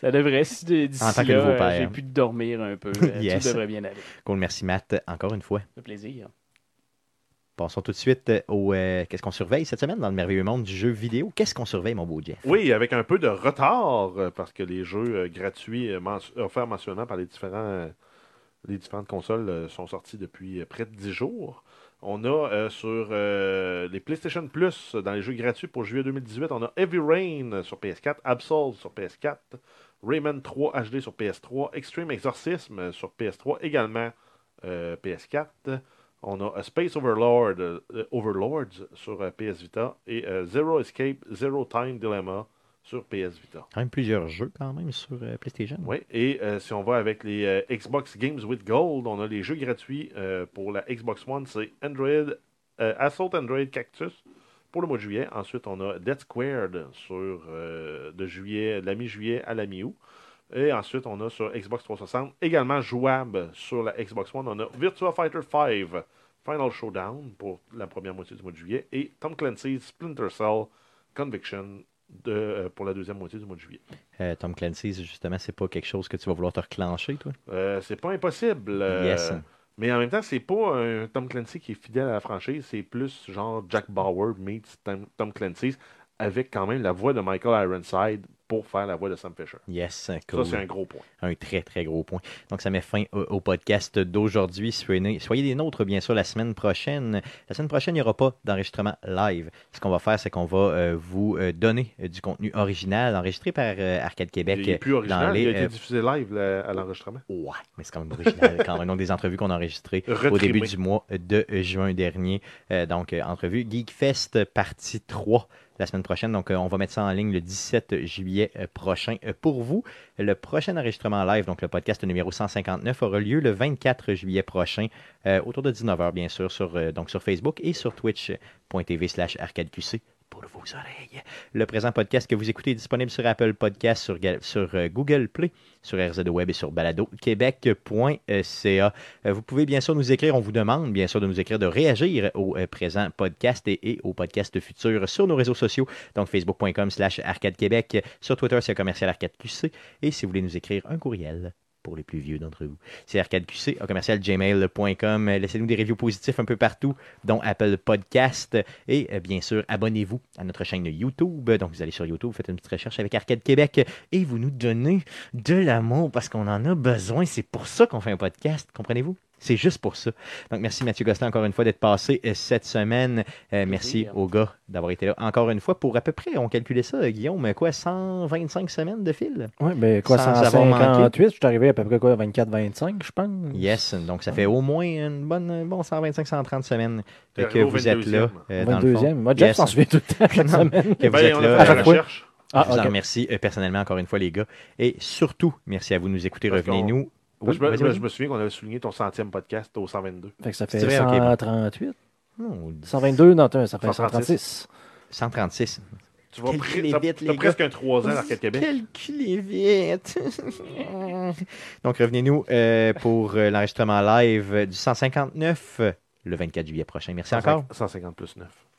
Speaker 4: Ça devrait, si d- d'ici
Speaker 1: En tant que
Speaker 4: là,
Speaker 1: nouveau
Speaker 4: euh,
Speaker 1: père.
Speaker 4: j'ai pu dormir un peu, euh,
Speaker 1: Yes.
Speaker 4: tout devrait bien aller.
Speaker 1: Cool, merci Matt, encore une fois.
Speaker 4: Ça fait plaisir.
Speaker 1: Passons tout de suite euh, au euh, qu'est-ce qu'on surveille cette semaine dans le merveilleux monde du jeu vidéo. Qu'est-ce qu'on surveille, mon beau Jeff?
Speaker 3: Oui, avec un peu de retard, euh, parce que les jeux euh, gratuits euh, mens- offerts mentionnant par les, différents, euh, les différentes consoles euh, sont sortis depuis euh, près de 10 jours. On a euh, sur euh, les PlayStation Plus, euh, dans les jeux gratuits pour juillet 2018, on a Heavy Rain sur PS4, Absol sur PS4, Rayman 3 HD sur PS3, Extreme Exorcism euh, sur PS3, également euh, PS4. On a euh, Space Overlord, euh, euh, Overlords sur euh, PS Vita et euh, Zero Escape, Zero Time Dilemma sur PS Vita.
Speaker 1: Quand même plusieurs jeux quand même sur euh, PlayStation.
Speaker 3: Oui, et euh, si on va avec les euh, Xbox Games with Gold, on a les jeux gratuits euh, pour la Xbox One, c'est Android, euh, Assault Android Cactus pour le mois de juillet. Ensuite, on a Dead Squared sur, euh, de, juillet, de la mi-juillet à la mi-août. Et ensuite, on a sur Xbox 360, également jouable sur la Xbox One, on a Virtua Fighter 5 Final Showdown pour la première moitié du mois de juillet et Tom Clancy's Splinter Cell Conviction de, euh, pour la deuxième moitié du mois de juillet.
Speaker 1: Euh, Tom Clancy, justement, c'est pas quelque chose que tu vas vouloir te reclencher, toi.
Speaker 3: Euh, c'est pas impossible. euh,
Speaker 1: Yes.
Speaker 3: Mais en même temps, c'est pas un Tom Clancy qui est fidèle à la franchise, c'est plus genre Jack Bauer meets Tom, Tom Clancy avec quand même la voix de Michael Ironside pour faire la voix de Sam Fisher.
Speaker 1: Yes,
Speaker 3: Ça,
Speaker 1: cool.
Speaker 3: c'est un gros point.
Speaker 1: un très, très gros point. Donc, ça met fin au, au podcast d'aujourd'hui. Soyez, soyez des nôtres, bien sûr, la semaine prochaine. La semaine prochaine, il n'y aura pas d'enregistrement live. Ce qu'on va faire, c'est qu'on va euh, vous euh, donner euh, du contenu original enregistré par euh, Arcade Québec.
Speaker 3: Il est plus
Speaker 1: euh,
Speaker 3: original,
Speaker 1: dans les,
Speaker 3: il a été
Speaker 1: euh,
Speaker 3: diffusé live là, à l'enregistrement.
Speaker 1: Ouais, mais c'est quand même original quand même. Donc, des entrevues qu'on a enregistrées au
Speaker 3: Retrimé.
Speaker 1: début du mois de euh, juin dernier. Euh, donc, euh, entrevue Geekfest euh, partie 3 la semaine prochaine. Donc, euh, on va mettre ça en ligne le 17 juillet euh, prochain euh, pour vous. Le prochain enregistrement live, donc le podcast numéro 159, aura lieu le 24 juillet prochain, euh, autour de 19h, bien sûr, sur, euh, donc sur Facebook et sur twitch.tv slash arcadeqc pour vos oreilles. Le présent podcast que vous écoutez est disponible sur Apple Podcast, sur, Gal- sur euh, Google Play, sur RZWeb Web et sur baladoquebec.ca. Euh, Vous pouvez bien sûr nous écrire, on vous demande bien sûr de nous écrire, de réagir au euh, présent podcast et, et au podcast futur sur nos réseaux sociaux, donc facebook.com slash arcade québec, sur Twitter c'est commercial arcade QC, et si vous voulez nous écrire un courriel pour les plus vieux d'entre vous. C'est arcadeqc, à commercial gmail.com. Euh, Laissez-nous des reviews positifs un peu partout, dont Apple Podcast. Et euh, bien sûr, abonnez-vous à notre chaîne YouTube. Donc, vous allez sur YouTube, faites une petite recherche avec Arcade Québec et vous nous donnez de l'amour parce qu'on en a besoin. C'est pour ça qu'on fait un podcast, comprenez-vous? C'est juste pour ça. Donc, merci Mathieu Gosselin encore une fois d'être passé euh, cette semaine. Euh, merci
Speaker 4: plaisir.
Speaker 1: aux gars d'avoir été là encore une fois pour à peu près, on calculait ça, euh, Guillaume, quoi, 125 semaines de fil?
Speaker 2: Oui, mais ben, quoi,
Speaker 1: Sans avoir manqué.
Speaker 2: 158, je suis arrivé à peu près quoi, 24-25, je pense.
Speaker 1: Yes, donc ça fait au moins une bonne un bon 125-130 semaines
Speaker 3: T'es
Speaker 1: que
Speaker 3: arrivé au
Speaker 1: vous êtes là.
Speaker 3: 22e.
Speaker 1: euh, dans le fond.
Speaker 2: 22e. Moi, Jeff
Speaker 1: Yes.
Speaker 2: s'en souvient tout le temps chaque
Speaker 1: Non.
Speaker 2: semaine.
Speaker 1: Que vous
Speaker 3: Ben,
Speaker 1: êtes
Speaker 3: on
Speaker 1: là,
Speaker 3: a
Speaker 1: euh,
Speaker 3: fait
Speaker 2: chaque
Speaker 3: la
Speaker 2: fois.
Speaker 3: recherche.
Speaker 2: Ah,
Speaker 1: je vous en
Speaker 2: ok.
Speaker 1: remercie euh, personnellement encore une fois, les gars. Et surtout, merci à vous de nous écouter.
Speaker 3: Parce
Speaker 1: Revenez-nous. Oui,
Speaker 3: je, me,
Speaker 1: vas-y,
Speaker 3: je me-
Speaker 1: vas-y.
Speaker 3: je me souviens qu'on avait souligné ton centième podcast au 122.
Speaker 2: Fait que ça
Speaker 1: C'est vrai,
Speaker 2: fait
Speaker 1: ok, bon.
Speaker 2: 138.
Speaker 1: Non,
Speaker 2: 122, non, attends, ça fait
Speaker 3: 136.
Speaker 1: 136.
Speaker 2: 136.
Speaker 3: Tu vas
Speaker 1: Calculez
Speaker 3: pre- t'as-
Speaker 1: vite,
Speaker 3: t'as
Speaker 1: les
Speaker 3: presque un 3 ans d'Arcade Québec.
Speaker 1: Calculez vite. Donc, revenez-nous euh, pour euh, l'enregistrement live du 159 euh, le 24 juillet prochain. Merci encore.
Speaker 3: 150 plus 9.